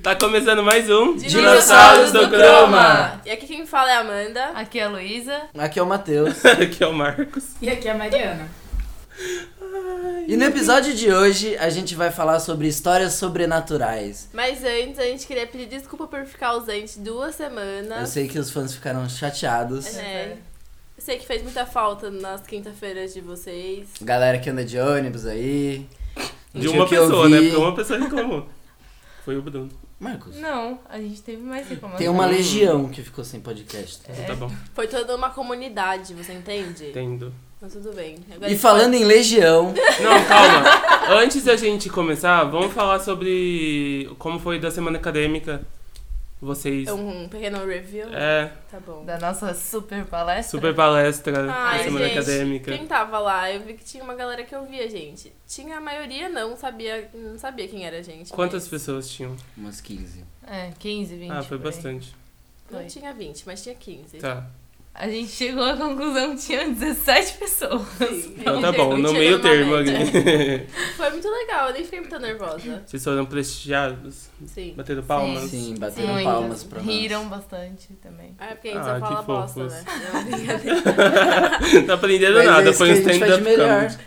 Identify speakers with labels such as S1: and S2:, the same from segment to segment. S1: Tá começando mais um
S2: Dinossauros do Croma.
S3: E aqui quem fala é a Amanda.
S2: Aqui é a Luísa.
S4: Aqui é o Matheus.
S1: Aqui é o Marcos.
S5: E aqui é a Mariana.
S4: E no episódio de hoje a gente vai falar sobre histórias sobrenaturais.
S3: Mas antes, a gente queria pedir desculpa por ficar ausente duas
S4: Eu
S3: semanas.
S4: sei que os fãs ficaram chateados.
S3: É. Eu sei que fez muita falta nas quinta-feiras de vocês.
S4: Galera que anda de ônibus aí.
S1: De
S4: gente,
S1: uma
S4: o é que eu
S1: pessoa, né?
S4: vi-
S1: Porque uma pessoa reclamou. Foi o Bruno.
S4: Marcos,
S2: Não, a gente teve mais reclamações.
S4: tem uma legião que ficou sem podcast.
S2: É.
S3: É.
S1: Então Tá bom,
S3: Foi toda uma comunidade, você entende?
S1: entendo.
S3: Mas tudo bem. Agora a
S4: E
S3: gente
S4: falando em legião,
S1: Não, calma. Antes da gente começar, vamos falar sobre como foi da semana acadêmica. Vocês.
S3: faz Um pequeno review.
S1: É,
S3: Tá bom.
S2: Da nossa super palestra.
S1: super palestra
S3: Ai,
S1: da semana
S3: gente,
S1: acadêmica.
S3: Quem tava lá? Eu vi que tinha uma galera que eu via, gente. Tinha a maioria, não sabia, não sabia quem era a gente.
S1: Quantas
S3: mas-
S1: pessoas tinham?
S4: umas 15.
S2: É, 15, 20.
S1: ah, foi
S2: por aí.
S1: bastante.
S3: Não
S2: Foi.
S3: tinha 20, mas tinha 15.
S1: Tá.
S2: A gente chegou à conclusão que tinha 17 pessoas.
S3: Sim.
S1: Então tá bom, no
S3: Chegou
S1: meio termo
S3: meta.
S1: ali.
S3: Foi muito legal, eu nem fiquei muito nervosa.
S1: Vocês foram prestigiados,
S3: Sim.
S1: batendo palmas.
S4: Sim, bateram
S2: Muito.
S4: palmas pra nós.
S2: Riram bastante também.
S3: Ah, é porque a gente
S1: Ah,
S3: só
S1: que
S3: fala bosta,
S1: fofos.
S3: né? Não, brincadeira.
S1: Não aprendendo
S4: Mas é
S1: nada,
S4: isso
S1: foi
S4: que
S1: um
S4: a gente faz
S1: stand-up
S4: de melhor.
S1: comedy.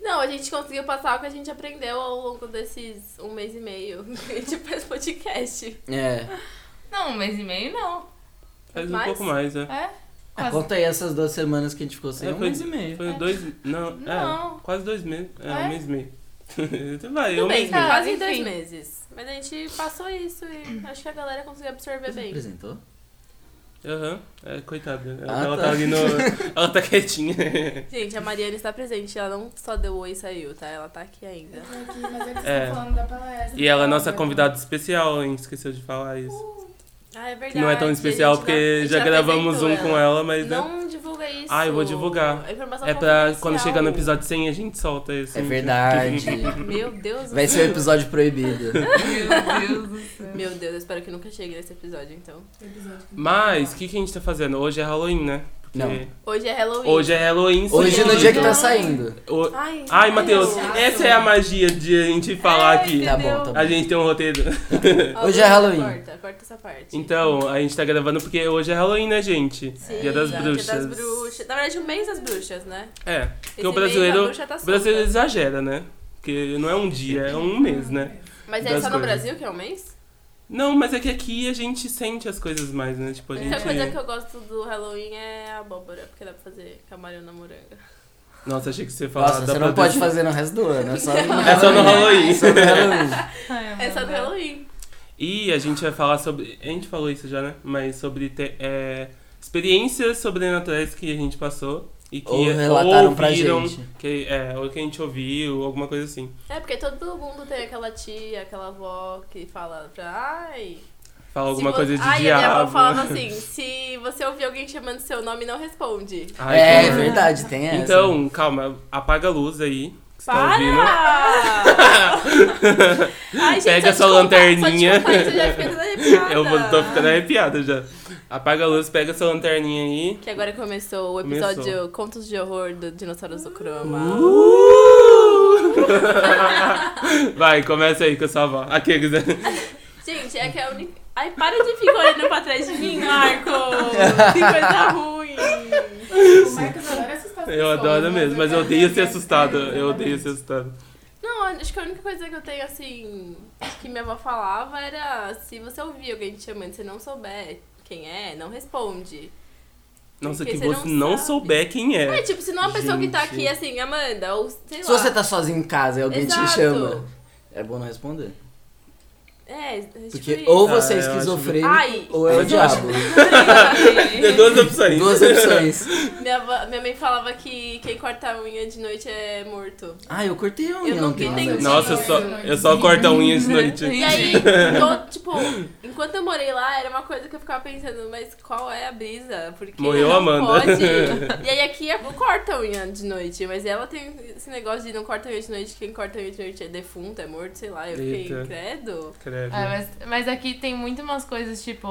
S3: Não, a gente conseguiu passar o que a gente aprendeu ao longo desses um mês e meio. A gente fez podcast.
S4: É.
S2: Não, um mês e meio não.
S1: Faz um
S3: Mais?
S1: pouco mais, né?
S2: É?
S4: Ah,
S2: Quase.
S4: conta aí essas duas semanas que a gente ficou sem
S1: É,
S4: um
S1: foi-
S4: mês e meio.
S1: Foi dois. Não,
S2: Não.
S1: é. Quase dois meses. É, um
S2: É?
S1: mês e meio. Vai,
S3: Tudo
S1: um mês e
S3: bem,
S1: meio.
S2: tá.
S3: quase
S2: Enfim.
S3: dois meses. Mas a gente passou isso e acho que a galera conseguiu absorver
S1: é
S4: Você
S3: bem.
S4: apresentou?
S1: Aham. É, coitada. Ela,
S4: Ah,
S1: ela tá.
S4: tá.
S1: ali no. Ela tá quietinha.
S3: Gente, a Mariana está presente, ela não só deu oi e saiu, tá? Ela tá aqui ainda.
S5: Aqui, mas eles
S1: É.
S5: estão falando da palestra.
S1: E ela é nossa convidada especial, hein? Esqueceu de falar isso.
S3: Ah, é verdade.
S1: Que não é tão especial
S3: a gente não- a
S1: porque
S3: gente
S1: já
S3: não
S1: gravamos um
S3: apresentou
S1: com ela, mas. né?
S3: Não divulga isso.
S1: Ah, eu vou divulgar.
S3: É, informação
S1: É pra quando
S3: confidencial.
S1: chegar no episódio 100 a gente solta isso.
S4: É verdade.
S3: Meu Deus
S4: Vai
S3: do
S4: ser o episódio proibido.
S2: Meu Deus do céu.
S3: Meu Deus, eu espero que nunca chegue nesse episódio, então.
S1: Mas, o que, que a gente tá fazendo? Hoje é Halloween, né? Porque
S4: Não.
S3: Hoje é Halloween.
S1: Hoje é Halloween. sim.
S4: Hoje no dia que tá
S3: Não.
S4: saindo.
S1: O-
S3: Ai,
S1: Ai, Matheus,
S3: Deus.
S1: essa é a magia de a gente falar aqui.
S4: Tá bom, tá bom.
S1: A gente tem um roteiro.
S3: Ó,
S4: Hoje é Halloween.
S3: Corta, corta essa parte.
S1: Então, a gente tá gravando porque hoje é Halloween, né, gente?
S3: Sim, é
S1: Dia das Bruxas.
S3: Dia das bruxas. Na verdade, o mês das bruxas, né?
S1: É,
S3: Esse
S1: porque o brasileiro,
S3: mês a bruxa tá
S1: o brasileiro
S3: solta.
S1: exagera, né? Porque não é um dia, é um mês, né?
S3: Mas é
S1: das
S3: só no
S1: coisas.
S3: Brasil que é um mês?
S1: Não, mas é que aqui a gente sente as coisas mais, né? Tipo, a
S3: A
S1: gente...
S3: única É coisa que eu gosto do Halloween é a abóbora, porque dá pra fazer camarão na moranga.
S1: Nossa, achei que você ia falar
S4: Nossa,
S1: da
S4: você não pode
S1: proteção.
S4: fazer no resto do ano. É só no
S1: É só no Halloween.
S4: Só no Halloween.
S2: Ai,
S3: É só
S1: né?
S3: do
S2: meu
S5: um
S2: Deus.
S3: Halloween.
S1: E a gente vai falar sobre... A gente falou isso já, né? Mas sobre te- é, experiências sobrenaturais que a gente passou e que
S4: Ou relataram pra
S1: ouviram,
S4: gente.
S1: Que, é, ou que a gente ouviu, alguma coisa assim.
S3: É, porque todo mundo tem aquela tia, aquela avó que fala pra. Ai.
S1: Fala
S3: se
S1: alguma
S3: vo-
S1: coisa de
S3: Ai,
S1: diabo.
S3: a minha avó falava assim: se você ouvir alguém chamando seu nome, não responde.
S1: Ai,
S4: é,
S1: calma.
S4: verdade, tem essa.
S1: Então, calma, apaga a luz aí. Que você tá ouvindo.
S3: Para! Ai, gente,
S1: Pega
S3: só te
S1: sua
S3: contar-
S1: lanterninha.
S3: Só te contar, isso, eu já fiquei toda arrepiada.
S1: Eu vou, tô ficando arrepiada já. Apaga a luz, pega essa lanterninha aí.
S3: Que agora começou o episódio
S1: Começou.
S3: Contos de Horror do Dinossauros do Chroma.
S1: Uh! Vai, começa aí com a sua avó. Aqueles. né?
S3: Gente, é que é a única. Ai, para de ficar olhando pra trás de mim, Marco! Que coisa ruim!
S5: O Marcos adora assustar as
S1: Eu
S5: pessoas,
S2: né,
S1: adoro mesmo, mas eu
S5: é
S1: odeio
S5: que-
S1: ser assustado.
S5: É,
S1: Eu odeio ser
S5: exatamente.
S1: assustado.
S3: Não, acho que a única coisa que eu tenho, assim, que minha avó falava era: se você ouvir alguém te chamando e você não souber quem é, não responde.
S1: Nossa,
S3: Porque
S1: que
S3: você
S1: você
S3: não
S1: não
S3: sabe.
S1: souber quem
S3: É,
S1: é.
S3: tipo, se não é uma pessoa que tá
S4: Gente.
S3: aqui, assim, Amanda, ou sei
S4: Se
S3: lá.
S4: você tá sozinho em casa e alguém
S3: Exato.
S4: te chama, é bom não responder.
S3: É, é tipo
S4: Porque
S3: isso.
S4: ou você é
S1: Ah, eu acho-
S4: esquizofrênico
S3: Ai,
S4: ou é o
S1: Mas eu acho-
S4: diabo.
S1: Tem É duas opções.
S4: Duas opções.
S3: minha, avó- minha mãe falava que quem corta a unha de noite é morto.
S4: Ah, eu cortei a unha
S3: Eu não
S4: ontem.
S3: entendi.
S2: tipo
S4: Nossa.
S1: Nossa, eu só, eu só corto a unha de noite.
S3: E aí, tô, tipo, enquanto eu morei lá, era uma coisa que eu ficava pensando, mas qual é a brisa? Porque
S1: Morreu
S3: não
S1: Amanda.
S3: Pode. E aí aqui eu corto a unha de noite, mas ela tem esse negócio de não corta a unha de noite, quem corta a unha de noite é defunto, é morto, sei lá. Eu fiquei,
S1: Eita.
S3: credo.
S2: É,
S1: Credo.
S2: Ah, mas, mas aqui tem muito umas coisas tipo.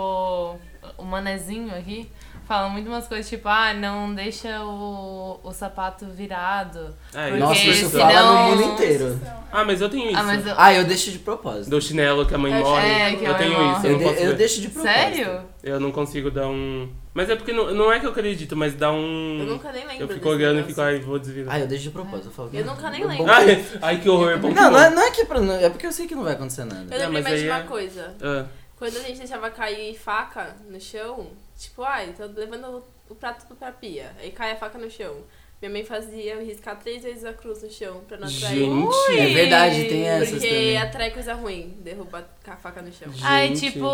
S2: O manezinho aqui falam muito umas coisas tipo, ah, não deixa o, o sapato virado.
S1: Ah,
S2: Porque
S4: Nossa, isso
S2: senão-
S4: fala no mundo inteiro.
S1: Ah, mas eu tenho isso.
S2: Ah, mas eu...
S4: Ah, eu deixo de propósito.
S1: Do chinelo que a mãe
S2: É,
S1: morre.
S2: que a
S1: eu
S2: mãe
S1: tenho
S2: morre.
S1: isso, eu,
S4: Eu,
S1: não
S4: de-
S1: posso
S4: eu
S1: ver.
S4: deixo de propósito.
S2: ah, Sério?
S1: Eu não consigo dar um. Mas é porque não, não é que eu acredito, mas dá um.
S3: Eu nunca nem lembro.
S1: Eu fico
S3: desse
S1: olhando e
S3: negócio.
S1: fico, ai, vou desvirar.
S4: Ah, eu deixo de propósito. Eu, falo,
S3: Eu nunca nem
S4: bom
S3: lembro.
S4: que-
S1: Ai, ai, que horror. Bom, que
S4: é, Não,
S1: bom.
S4: não é, não é que pra, não- é porque eu sei que não vai acontecer nada.
S3: Eu
S1: Não,
S3: lembrei
S1: mas
S3: mais de
S1: aí
S3: uma
S1: é-
S3: coisa.
S1: Ah,
S3: Quando a gente deixava cair faca no chão, tipo, ai, tô levando o prato pra pia. Aí cai a faca no chão. Minha mãe fazia eu riscar três vezes a cruz no chão pra não atrair.
S1: gente. Ah,
S4: É verdade, tem essas
S3: Porque
S4: também.
S3: atrai coisa ruim, derruba a faca no chão.
S2: Ai,
S1: Gente.
S2: tipo,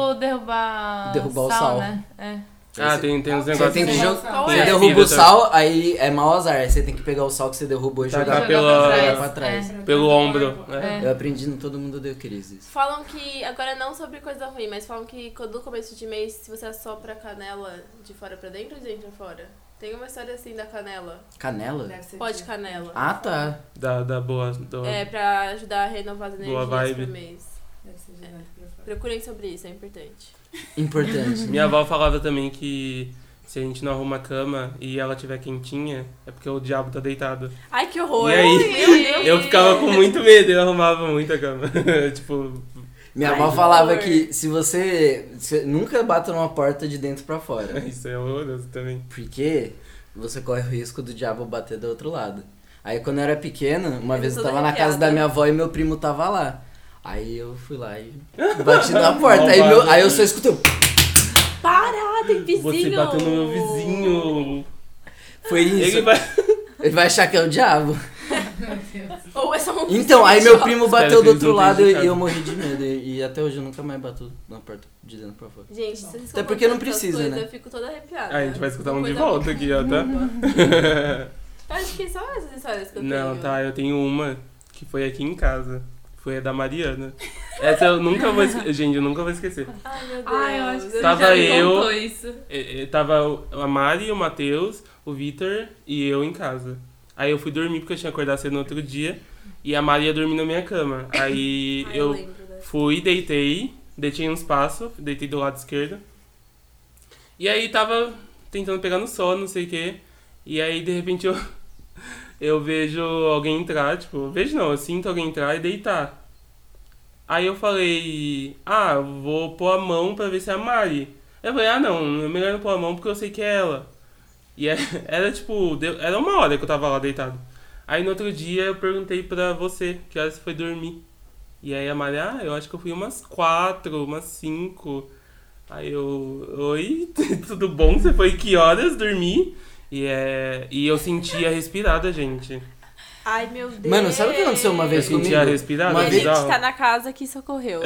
S2: derrubar.
S4: Derrubar o sal.
S2: né? É.
S1: Ah, tem, tá? tem uns
S5: Você
S1: negócios. assim,
S4: tem que jogar-
S3: Qual
S4: Você
S3: é?
S4: derruba o
S1: Sim,
S4: sal, aí é mau azar. Aí você tem que pegar o sal que você derrubou e
S1: Tacar
S4: jogar
S2: Jogar
S1: Tá pela-
S2: pra trás.
S4: pra trás.
S1: Pelo ombro. né?
S2: É.
S4: Eu aprendi no Todo Mundo Deu Crise. isso.
S3: Falam que, agora não sobre coisa ruim, mas falam que quando- no começo de mês, se você assopra a canela de fora pra dentro ou de dentro pra fora? Tem uma história assim da canela.
S4: Canela?
S3: Pó de canela.
S4: Ah, tá.
S1: Da, da boa. Do...
S3: É, pra ajudar a renovar as
S1: Boa
S3: energias
S1: vibe.
S3: pro mês. Procurem sobre isso, é importante.
S4: Importante.
S3: Uhum.
S1: Minha avó falava também que se a gente não arruma a cama e ela tiver quentinha, é porque o diabo tá deitado.
S3: Ai, que horror!
S1: E aí?
S3: Meu Deus.
S1: Eu ficava com muito medo, eu arrumava muito a cama. tipo,
S4: Minha
S1: Ai,
S4: avó
S1: que
S4: falava
S3: horror.
S4: que se você, você nunca bata numa porta de dentro pra fora.
S1: isso é horroroso também.
S4: Porque você corre o risco do diabo bater do outro lado. Aí quando eu era pequeno, uma
S3: Eu
S4: vez eu
S3: tô
S4: tava na
S3: arrepiada.
S4: casa da minha avó e meu primo tava lá. Aí eu fui lá e bati na porta. aí, meu- aí eu só escutei. um
S3: Para, tem vizinho!
S1: Você bateu no meu vizinho.
S4: Foi isso.
S1: Ele
S4: Ele
S1: vai...
S4: vai... achar que é o diabo.
S3: Ou é só um
S4: Então, aí meu primo
S1: Espero
S4: bateu
S1: que
S4: do
S1: eles
S4: outro
S1: não tenham
S4: lado e
S1: escutado.
S4: eu morri de medo. E, e até hoje eu nunca mais bato na porta de dentro pra fora.
S3: Gente, se vocês
S4: Até porque não
S3: contam essas
S4: precisa,
S3: coisas,
S4: né?
S3: Eu fico toda arrepiada.
S1: Ah, Tá a gente vai escutar um de
S3: Coisa
S1: volta aqui, ó, tá?
S3: Eu acho que são essas histórias que eu
S1: Não,
S3: tenho.
S1: tá, eu tenho uma que foi aqui em casa. Foi a da Mariana. Essa eu nunca vou esquecer. Gente, eu nunca vou esquecer.
S3: Ai, meu Deus.
S2: Ai, eu acho que você
S1: Tava
S2: já me
S1: eu-
S2: contou isso.
S1: Eh, eh, Tava o- a Mari, o Matheus, o Vitor e eu em casa. Aí eu fui dormir porque eu tinha acordado cedo no outro dia. E a Mari ia dormir na minha cama. Aí
S3: Ai, eu
S1: eu
S3: lembro dessa.
S1: fui, deitei, deitei uns passos, deitei do lado esquerdo. E aí tava tentando pegar no sono, não sei o quê. E aí de repente eu, eu vejo alguém entrar, tipo, vejo não, eu sinto alguém entrar e deitar. Aí eu falei, ah, eu vou pôr a mão pra ver se é a Mari. Eu falei, ah não, é melhor não pôr a mão porque eu sei que é ela. E é- era tipo, deu- era uma hora que eu tava lá deitado. Aí no outro dia eu perguntei pra você que horas você foi dormir. E aí a Mari, ah, eu acho que eu fui umas quatro, umas cinco. Aí eu, oi, tudo bom? Você foi que horas dormir? E, é, e eu sentia a respirada, gente.
S3: Ai, meu Deus.
S4: Mano, sabe o que aconteceu uma
S1: Eu
S4: vez comigo?
S1: sentia a respirada,
S4: Uma
S3: a gente
S4: vez,
S1: é bizarro.
S3: tá na casa que isso ocorreu.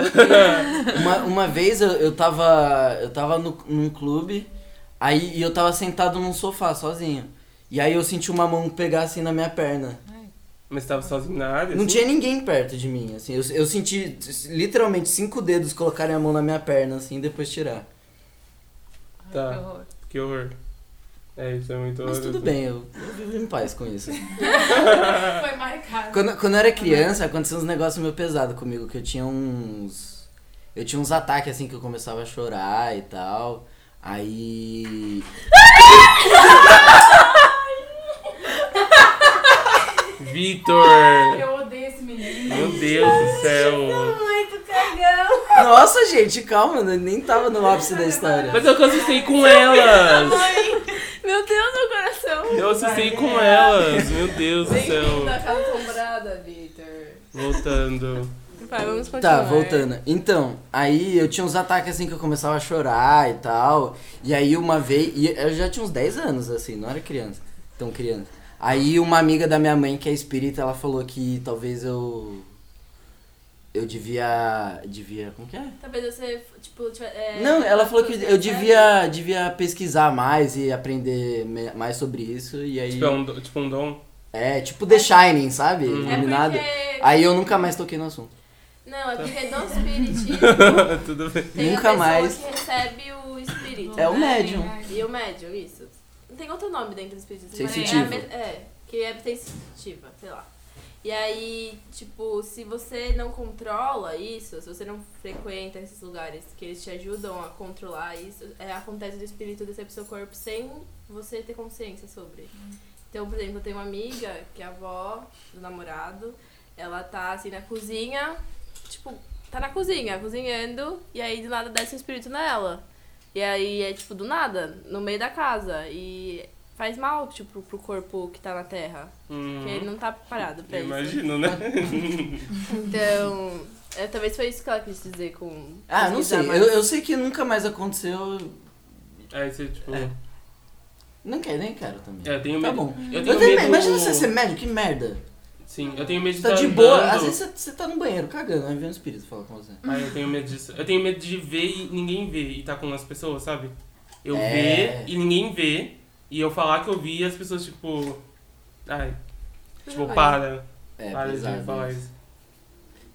S4: uma, uma vez eu, eu tava. Eu tava no, num clube, aí e eu tava sentado num sofá sozinho. E aí eu senti uma mão pegar assim na minha perna.
S1: Mas tava sozinho na área?
S4: Não
S1: assim?
S4: tinha ninguém perto de mim, assim. Eu, eu senti literalmente cinco dedos colocarem a mão na minha perna, assim, e depois tirar.
S2: Ai,
S1: Tá.
S2: que horror.
S1: Que horror. É, isso é muito
S4: Mas tudo bem, eu, eu vivo em paz com isso. assim.
S5: Foi marcado.
S4: Quando, quando eu era criança, aconteceu uns negócios meio pesados comigo, que eu tinha uns. Eu tinha uns ataques assim que eu começava a chorar e tal. Aí.
S1: Vitor!
S5: Eu odeio esse menino.
S1: Meu Deus do céu!
S2: Muito cagão.
S4: Nossa, gente, calma, eu nem tava no ápice da história.
S1: Mas eu que assustei com elas!
S3: meu Deus, meu coração.
S1: Eu assustei com elas! Meu Deus do
S3: Bem-vindo à
S1: céu!
S3: casa assombrada, Victor.
S1: Voltando.
S3: Vai, vamos continuar.
S4: Tá, voltando. Então, aí eu tinha uns ataques assim que eu começava a chorar e tal. E aí uma vez. e eu já tinha uns 10 anos, assim, não era criança. Tão criança. Aí uma amiga da minha mãe, que é espírita, ela falou que talvez eu. Eu devia. Devia. Como que é?
S3: Talvez você, tipo, tiver- é,
S4: Não, ela falou que eu devia, devia pesquisar mais e aprender me- mais sobre isso. E aí.
S1: Tipo, é um, do- tipo um dom?
S4: É, tipo The Shining, sabe?
S1: Hum.
S3: É
S4: Iluminado.
S3: porque...
S4: Aí eu nunca mais toquei no assunto.
S3: Não, é
S1: Tá.
S3: porque do Spirit
S1: tudo bem.
S3: tem
S4: Nunca
S3: a pessoa
S4: mais.
S3: que recebe o espírito.
S4: É o
S3: né?
S4: médium.
S3: E o médium, isso. Não tem outro nome dentro do espiritismo. né? É mas
S4: Sensitivo.
S3: É, a mes- é, que é sensitivo, sei lá. E aí, tipo, se você não controla isso, se você não frequenta esses lugares que eles te ajudam a controlar isso, é, acontece do espírito descer pro seu corpo sem você ter consciência sobre. Então, por exemplo, eu tenho uma amiga que é a avó do namorado, ela tá assim na cozinha, tipo, tá na cozinha, cozinhando, e aí do nada desce um espírito nela. E aí é tipo do nada, no meio da casa. E faz mal, tipo, pro corpo que tá na terra.
S1: Uhum.
S3: Porque ele não tá preparado pra
S1: Eu
S3: isso.
S1: imagino, né?
S3: Então, é, talvez foi isso que ela quis dizer com.
S4: Ah, não sei.
S3: pesquisar
S4: Eu,
S3: mais.
S4: eu sei que nunca mais aconteceu.
S1: Aí você, tipo.
S4: É. Não quero, nem quero também.
S1: É, eu tenho
S4: Tá
S1: medo.
S4: bom.
S1: Eu
S4: Eu
S1: tenho
S4: também,
S1: medo.
S4: imagina você ser médico, que merda.
S1: Sim, eu tenho medo de
S4: Você tá de
S1: andando.
S4: boa, às vezes você, você tá no banheiro cagando, aí vem um espírito falar com você.
S1: Ah, eu tenho medo disso. Eu tenho medo de ver e ninguém ver e tá com as pessoas, sabe? Eu
S4: É.
S1: ver e ninguém vê. E eu falar que eu vi e as pessoas, tipo. Ai. Tipo,
S3: Mas-
S1: para.
S4: É,
S1: para de falar
S4: pesado.
S1: isso.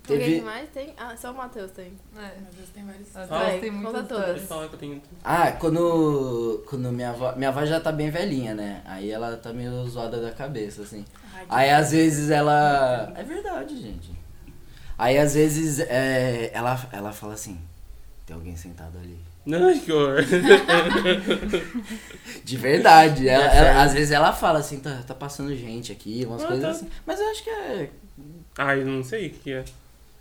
S3: Alguém
S4: Teve-
S3: mais tem? Ah, só o Matheus tem.
S2: É.
S5: Mas tem vários.
S2: As
S1: Fala.
S2: duas têm muitas
S3: Conta
S2: dores.
S1: Pode falar que eu tenho.
S4: Ah, quando, quando minha avó. Minha avó já tá bem velhinha, né? Aí ela tá meio zoada da cabeça, assim. Aí às vezes ela. É verdade, gente. Aí às vezes é, ela, ela fala assim: tem alguém sentado ali.
S1: Não, que horror.
S4: De verdade. Ela-
S1: É
S4: ela-
S1: sério.
S4: às vezes ela fala assim: tá, tá passando gente aqui, umas
S1: Ah,
S4: coisas
S1: tá.
S4: assim. Mas eu acho que é,
S1: Ai, eu não sei o que que é.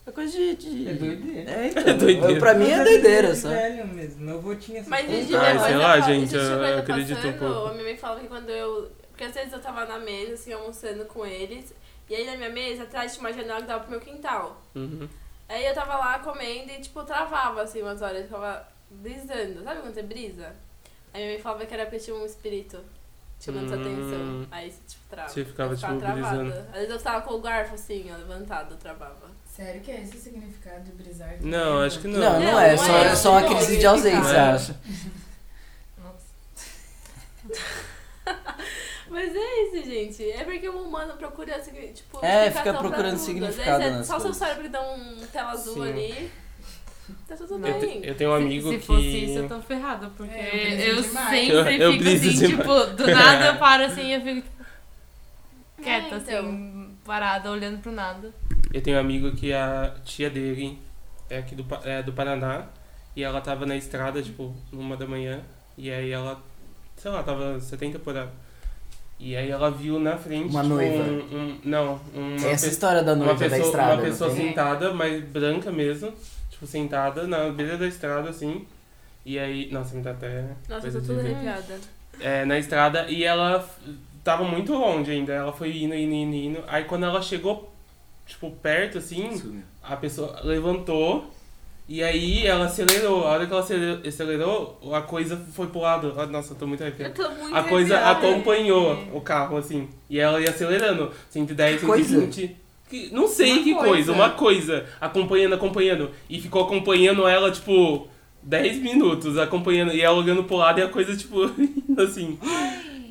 S4: é coisa de. de-
S6: É doideira.
S4: É, então,
S1: É doideira.
S4: Pra mim é
S6: Mas
S4: doideira,
S6: de
S4: sabe?
S6: velho mesmo. Novo tinha essa
S3: Mas
S6: coisa.
S3: existe
S1: Ah,
S3: coisa
S1: sei lá,
S3: pa-
S1: gente,
S3: existe
S1: eu-
S3: coisa
S1: eu acredito um
S3: passando.
S1: pouco.
S3: A minha mãe falava que quando eu. Porque às vezes eu tava na mesa, assim, almoçando com eles. E aí na minha mesa, atrás tinha uma janela que dava pro meu quintal.
S1: Uhum.
S3: Aí eu tava lá comendo e, tipo, travava, assim, umas horas. Ficava brisando. Sabe quando você brisa? Aí minha mãe falava que era porque tinha um espírito chamando sua
S1: Hum.
S3: atenção. Aí você, tipo, trava.
S1: Você ficava,
S3: Eu
S1: tipo,
S3: travada.
S1: brisando.
S3: Às vezes eu tava com o garfo, assim, ó, levantado, eu travava.
S5: Sério que é esse o significado de brisar?
S1: Não, acho que não.
S4: Não, não,
S3: Não,
S4: é,
S3: não
S4: só,
S3: é.
S4: é só uma
S3: Não,
S4: crise de
S3: significa.
S4: ausência,
S1: É.
S4: acho.
S2: Nossa.
S3: Mas é isso, gente. É porque o humano procura, signi- tipo,
S4: É,
S3: explicação
S4: fica
S3: pra
S4: procurando
S3: tudo.
S4: significado
S3: Às vezes é
S4: nas
S3: só seu
S4: coisas.
S3: cérebro dá um tela azul
S1: Sim.
S3: ali. Tá tudo
S1: Eu,
S3: bem.
S1: te- eu tenho um amigo
S2: se, se
S1: que.
S2: fosse isso, eu tô ferrada, porque
S5: É,
S2: eu,
S5: eu briso demais.
S2: sempre
S1: Eu- eu
S2: fico
S1: briso
S2: assim,
S1: demais.
S2: tipo, do nada eu paro assim e eu fico tipo,
S3: É,
S2: quieta,
S3: então.
S2: assim, parada, olhando pro nada.
S1: Eu tenho um amigo que a tia dele é aqui do, Pa- é do Paraná e ela tava na estrada, tipo, uma da manhã, e aí ela, sei lá, tava 70 por hora. E aí ela viu na frente.
S4: Uma
S1: tipo,
S4: noiva.
S1: Um, um- não, uma,
S4: Tem essa é
S1: pe-
S4: história da
S1: uma
S4: noiva da
S1: pessoa,
S4: estrada.
S1: uma
S4: não
S1: pessoa
S4: tem?
S5: tem?
S1: sentada, mas branca mesmo, tipo, sentada na beira da estrada, assim. E aí. Nossa, me dá até.
S3: Nossa, eu
S1: coisa
S3: tô
S1: de
S3: toda
S1: ver
S3: arrepiada.
S1: é, na estrada e ela f- tava muito longe ainda. Ela foi indo, indo, indo, indo. Aí quando ela chegou, tipo, perto assim,
S4: Sumiu.
S1: a pessoa levantou e aí ela acelerou. A hora que ela acele- acelerou, a coisa foi pro lado. Ah, Nossa, eu tô muito
S3: Eu
S1: arrepiada.
S3: tô muito
S1: A coisa
S3: arrepiada.
S1: acompanhou o carro, assim. E ela ia acelerando. 110,
S4: Que coisa?
S1: 120. Que, não sei
S2: Uma
S1: que coisa.
S2: coisa.
S1: uma coisa. Acompanhando, acompanhando. E ficou acompanhando ela, tipo, 10 minutos acompanhando. E ela olhando pro lado e a coisa, tipo, indo assim.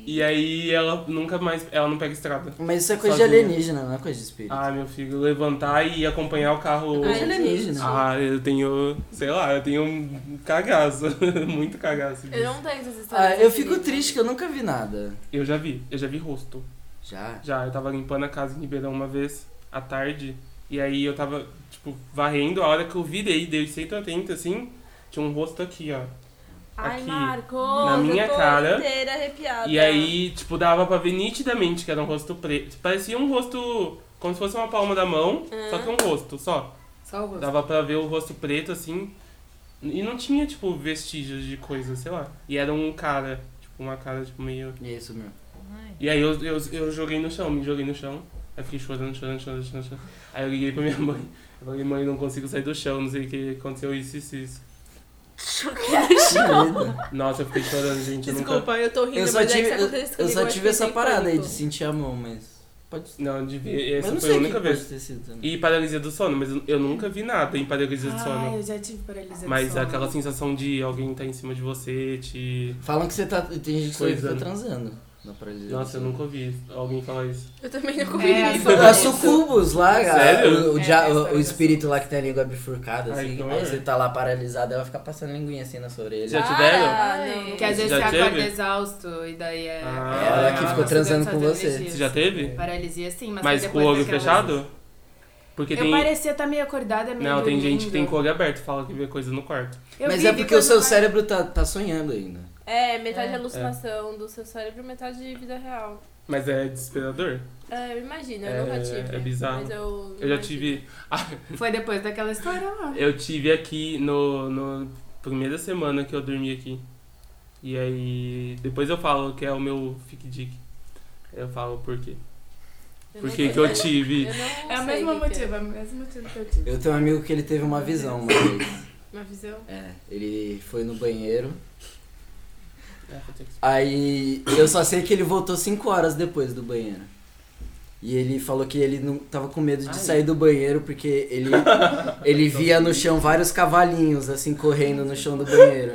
S1: E aí ela nunca mais. Ela não pega estrada.
S4: Mas isso é coisa de
S1: Sozinha.
S4: alienígena, não é coisa de espírito. É
S1: Ah, meu filho, levantar e acompanhar o carro.
S4: Coisa de alienígena.
S1: Ah, eu tenho. Sei lá, eu tenho um cagaço. muito cagaço.
S3: Eu
S1: disso.
S3: não tenho essas histórias.
S4: Ah, eu
S3: assim.
S4: fico triste que eu nunca vi nada.
S1: Eu já vi, eu já vi rosto.
S4: Já?
S1: Já, eu tava limpando a casa em Ribeirão uma vez à tarde, e aí eu tava, tipo, varrendo, a hora que eu virei, dei 180 assim, tinha um rosto aqui, ó.
S3: Ai,
S1: aqui,
S3: Marcos,
S1: na minha
S3: eu tô
S1: cara.
S3: inteira arrepiada.
S1: E aí, tipo, dava pra ver nitidamente que era um rosto preto. Parecia um rosto como se fosse uma palma da mão,
S3: Ah.
S1: só que um rosto só.
S6: Salva.
S1: Dava pra ver o rosto preto assim, e não tinha, tipo, vestígios de coisa, sei lá. E era um cara, tipo, uma cara, tipo, meio.
S4: E é isso, meu.
S2: Ai.
S1: E aí eu, eu, eu joguei no chão, me joguei no chão. Aí fiquei chorando, chorando, chorando, chorando. chorando. Aí eu liguei pra minha mãe. Eu falei, mãe, não consigo sair do chão, não sei o que aconteceu, isso, isso, isso.
S4: Que medo.
S1: Nossa, eu fiquei chorando, gente. eu Nunca...
S3: Desculpa, eu tô rindo,
S4: Eu só
S3: mas é
S4: tive,
S3: que isso
S4: eu,
S3: acontece
S4: eu
S3: comigo,
S4: só
S3: acho
S4: tive
S3: que é
S4: essa
S3: tem
S4: parada aí de
S3: pânico.
S4: sentir a mão, mas. Pode ser.
S1: Não, eu devia.
S4: Mas
S1: Essa foi
S4: não
S1: a
S4: sei o que
S1: única
S4: pode
S1: vez.
S4: ter sido também.
S1: E paralisia do sono, mas eu- eu nunca vi nada em paralisia do
S6: Ah,
S1: sono.
S6: eu já tive paralisia
S1: Mas
S6: do sono.
S1: aquela assim, sensação de alguém tá em cima de você, te.
S4: Falam que você tá. Tem gente que
S1: Coisa,
S4: fica
S1: né?
S4: transando. Na paralisia do
S1: Nossa, eu
S4: sono.
S1: nunca ouvi alguém falar isso.
S3: Eu também não comi
S2: É,
S3: isso.
S2: Fala
S4: É
S2: isso.
S4: sucubus lá, cara.
S1: Sério?
S4: O, o,
S2: É,
S4: dia- o-
S2: é história
S4: o
S2: da
S4: espírito lá que tem a língua bifurcada,
S1: Ai,
S4: assim.
S1: que
S4: aí
S1: horror.
S4: você tá lá paralisado, ela fica passando linguinha assim na sua orelha.
S1: então é. Já te
S3: Ah,
S1: deram?
S3: não, não
S2: Que às
S1: Você
S2: vezes
S1: já
S2: você acorda
S1: teve?
S2: exausto e daí é.
S1: Ah,
S2: é-
S1: ela que
S2: é
S1: ficou
S2: uma
S4: transando
S2: substância
S4: com você.
S2: deliciosa.
S1: Você já teve?
S2: Paralisia sim, mas,
S1: Mas
S2: foi
S1: com o
S2: depois
S1: olho
S2: daquelas-
S1: fechado? Porque
S2: Eu
S1: tem.
S2: parecia estar meio acordada, meio
S1: Não, tem gente que tem
S2: dormindo.
S1: com o olho aberto, fala que vê coisa no quarto.
S2: Eu
S4: Mas
S2: vi,
S4: é
S2: vi
S4: porque o
S2: quando
S4: seu
S2: vai-
S4: cérebro tá, tá sonhando ainda.
S3: É, metade
S2: É.
S3: alucinação do seu cérebro, metade de vida real.
S1: Mas é desesperador.
S3: É, eu imagino, eu
S1: É,
S3: nunca tive.
S1: é bizarro.
S3: Mas eu,
S1: Eu já
S3: imagino.
S1: tive.
S2: Foi depois daquela história lá.
S1: Eu tive aqui no, no primeira semana que eu dormi aqui. E aí. Depois eu falo que é o meu fic dick. Eu falo por quê.
S3: Eu
S1: Por
S3: não
S1: que
S3: sei.
S1: que eu tive.
S3: Eu não
S5: É o
S3: sei
S5: mesmo
S3: que que é.
S5: motivo, é o mesmo motivo que eu tive.
S4: Eu tenho um amigo que ele teve uma visão uma vez.
S5: Uma visão?
S4: É, ele foi no banheiro.
S1: É, vou ter que-
S4: Aí eu só sei que ele voltou 5 horas depois do banheiro. E ele falou que ele não tava com medo de
S1: Ai.
S4: sair do banheiro porque ele, ele
S1: Então,
S4: via no chão vários cavalinhos assim correndo no chão do banheiro.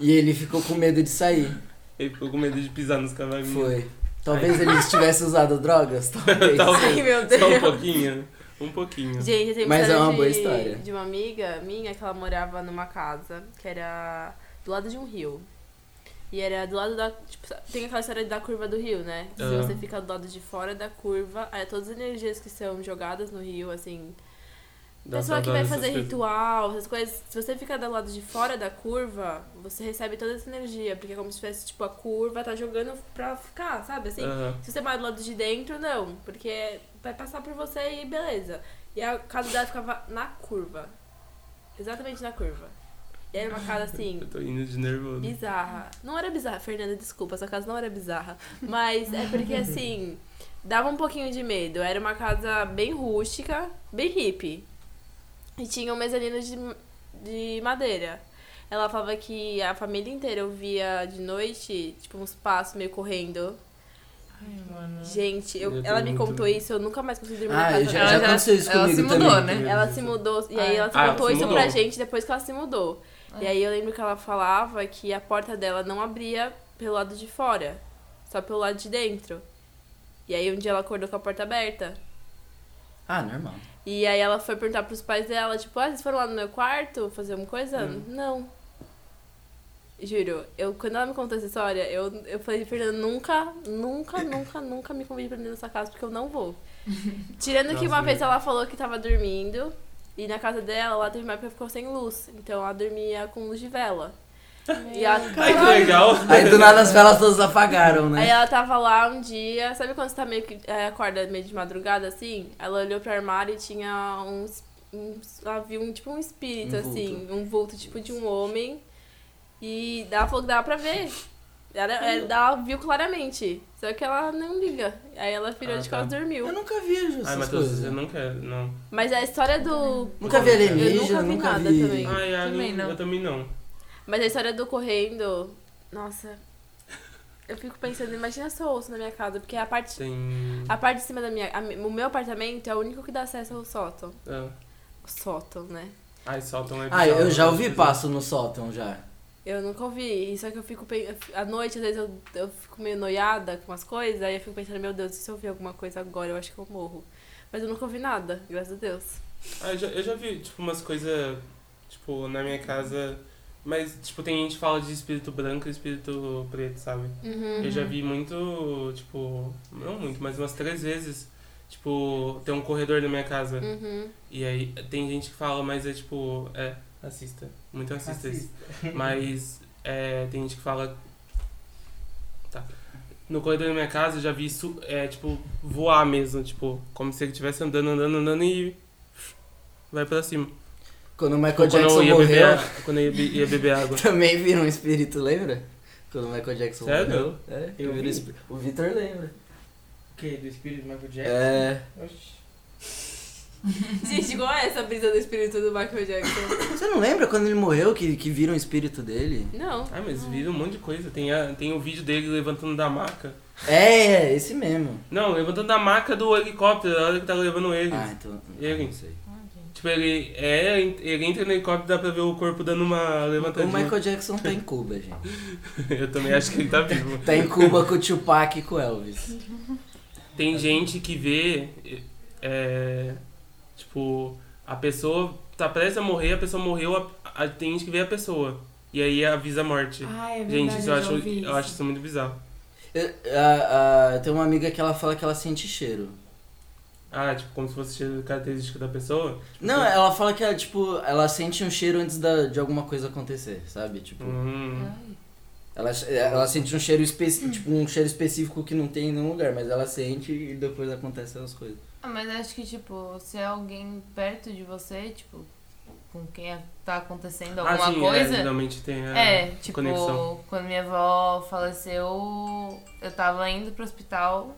S4: E ele ficou com medo de sair.
S1: Ele ficou com medo de pisar nos cavalinhos.
S4: Foi. Talvez ele tivesse usado drogas, talvez.
S1: Talvez.
S3: Ai, meu
S1: Só um
S3: Deus.
S1: pouquinho? Um pouquinho.
S3: Gente, eu tenho
S4: Mas
S3: história
S4: é uma
S3: de,
S4: boa história.
S3: de uma amiga minha que ela morava numa casa que era do lado de um rio. E era do lado da. Tipo, sa- tem aquela história da curva do rio, né? Se
S1: Aham.
S3: você fica do lado de fora da curva, aí todas as energias que são jogadas no rio, assim.
S1: Dá
S3: Pessoa que
S1: saudade
S3: vai
S1: dessas
S3: fazer
S1: coisas.
S3: ritual, essas coisas. Se você ficar do lado de fora da curva, você recebe toda essa energia. Porque é como se tivesse, tipo, a curva tá jogando pra ficar, sabe? Assim.
S1: Aham.
S3: Se você vai do lado de dentro, não, porque vai passar por você e beleza. E a casa dela ficava na curva. Exatamente na curva. E era uma casa assim,
S1: Eu tô indo de nervoso.
S3: bizarra. Não era bizarra, Fernanda, desculpa, sua casa não era bizarra. Mas é porque assim, dava um pouquinho de medo. Era uma casa bem rústica, bem hippie. E tinha um mezanino de, de madeira. Ela falava que a família inteira ouvia de noite, tipo, uns passos meio correndo.
S2: Ai, mano.
S3: Gente, eu-
S1: Eu
S3: ela
S1: tenho
S3: me
S1: muito
S3: contou
S1: medo.
S3: isso, eu nunca mais consegui dormir na
S4: Ah,
S3: casa
S4: eu já,
S2: Ela
S4: já
S2: já-
S4: aconteceu isso
S2: ela
S4: comigo
S2: se
S4: também.
S2: mudou, né?
S3: Ela se mudou, e aí
S2: Ah,
S3: ela se
S1: É. ela
S3: contou
S1: se
S3: isso
S1: mudou. Ah.
S3: pra gente depois que ela se mudou. E aí eu lembro que ela falava que a porta dela não abria pelo lado de fora, só pelo lado de dentro. E aí um dia ela acordou com a porta aberta.
S4: Ah, normal.
S3: E aí ela foi perguntar pros pais dela, tipo, ah, vocês foram lá no meu quarto fazer alguma coisa? Não. Juro, eu, quando ela me contou essa história, eu, eu falei, Fernanda, nunca, nunca, nunca, nunca me convide pra dentro dessa casa, porque eu não vou. Tirando que
S1: Nossa,
S3: uma vez
S1: meu.
S3: ela falou que tava dormindo, e na casa dela, lá teve uma época que ficou sem luz, então ela dormia com luz de vela. E ela,
S1: Ai, que legal.
S4: Aí do nada as velas todas apagaram, né?
S3: Aí ela tava lá um dia, sabe quando você tá meio que é, acorda meio de madrugada assim? Ela olhou pro armário e tinha uns. uns- ela viu um, tipo um espírito,
S4: Um vulto.
S3: assim, um vulto tipo de um homem. E ela falou que dava pra ver. Ela, ela- ela viu claramente. Só que ela não liga. Aí ela virou
S1: Ah,
S3: de
S1: tá.
S3: costas e
S4: Eu
S3: dormiu.
S4: nunca vi essas
S1: Ai,
S4: coisas. né?
S1: Matheus, eu não quero, não.
S3: Mas a história do.
S4: Nunca vi alienígena,
S3: Eu nunca vi nada
S4: vi-
S3: também.
S1: Ai, ai,
S2: Também não.
S1: eu também não.
S3: Mas a história do correndo. Nossa. Eu fico pensando, imagina se eu ouço na minha casa, porque a parte
S1: Tem.
S3: A parte de cima da minha. a mi- o meu apartamento é o único que dá acesso ao sótão.
S1: Ah.
S3: Sótão, né?
S1: Ai, soltam é
S4: Ah, eu
S1: bizarro,
S4: já
S1: né?
S4: ouvi passo no sótão já.
S3: Eu nunca ouvi. e Só que eu fico. pen- À noite, às vezes, eu, eu fico meio noiada com as coisas. Aí eu fico pensando, meu Deus, e se eu ouvir alguma coisa agora, eu acho que eu morro. Mas eu nunca ouvi nada, graças a Deus.
S1: Ah, eu, já, eu já vi, tipo, umas coisas, tipo, na minha casa. Mas, tipo, tem gente que fala de espírito branco e espírito preto, sabe?
S3: Uhum.
S1: Eu já vi muito, tipo, não muito, mas umas três vezes. Tipo, tem um corredor na minha casa.
S3: Uhum.
S1: E aí tem gente que fala, mas é tipo, é, assista. Muito assista isso. Mas é, tem gente que fala. Tá. No corredor da minha casa eu já vi isso, é, tipo, voar mesmo, tipo, como se ele estivesse andando, andando, andando e. Vai pra cima.
S4: Quando o Michael
S1: Tipo, quando
S4: Jackson
S1: eu ia
S4: morreu,
S1: beber, a- quando eu ia, be- ia beber água.
S4: também vira um espírito, lembra? Quando o Michael Jackson
S1: Sério?
S4: morreu. É,
S6: Eu
S4: vira
S6: vi.
S4: espí- O Victor lembra.
S6: O quê? Do espírito do Michael Jackson?
S4: É.
S6: Oxi.
S3: Gente, igual é essa brisa do espírito do Michael Jackson.
S4: Você não lembra quando ele morreu que, que vira um espírito dele?
S3: Não.
S1: Ah, mas viram um monte de coisa. Tem, a, tem o vídeo dele levantando da maca.
S4: É, é, esse mesmo.
S1: Não, levantando da maca do helicóptero, a hora que tá levando ele.
S4: Ah, então.
S1: E aí?
S4: Não sei.
S1: Tipo, ele, é, ele entra no helicóptero dá pra ver o corpo dando uma
S4: O
S1: levantadinha.
S4: Michael Jackson tá em Cuba, gente.
S1: Eu também acho que ele tá vivo.
S4: Tá em Cuba com o Tupac e com o Elvis.
S1: Tem gente que vê, é, tipo, a pessoa tá prestes a morrer, a pessoa morreu, a- a- tem gente que vê a pessoa. E aí avisa a morte.
S5: Ah, é verdade.
S1: gente, isso eu,
S5: já
S1: acho,
S5: ouvi
S1: eu acho isso muito bizarro.
S4: Eu, a- a- eu tenho uma amiga que ela fala que ela sente cheiro.
S1: Ah, tipo, como se fosse cheiro característico da pessoa.
S4: Não, ela fala que ela, tipo, ela sente um cheiro antes da- de alguma coisa acontecer, sabe? Tipo,
S1: Hum,
S2: Ai.
S4: ela, ela sente um cheiro específico, tipo, um cheiro específico que não tem em nenhum lugar, mas ela sente e depois acontecem as coisas.
S2: Ah, mas acho que, tipo, se é alguém perto de você, tipo, com quem é- tá acontecendo
S1: ah,
S2: alguma
S1: sim, É,
S2: coisa.
S1: geralmente tem a
S2: É, tipo,
S1: conexão.
S2: quando minha avó faleceu, eu tava indo pro hospital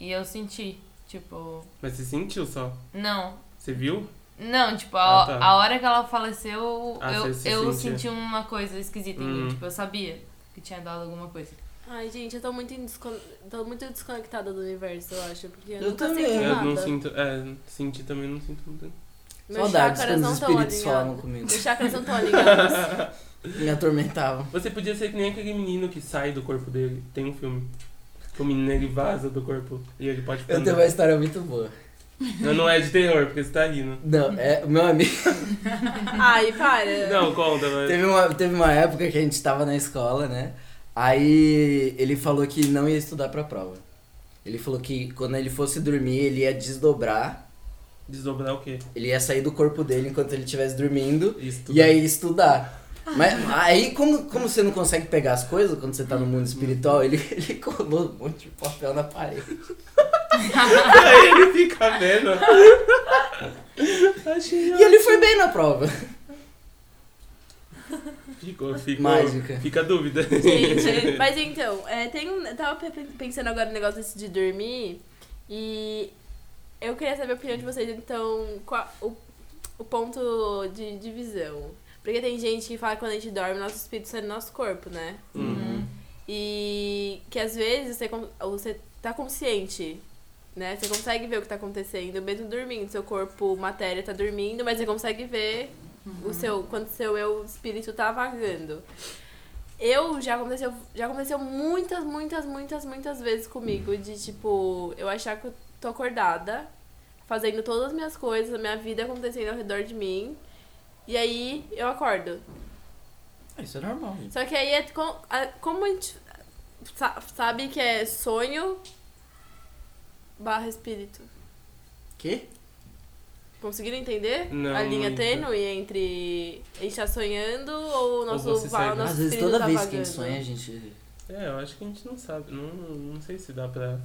S2: e eu senti, tipo,
S1: Mas você sentiu só.
S2: não.
S1: Você viu?
S2: Não, tipo, a,
S1: Ah, tá.
S2: a hora que ela faleceu,
S1: Ah,
S2: eu,
S1: você se
S2: eu
S1: sentia.
S2: senti uma coisa esquisita em
S1: Hum.
S2: mim, tipo, eu sabia que tinha dado alguma coisa.
S3: Ai, gente, eu tô muito, em descon- tô muito desconectada do universo, eu acho. Porque eu,
S4: Eu
S3: nunca
S4: também.
S3: senti
S4: É,
S1: eu
S3: nada.
S1: não sinto. É, senti também, não sinto muito.
S3: Meus
S4: Saudades
S3: chakras
S4: quando
S3: não
S4: os
S3: estão
S4: espíritos falavam
S3: alinhados.
S4: comigo.
S3: Meus chakras não estão alinhados.
S4: Me atormentavam.
S1: Você podia ser que nem aquele menino que sai do corpo dele. Tem um filme. Que o menino ele vaza do corpo e ele pode ficar
S4: Eu tenho uma
S1: andando.
S4: história muito boa.
S1: Não, não é de terror, porque você tá rindo.
S4: Não, é, o meu amigo.
S3: Ai,
S5: É.
S3: para.
S1: Não, conta, mas.
S4: Teve uma, teve uma época que a gente tava na escola, né? Aí ele falou que não ia estudar pra prova. Ele falou que quando ele fosse dormir, ele ia desdobrar,
S1: Desdobrar o quê?
S4: ele ia sair do corpo dele enquanto ele estivesse dormindo
S1: Isso tudo.
S4: e aí estudar. Mas aí, como, como você não consegue pegar as coisas quando você tá no mundo espiritual, ele, ele colou um monte de papel na parede.
S1: Aí ele fica vendo. Achei.
S4: E ele foi bem na prova.
S1: Ficou, ficou.
S4: Mágica.
S1: Fica a dúvida.
S3: Gente, mas então, é, tem um, eu tava pe- pensando agora no negócio desse de dormir e eu queria saber a opinião de vocês, então, qual, o, o ponto de divisão. Porque tem gente que fala que quando a gente dorme, nosso espírito sai do nosso corpo, né?
S1: Hum.
S3: E que às vezes você, con- você tá consciente, né? Você consegue ver o que tá acontecendo, mesmo dormindo. Seu corpo, matéria, tá dormindo, mas você consegue ver o seu, quando seu eu espírito tá vagando. Eu já aconteceu, já aconteceu muitas, muitas, muitas, muitas vezes comigo de tipo, eu achar que eu tô acordada, fazendo todas as minhas coisas, a minha vida acontecendo ao redor de mim. E aí eu acordo.
S4: Isso é normal.
S3: Só que aí é com- a- como a gente sa- sabe que é sonho barra espírito.
S4: Que?
S3: Conseguiram entender
S1: Não,
S3: a linha
S1: não
S3: tênue entre a gente tá sonhando ou o nosso,
S1: você
S3: va-
S1: segue.
S3: nosso
S4: Às vezes
S3: espírito
S4: toda
S3: tá
S4: vez que a
S3: vagando?
S4: gente sonha, a gente.
S1: É, eu acho que a gente não sabe. Não, não sei se dá pra.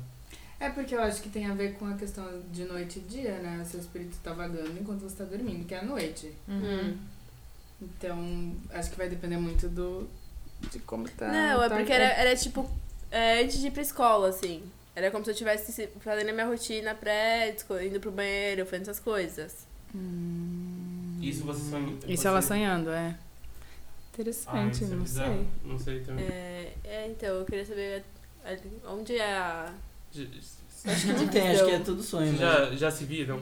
S5: É porque eu acho que tem a ver com a questão de noite e dia, né? O seu espírito tá vagando enquanto você tá dormindo, que é a noite.
S3: Hum.
S2: Uhum.
S5: Então, acho que vai depender muito do. de como tá.
S3: Não, é
S5: tá-
S3: porque era, era tipo é, antes de ir pra escola, assim. Era como se eu estivesse se- fazendo a minha rotina pré, desco- indo pro banheiro, fazendo essas coisas.
S1: Isso você sonha.
S5: Hum. Isso
S1: você-
S5: ela sonhando, é.
S1: Ah,
S5: Interessante,
S1: isso é
S5: não
S1: bizarro.
S5: sei.
S1: Não sei também.
S3: É, é, então, eu queria saber a- a- onde é a.
S4: Acho que não tem, acho que é tudo sonho
S1: Vocês
S4: mesmo.
S1: já, já se viram?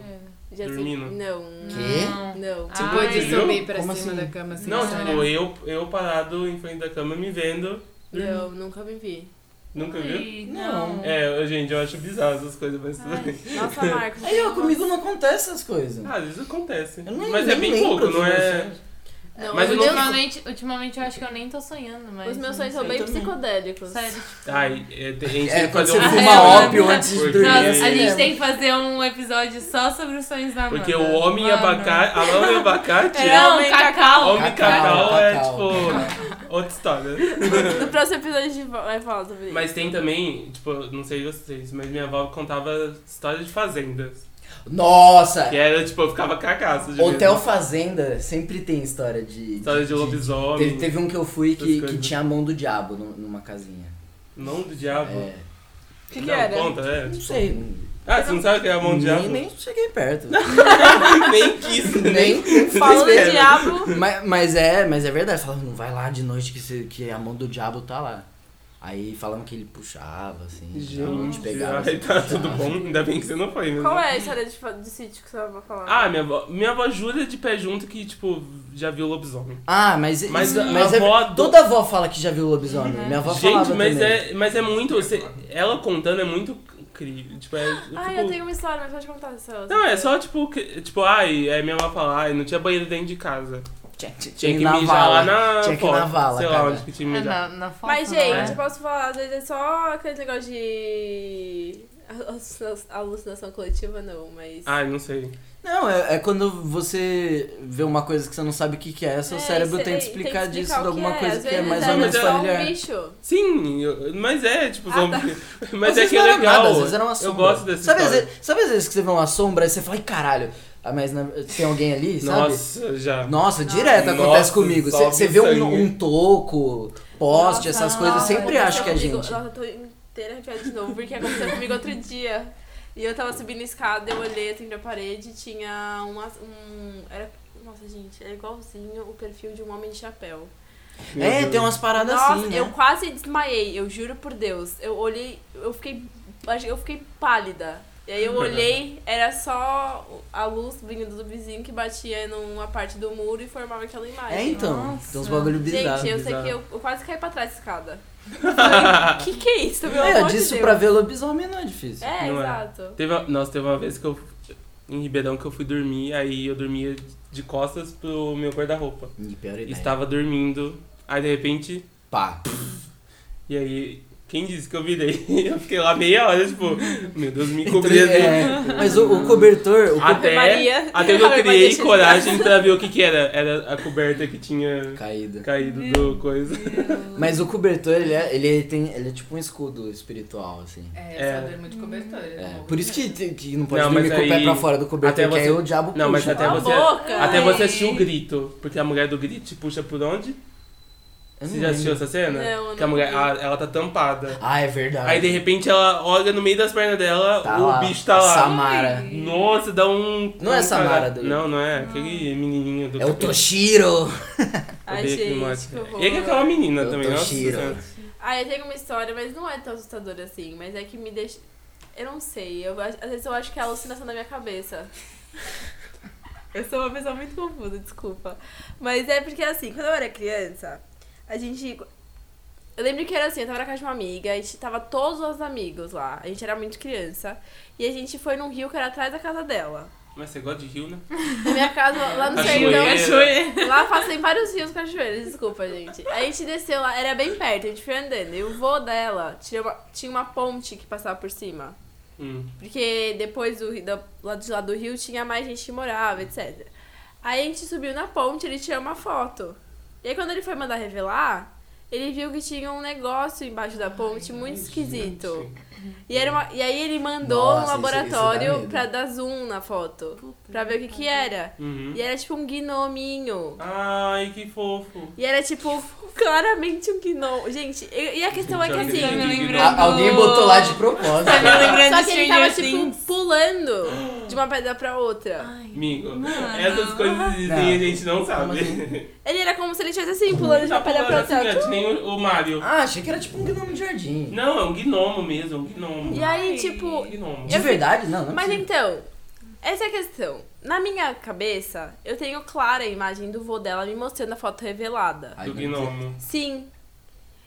S3: já se-
S1: Dormindo.
S3: Não.
S4: Quê?
S2: Não.
S3: Não.
S5: Tipo,
S2: Ai,
S5: de
S1: viu?
S5: subir pra
S4: Como
S5: cima
S4: assim?
S5: da cama assim.
S1: Não,
S5: né?
S1: tipo, eu, eu parado em frente da cama me vendo.
S3: Não, nunca me vi.
S1: Nunca viu?
S2: Ai,
S4: Não.
S2: não.
S1: É, eu- gente, eu acho bizarro essas coisas, mas tudo bem.
S3: Nossa, Marcos.
S4: Aí, ó,
S3: nossa.
S4: comigo não acontece essas coisas.
S1: Ah, às vezes acontece.
S4: Eu nem-
S1: mas é
S4: nem
S1: bem pouco,
S4: lembro
S1: não
S4: de
S1: é.
S4: você.
S3: Não,
S1: Mas eu
S3: os
S1: não
S3: meus-
S2: Ultimamente, ultimamente eu acho que eu nem tô sonhando, né? mas.
S3: Os meus
S2: não
S3: sonhos são
S2: sei.
S3: bem
S4: Eu também.
S3: psicodélicos.
S2: Sério.
S1: Ai, é, tem- a gente
S4: É,
S1: tem que
S4: quando
S1: fazer
S4: você
S1: um.
S2: fuma
S1: filme.
S2: ópio
S4: antes de
S1: Porque-
S4: dormir,
S2: Nossa,
S4: Sim,
S2: a gente
S4: mesmo.
S2: tem que fazer um episódio só sobre os sonhos da Amanda.
S1: Porque o homem
S2: Mano.
S1: abacate. A homem abacate.
S2: É, não,
S3: Homem
S2: cacau.
S1: Homem cacau, é tipo. outra história.
S3: No próximo episódio a gente va- vai falar sobre isso.
S1: Mas tem também, tipo, não sei vocês, mas minha avó contava história de fazendas.
S4: Nossa!
S1: Que era, tipo, eu ficava cagaço de
S4: Hotel
S1: medo.
S4: Fazenda sempre tem história de.
S1: História de lobisomem.
S4: Teve, teve um que eu fui
S1: essas
S4: que, que
S1: coisas.
S4: tinha a mão do diabo nu- numa casinha.
S1: Não do diabo.
S4: É,
S5: O que, que
S1: não,
S5: era?
S1: conta, é.
S4: não sei.
S1: Ah, você não sabe o que é a mão do diabo?
S4: um nem, nem cheguei perto.
S1: Nem quis.
S4: nem nem
S3: Fala
S4: falo.
S3: do diabo.
S4: Mas, mas é, mas é verdade. Falava, não vai lá de noite que, você- que a mão do diabo tá lá. Aí falavam que ele puxava, assim. e tal, te
S1: Gente,
S4: pegava.
S1: ai,
S4: assim,
S1: tá
S4: puxava.
S1: tudo bom. Ainda bem que você não foi, né?
S3: Qual é a história de, fa- de sítio que você vai falar?
S1: Ah, minha avó, minha avó jura de pé junto que, tipo, já viu lobisomem.
S4: Ah, mas,
S1: Mas
S4: isso-
S1: a
S4: é-
S1: avó do-
S4: toda avó fala que já viu lobisomem.
S3: Uhum.
S4: Minha avó
S1: Gente,
S4: falava
S1: mas
S4: também.
S1: é, mas é muito. você- ela contando é muito incrível. Tipo, é.
S3: Ah,
S1: tipo-
S3: eu tenho uma história, mas pode contar essa.
S1: Não, é só tipo, que- tipo, ai, é minha avó fala, ai, não tinha banheiro dentro de casa.
S4: Tinha, tinha-
S1: Tinha que
S4: na
S1: mijar
S4: vala.
S1: lá na.
S4: Tinha que ir
S1: fossa,
S4: na vala,
S1: Sei lá
S4: cara.
S1: onde que tinha que
S2: É,
S3: Ah,
S1: mijar.
S2: na, na foto,
S3: Mas,
S2: não
S3: gente,
S2: é?
S4: né?
S3: eu posso falar, às vezes é só aquele negócio de alucina- alucinação coletiva, não, mas.
S1: Ai, não sei.
S4: Não, é, é quando você vê uma coisa que você não sabe o que, que é, seu
S3: É,
S4: cérebro
S3: isso
S4: tenta
S3: aí, tem que
S4: explicar disso
S3: o
S4: de alguma
S3: é.
S4: coisa
S3: Às
S4: que é
S3: vezes
S4: mais
S1: é,
S4: ou
S1: mas
S4: menos
S1: é
S3: só um
S4: familiar.
S3: bicho.
S1: Sim, eu- mas é, tipo,
S3: Ah,
S1: zombie. Mas
S4: Às
S1: é
S4: vezes
S1: que é
S4: não era
S1: legal.
S4: nada, às vezes era uma
S1: eu
S4: sombra.
S1: gosto dessa
S4: sabe, às
S1: história.
S4: vezes, sabe às vezes que você vê uma sombra e você fala, "Ih, caralho, ah, mas na- tem alguém ali, sabe?
S1: Nossa, já.
S4: Nossa, direto acontece
S1: Nossa,
S4: comigo. Você
S1: sobe
S4: você vê um,
S1: sangue.
S4: um toco, poste,
S2: Nossa,
S4: essas coisas, eu
S2: nossa,
S4: sempre acho que é
S3: Aconteceu
S4: gente.
S3: Comigo, nossa, eu tô inteira arrepiada de novo, porque aconteceu comigo outro dia. E eu tava subindo a escada, eu olhei assim pra parede e tinha uma, um. Era, nossa, gente, é igualzinho o perfil de um homem de chapéu.
S1: Meu
S4: É,
S1: Deus.
S4: tem umas paradas
S3: Nossa,
S4: assim. né?
S3: eu quase desmaiei, eu juro por Deus. Eu olhei, eu fiquei. acho que Eu fiquei pálida. E aí eu
S4: Uhum.
S3: olhei, era só a luz vindo do vizinho que batia numa parte do muro e formava aquela imagem.
S4: É, então.
S2: Nossa.
S4: Tem uns bagulho bizarro.
S3: Gente, eu sei
S1: bizarro.
S3: que eu, eu quase caí pra trás da escada. Eu falei, que que é isso, meu
S4: É,
S3: amor de
S4: disso
S3: Deus?"
S4: pra ver lobisomem não é difícil.
S3: É,
S1: Não é.
S3: exato.
S1: Teve uma- nossa, teve uma vez que eu. Em Ribeirão que eu fui dormir, aí eu dormia de costas pro meu guarda-roupa.
S4: Ih, pior ideia.
S1: Estava dormindo, aí de repente.
S4: Pá.
S1: E aí, quem disse que eu virei? Eu fiquei lá meia hora, tipo, meu Deus, me cobri
S4: Então,
S1: assim.
S4: é, mas o, o cobertor, o co...
S1: Até,
S3: Maria.
S1: até que eu
S3: Ave
S1: criei
S3: Maria,
S1: coragem
S4: assim.
S1: pra ver o que que era. Era a coberta que tinha
S4: caído.
S1: caído do coisa.
S4: Mas o cobertor, ele é, ele tem, ele é tipo um escudo espiritual, assim.
S5: É,
S1: É.
S5: só durmo de cobertor. eu
S4: É,
S5: morro
S4: por
S5: de
S4: isso que,
S5: medo.
S4: tem- que não pode
S1: Não,
S4: dormir
S1: mas
S4: com o pé
S1: aí-
S4: pra fora do cobertor,
S1: até
S4: que aí
S1: você-
S4: o diabo
S1: Não, mas
S4: puxa. Ah,
S1: até
S3: Cala a
S1: você-
S3: boca.
S1: Até
S5: Ai.
S1: você assistiu o grito, porque a mulher do grito te puxa por onde?
S4: Eu não
S1: Você já assistiu
S4: lembro.
S1: essa cena?
S3: Não,
S1: que a
S3: não
S1: mulher,
S3: vi.
S1: a- ela tá tampada.
S4: Ah, é verdade.
S1: Aí de repente ela olha no meio das pernas dela,
S4: Tá
S1: o
S4: lá.
S1: bicho tá lá.
S4: Samara.
S1: Nossa, dá um.
S4: Não é
S1: um
S4: Samara
S1: cagado.
S4: do-
S1: Não, não é. Aquele menininho do.
S4: É o
S1: cabelo.
S4: Toshiro.
S3: Ai,
S1: Odeio aquele
S3: gente,
S1: moleque.
S3: que horror.
S1: E é que aquela menina
S4: Eu
S1: também,
S4: tô
S1: nossa.
S4: cheiro.
S1: senhora.
S3: Ah, eu tenho uma história, mas não é tão assustadora assim. Mas é que me deixa... Eu não sei. Eu, acho- às vezes eu acho que é a alucinação da minha cabeça. eu sou uma pessoa muito confusa, desculpa. Mas é porque, assim, quando eu era criança, a gente... Eu lembro que era assim, eu tava na casa de uma amiga, a gente tava todos os amigos lá. A gente era muito criança. E a gente foi num rio que era atrás da casa dela.
S1: Mas você gosta de rio, né?
S3: Na minha casa, lá no
S1: Cachoeira.
S3: sertão,
S1: Cachoeira.
S3: Lá passei vários rios cachoeiras, desculpa, gente. A gente desceu lá, era bem perto, a gente foi andando. E o vô dela tinha uma, tinha uma ponte que passava por cima.
S1: Hum.
S3: Porque depois do, ri- da, lá de lá do rio tinha mais gente que morava, etc. Aí a gente subiu na ponte, ele tirou uma foto. E aí quando ele foi mandar revelar, ele viu que tinha um negócio embaixo da ponte muito esquisito. E, era uma- e aí ele mandou
S4: Nossa,
S3: um
S4: isso- é isso dá
S3: laboratório
S4: medo.
S3: pra dar zoom na foto. pra ver o que que era.
S1: Uhum.
S3: E era tipo um gnominho.
S1: Ai, que fofo.
S3: E era tipo, claramente um gnomo. Gente, e, e a questão é que
S1: Gente,
S3: assim.
S1: olha
S2: Tá me
S1: Sim.
S2: lembrando...
S4: A- alguém botou lá de propósito.
S2: Tá me lembrando
S3: Só
S2: de
S3: que ele tava
S2: Stranger
S3: tipo
S2: Things.
S3: pulando de uma pedra pra outra.
S2: Ai,
S1: Amigo,
S2: Mano.
S1: essas coisas de
S4: Não. assim?
S1: desenho a gente não sabe.
S3: Ele era como se ele estivesse assim, pulando de uma pedra pra
S1: Uhum.
S3: tipo,
S1: assim,
S3: outra.
S1: ó, que nem o, o Mario.
S4: Ah, achei que era tipo um gnomo de jardim.
S1: Não, é um gnomo mesmo, é um gnomo.
S3: E aí, tipo.
S1: Um gnomo.
S4: De
S3: eu-
S4: verdade? Não, não é
S3: Mas
S4: possível.
S3: então, essa é a questão. Na minha cabeça, eu tenho clara a imagem do vô dela me mostrando a foto revelada.
S4: Ai,
S1: Do
S4: meu Deus.
S1: gnomo.
S3: Sim.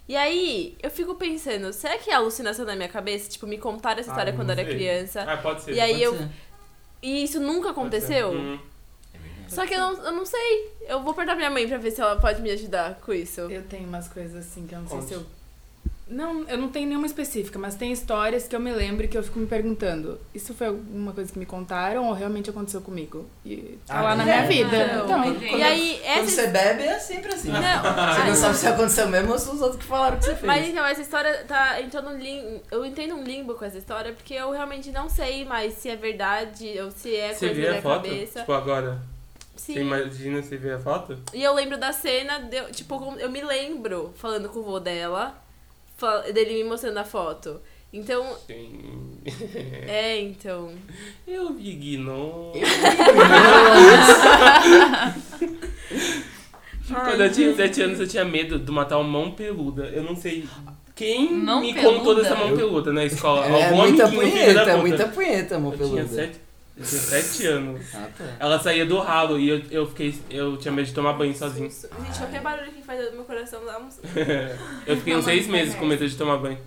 S3: E aí, eu fico pensando, será que é alucinação da minha cabeça? Tipo, me contaram essa
S1: Ah,
S3: história quando
S1: não
S3: eu era
S1: sei.
S3: criança.
S1: Ah, pode ser.
S3: E aí
S4: Pode
S3: eu-
S4: ser.
S3: E isso nunca
S1: pode ser.
S3: aconteceu?
S1: Hum.
S3: Só que eu não, eu não sei. Eu vou perguntar pra minha mãe pra ver se ela pode me ajudar com isso.
S5: Eu tenho umas coisas assim que eu não sei
S1: Conte.
S5: se eu. Não, eu não tenho nenhuma específica, mas tem histórias que eu me lembro e que eu fico me perguntando: isso foi alguma coisa que me contaram ou realmente aconteceu comigo? E tá
S4: Ah,
S5: lá na
S4: é.
S5: minha vida.
S3: Não,
S5: então,
S2: mas gente-
S5: quando-
S3: E aí,
S4: Quando
S3: essa.
S4: você bebe é sempre assim.
S3: Não,
S4: Você
S3: ai,
S4: não sabe se aconteceu mesmo ou se os outros que falaram que você fez.
S3: Mas então, essa história tá entrando num limbo. Eu entendo um limbo com essa história, porque eu realmente não sei mais se é verdade ou se é
S1: Você
S3: coisa
S1: vê
S3: da
S1: a
S3: minha
S1: foto?
S3: cabeça.
S1: Tipo, agora. Você
S3: Sim.
S1: imagina você ver a foto?
S3: E eu lembro da cena, de- tipo, como- eu me lembro falando com o vô dela, fal- dele me mostrando a foto. Então,
S1: Sim.
S3: é, então.
S1: Eu vi gnomo. Quando um eu tinha 7 anos, eu tinha medo de matar uma mão peluda. Eu não sei Quem
S2: Mão
S1: me contou
S2: peluda?
S1: dessa mão
S4: Eu-
S1: peluda na escola?
S4: É
S1: Algum
S4: muita
S1: amiguinho filho da
S4: punheta,
S1: puta.
S4: muita punheta, amor
S1: Eu tinha
S4: peluda.
S1: sete, eu tinha sete anos.
S4: Ah, tá.
S1: Ela saía do ralo e eu, eu fiquei. Eu tinha medo de tomar banho sozinho.
S3: Gente, qualquer barulho que faz do meu coração dá um.
S1: eu fiquei uns seis meses com medo de tomar banho.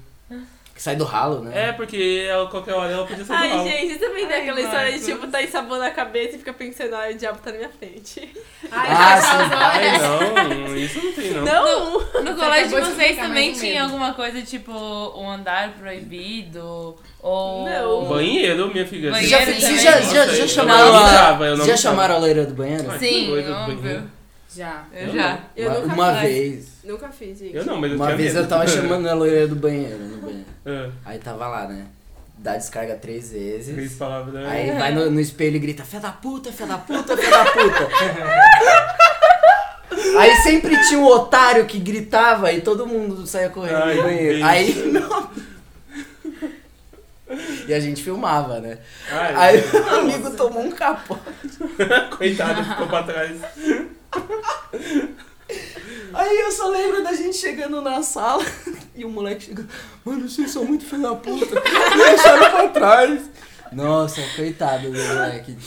S4: Que sai do ralo, né?
S1: É, porque ela, qualquer hora ela podia sair do
S3: Ai,
S1: ralo.
S3: gente, também tem
S2: Ai,
S3: aquela história de
S2: Marcos.
S3: tipo, tá ensabando a cabeça e fica pensando, ai, o diabo tá na minha frente.
S4: Ah,
S1: Ai, não, isso não tem não.
S3: Não!
S2: No
S5: Você
S2: colégio de
S5: acabou de
S2: vocês
S5: explicar
S2: também
S5: mais um
S2: tinha
S5: medo.
S2: alguma coisa tipo um andar proibido? Ou.
S3: Não.
S1: Banheiro, minha filha.
S4: Vocês já,
S2: Banheiro
S4: vocês já,
S2: também. Não
S4: já,
S1: sei,
S4: já
S1: eu
S4: chamaram
S1: não
S4: a-
S1: entrava, eu não
S4: já
S1: entrava.
S4: chamaram a loira do banheiro?
S1: Ai, que
S2: Sim,
S1: coisa do
S2: óbvio.
S1: banheiro.
S5: Já.
S2: Eu
S1: Eu
S2: já.
S3: Eu
S4: Uma-
S3: nunca
S4: uma
S3: fiz.
S4: vez.
S3: Nunca fiz, gente.
S1: Eu não, mas eu
S4: Uma
S1: tinha
S4: vez
S1: medo.
S4: eu tava chamando a loira do banheiro, no banheiro.
S1: É,
S4: Aí tava lá, né? Dá descarga três
S1: três
S4: vezes.
S1: palavras. né?
S4: Aí vai no, no espelho e grita, fé da puta, fé da puta, fé da puta. Aí sempre tinha um otário que gritava e todo mundo saía correndo
S1: Ai,
S4: do banheiro.
S1: bicho.
S4: Aí não. E a gente filmava, né?
S1: Ai,
S4: Aí o amigo tomou um capô.
S1: Coitado, ficou pra trás.
S4: Aí eu só lembro da gente chegando na sala e o moleque chegou, mano, vocês são muito filho da puta, me deixaram pra trás. Nossa, coitado do moleque.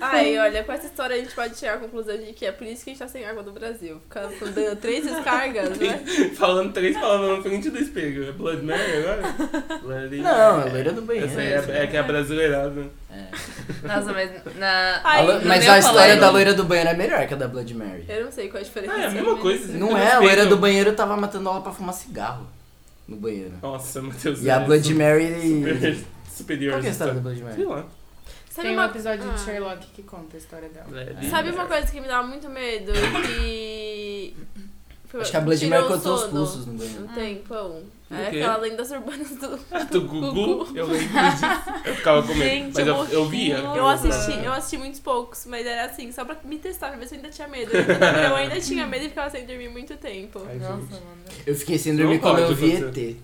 S3: Ai, olha, com essa história a gente pode chegar à conclusão de que é por isso que a gente tá sem água do Brasil. Ficando dando três descargas, né?
S1: Falando três palavras na frente do espelho. É Blood Mary agora? Bloody
S4: Não, é
S1: Mary.
S4: loira do banheiro.
S1: Essa aí é, é que é brasileirada.
S4: É.
S2: Nossa, mas na.
S3: Ai,
S4: A lo-
S3: no
S4: Mas
S2: meu
S4: a história
S2: colégio-
S4: da loira do banheiro é melhor que a da Blood Mary.
S3: Eu não sei qual a diferença.
S1: Ah, é a mesma coisa.
S4: Não
S1: tem
S4: é, a
S1: respeito.
S4: loira do banheiro tava matando ela pra fumar cigarro no banheiro.
S1: Nossa, Matheus.
S4: E a
S1: é
S4: Blood
S1: su-
S4: Mary.
S1: Superior. superior
S4: Qual que é a história da
S1: essa
S4: Blood
S1: Sei
S4: Mary?
S1: lá.
S3: Sabe
S5: Tem um
S3: uma...
S5: episódio
S3: Ah.
S5: de Sherlock que conta a história dela.
S1: Bloody
S3: Sabe
S1: Mary.
S3: uma coisa que me dava muito medo? Que.
S4: Acho que a Blood Mary
S3: Tirou o
S4: cortou os
S3: sono
S4: pulsos no banheiro.
S3: Um tempão. É
S1: O quê?
S3: aquela lendas urbanas do.
S1: Do Gugu, eu lembro disso. Eu ficava com medo.
S2: Gente,
S1: Mas eu,
S2: eu
S1: eu via.
S3: Eu assisti, eu assisti muitos poucos, mas era assim, só pra me testar, pra ver se eu ainda tinha medo. Eu ainda tinha medo e ficava sem dormir muito tempo.
S2: Nossa, mano.
S4: Eu fiquei sem
S1: Não
S4: dormir quando
S1: pode
S4: eu vi
S1: acontecer.
S4: ET.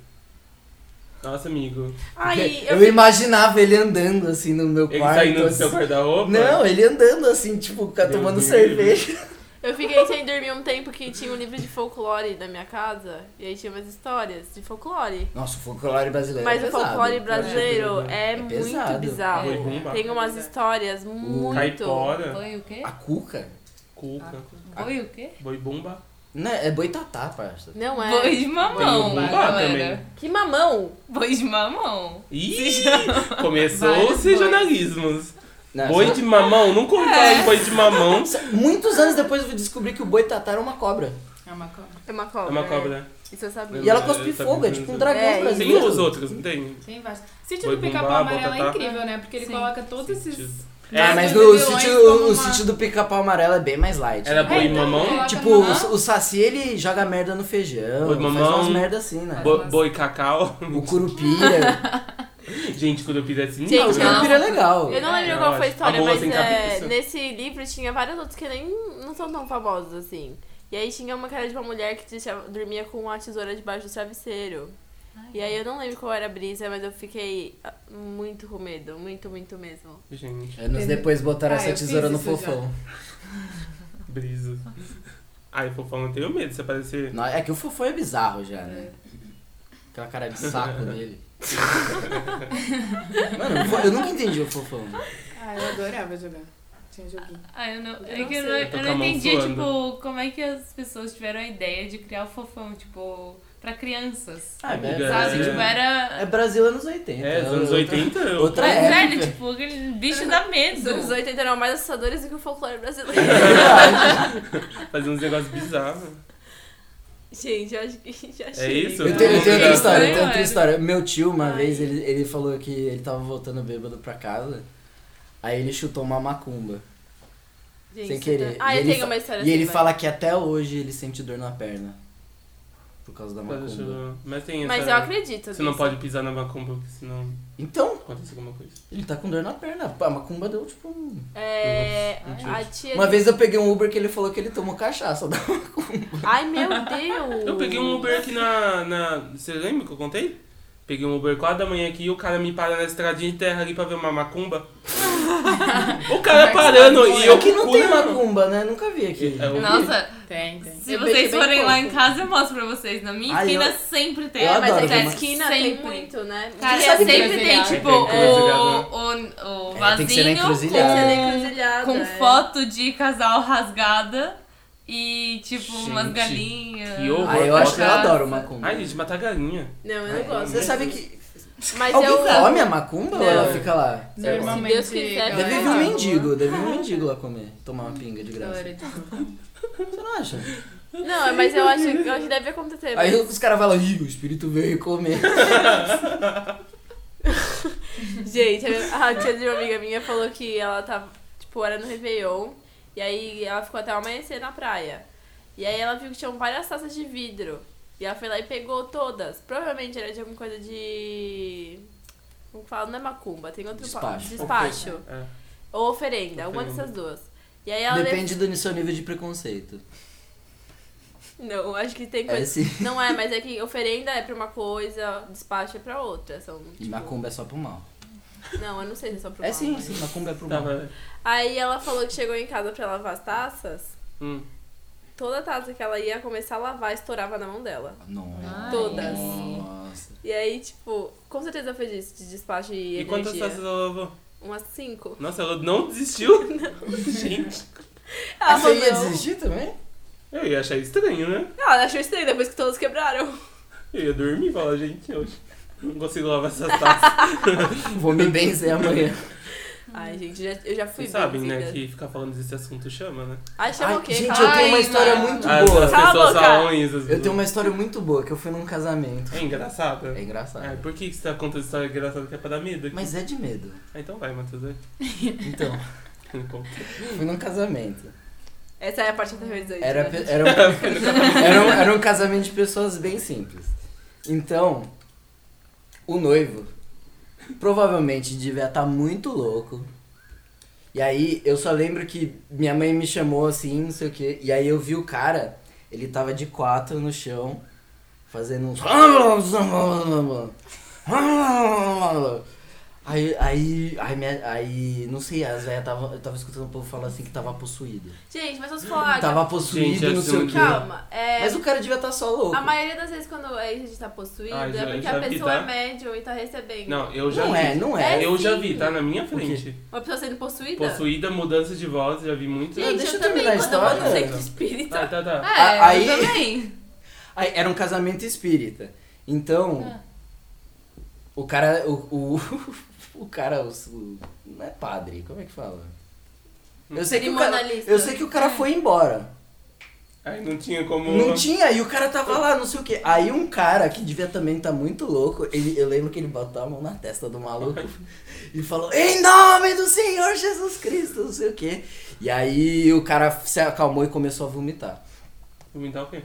S1: Nossa, amigo.
S3: Aí
S4: eu,
S3: eu, eu
S4: imaginava ele andando assim no meu
S1: Ele
S4: quarto.
S1: saindo do
S4: assim.
S1: seu guarda-roupa.
S4: Não, ele andando assim, tipo, ca-
S1: Meu
S4: tomando
S1: Deus.
S4: cerveja.
S3: fiquei sem dormir um tempo que tinha um livro de folclore na minha casa, e aí tinha umas histórias de folclore.
S4: Nossa, o folclore brasileiro. é
S3: Mas o
S4: pesado.
S3: folclore brasileiro é,
S4: É
S3: muito
S4: pesado.
S1: Boi
S3: bizarro.
S1: rumba.
S3: Tem umas histórias muito.
S1: Caipora,
S2: Foi o quê?
S4: A cuca?
S1: cuca,
S2: Foi o quê?
S1: boi bomba.
S4: Não, é boitatá, parça.
S3: Não é?
S2: Boi de mamão,
S1: Tem um bar
S2: galera.
S3: Que mamão!
S2: Boi de mamão.
S1: Ih, começou
S2: Vários
S1: os regionalismos.
S4: É.
S1: Boi de mamão, nunca ouvi falar de boi de mamão.
S4: Muitos anos depois eu descobri que o boitatá era uma cobra.
S5: É uma co-
S3: É uma cobra.
S1: É uma
S3: né?
S1: cobra.
S3: Isso eu sabia.
S4: E ela
S1: É,
S4: cospe
S1: tá
S4: fogo, é
S1: brincando.
S4: tipo um dragão
S3: É, e-
S1: Tem
S4: brasileiro.
S1: os outros, não tem?
S5: Tem vários. Sítio
S1: Foi
S5: do Pica-Pau
S1: bombar,
S5: Amarelo é
S1: botar-
S5: incrível, né? Porque ele
S2: Sim.
S5: coloca todos esses.
S1: Sítio.
S4: Ah,
S1: É,
S4: mas
S5: Mas
S4: no
S5: os vilões
S4: sítio,
S5: tomam
S4: o
S5: uma-
S4: sítio do pica-pau amarelo é bem mais light.
S1: Era boi
S5: É, então,
S1: mamão?
S5: coloca
S4: Tipo,
S5: no-
S4: o, o Saci ele joga merda no feijão,
S1: Boi
S4: faz
S1: mamão.
S4: umas merda assim, né?
S1: Bo- boi cacau.
S4: O curupira.
S1: Gente, curupira é assim.
S3: Gente,
S4: ah, o
S3: eu não-
S4: curupira é legal.
S3: Eu não lembro
S1: Eu
S3: qual foi a
S1: acho.
S3: história,
S1: A Moa
S3: mas
S1: Sem
S3: é,
S1: Cabeça.
S3: nesse livro tinha vários outros que nem não são tão famosos assim. E aí tinha uma cara de uma mulher que deixava- dormia com uma tesoura debaixo do travesseiro. E aí eu não lembro qual era a brisa, mas eu fiquei ah, muito com medo, muito, muito mesmo.
S1: Gente,
S4: Anos É, depois botaram
S5: Ah,
S4: essa
S5: eu fiz
S4: tesoura no
S5: isso já.
S4: fofão.
S1: brisa. Ai, fofão, eu tenho medo se aparecer.
S4: Não, é que o fofão é bizarro já, né? Aquela cara de saco dele. Mano, o fo- eu nunca entendi o fofão.
S5: Ah, eu adorava jogar. Tinha joguinho.
S2: Ah, eu não,
S3: Eu
S2: é
S3: não
S2: que eu não,
S3: sei.
S2: eu
S1: Tá
S2: não
S1: com a mão
S2: entendi,
S1: suando.
S2: tipo, como é que as pessoas tiveram a ideia de criar o fofão, tipo, pra crianças.
S4: Ah, é,
S1: Amiga,
S2: Sabe?
S1: é-
S2: Tipo, era.
S4: é Brasil anos 80.
S1: É, os anos
S4: outra-
S1: 80. eu-
S4: outra
S2: Mas,
S4: época.
S2: Sério, tipo, aquele bicho dá
S3: Os
S2: medo.
S3: anos 80 eram mais assustadores do que o folclore brasileiro.
S1: Fazia uns negócios bizarros.
S3: Gente, eu acho que já
S1: É
S3: achei.
S1: isso?
S4: Eu tenho, eu tenho outra
S1: Obrigado.
S4: história, eu tenho outra
S2: Mano.
S4: história. Meu tio, uma
S3: Ai.
S4: vez, ele, ele falou que ele tava voltando bêbado pra casa, aí ele chutou uma macumba,
S3: Gente,
S4: sem
S3: você
S4: querer.
S3: tá- Ah,
S4: e
S3: eu
S4: ele,
S3: tenho
S4: fa-
S3: uma história
S4: E ele
S3: assim,
S4: fala que até hoje ele sente dor na perna, por causa da
S1: Mas
S4: macumba.
S1: eu- Mas tem
S3: vai.
S1: essa.
S3: Mas
S4: é.
S3: eu acredito.
S1: Você não
S3: nisso.
S1: pode pisar na macumba, porque senão
S4: Então,
S1: acontece alguma coisa.
S4: ele tá com dor na perna. Pô, A macumba deu, tipo, um...
S3: É.
S1: Nossa,
S3: A tia.
S4: Uma vez eu peguei um Uber que ele falou que ele tomou cachaça.
S3: Ai, meu Deus!
S1: Eu peguei um Uber aqui na, na. Você lembra que eu contei? Peguei um Uber 4 da manhã aqui e o cara me para na estradinha de terra ali pra ver uma macumba. O cara parando e eu
S4: Aqui não tem
S1: procurando.
S4: macumba, né? Nunca vi aqui.
S1: É, eu-
S2: Nossa,
S5: Tem, tem.
S2: se
S3: Eu
S2: vocês
S3: vejo bem
S2: forem lá
S3: pouco.
S2: em casa, eu mostro pra vocês. Na minha
S4: Ai,
S2: esquina
S4: eu-
S2: sempre tem.
S4: eu
S3: É, mas
S4: adoro
S3: é que a
S4: ver uma-
S3: esquina tem
S2: Sempre.
S3: muito, né?
S2: Cara,
S3: Mas é sempre
S2: sempre tem,
S3: encruzilhada.
S2: tipo,
S1: Tem que ter encruzilhada.
S2: o, o, o
S4: É, tem que ser na
S2: vasinho
S3: Tem que ser
S4: encruzilhada.
S3: na encruzilhada,
S2: com
S3: é.
S2: foto de casal rasgada e, tipo, umas
S1: Gente,
S2: galinhas.
S1: que um horror.
S4: Ah, eu acho que eu
S2: Cachaça.
S4: adoro macumba.
S1: Ai, gente, matar galinha.
S3: Não, eu não gosto.
S4: Você sabe que
S3: Mas
S4: É,
S3: é
S4: alguém
S3: eu
S4: come a macumba ou ela
S3: Não.
S4: fica lá?
S1: É
S5: Normalmente.
S3: Se Deus
S2: é.
S3: quiser,
S5: galera,
S4: Deve
S3: lá. Hum,
S4: vir um
S5: na rua,
S4: mendigo, deve vir um mendigo lá comer, tomar uma pinga de graça.
S5: galera
S3: então.
S5: de rua.
S4: Você não acha?
S3: Não, mas eu acho, eu acho que deve acontecer.
S4: Aí
S3: mas-
S4: os caras falam, ih, o espírito veio comer.
S3: Gente, a tia de uma amiga minha falou que ela tava, tipo, era no Réveillon. E aí ela ficou até o amanhecer na praia. E aí ela viu que tinham várias taças de vidro. E ela foi lá e pegou todas. Provavelmente era de alguma coisa de. Como que fala? Não é macumba, tem outro pa-
S4: Despacho.
S3: Despacho.
S1: É.
S3: Ou oferenda, uma
S1: Oferenda.
S3: dessas duas. E aí ela.
S4: Depende do seu nível de preconceito.
S3: Não, acho que tem
S4: É
S3: coisa.
S4: assim.
S3: Não é, mas é que oferenda é pra uma coisa, despacho é pra outra. São,
S4: E
S3: tipo,
S4: macumba é só pro mal.
S3: Não, eu não sei se é só pra
S4: É
S3: uma,
S4: sim,
S3: mas-
S4: sim, macumba é pro
S1: Tá,
S4: mal.
S1: vai.
S3: Aí ela falou que chegou em casa pra lavar as taças.
S1: Hum.
S3: Toda taça que ela ia começar a lavar estourava na mão dela.
S4: Nossa.
S3: Todas.
S4: Nossa.
S3: E aí, tipo, com certeza foi disso, de despacho e,
S1: E quantas
S3: energia.
S1: taças ela lavou?
S3: Umas cinco.
S1: Nossa, ela não desistiu? Gente,
S3: Ela
S4: Ah, você ia
S3: mandou-
S4: desistir também?
S1: eu ia achar estranho, né?
S3: Ela achou Ah, estranho depois que todos quebraram.
S4: Hum.
S1: Eu ia dormir e falar, gente, hoje não consigo lavar essas taças.
S4: Vou me benzer amanhã.
S3: Ai, gente, já- eu já fui
S1: Vocês sabem, né,
S3: benzida.
S1: que ficar falando desse assunto chama, né?
S3: Ai, chama
S4: Ai,
S3: o quê?
S4: Gente,
S3: Fala.
S4: eu tenho uma
S2: Ai,
S4: história
S2: mano.
S4: muito
S1: As, as
S4: boa.
S3: Cala a
S1: pessoas
S3: boca!
S1: falam isso. as-
S4: Eu tenho uma história muito boa, que eu fui num casamento.
S1: É engraçado.
S4: É engraçado.
S1: Ai, por que você tá contando história engraçada que é pra dar medo? aqui?
S4: Mas é de medo.
S1: Ah, então vai, Matheus. vai.
S4: Então,
S1: Conta.
S4: fui num casamento.
S3: Essa é a parte aterrorizante.
S4: Era,
S3: né?
S4: pe- era, um, era, um, era um casamento de pessoas bem simples. Então, o noivo provavelmente devia estar muito louco. E aí, eu só lembro que minha mãe me chamou assim, não sei o quê. E aí eu vi o cara, ele tava de quatro no chão, fazendo uns... Aí, aí, aí, minha- aí, não sei, as velhas tava, eu tava escutando o povo falar assim que tava possuído.
S3: Gente, mas vamos falar.
S4: Tava possuído,
S1: Gente,
S4: não
S1: esse
S4: sei o
S1: é um
S4: quê.
S3: Calma. É...
S4: Mas um o cara devia estar só
S2: Ah,
S4: louco.
S3: A maioria das vezes quando a gente tá possuído
S1: Ai,
S3: é
S1: já-
S3: porque
S1: já
S3: a
S1: vi,
S3: pessoa
S1: tá?
S3: é médium e tá recebendo.
S1: Não, eu já
S4: Não
S1: vi.
S4: é, não é.
S1: Eu já
S3: sim.
S1: vi, tá na minha
S4: quê?
S1: frente.
S3: Uma pessoa sendo possuída?
S1: Possuída, mudança de voz, já vi muito.
S3: Gente,
S4: deixa eu
S3: eu também,
S4: terminar a
S3: quando eu vou no
S4: história.
S3: centro espírita.
S1: Tá, tá, tá.
S2: É,
S4: A- aí-
S2: eu também.
S4: Aí, Era um casamento espírita. Então,
S2: Ah.
S4: o cara, o, o, o cara, o, o- não é padre, como é que fala? Eu sei que, o cara,
S3: Cerimonialista.
S4: eu sei que o
S2: É.
S4: cara foi embora.
S1: Aí não tinha como.
S4: Não tinha, e o cara tava lá, não sei o que. Aí um cara que devia também estar muito louco, ele, eu lembro que ele botou a mão na testa do maluco e falou, em nome do Senhor Jesus Cristo, não sei o que. E aí o cara se acalmou e começou a vomitar.
S1: Vomitar o quê?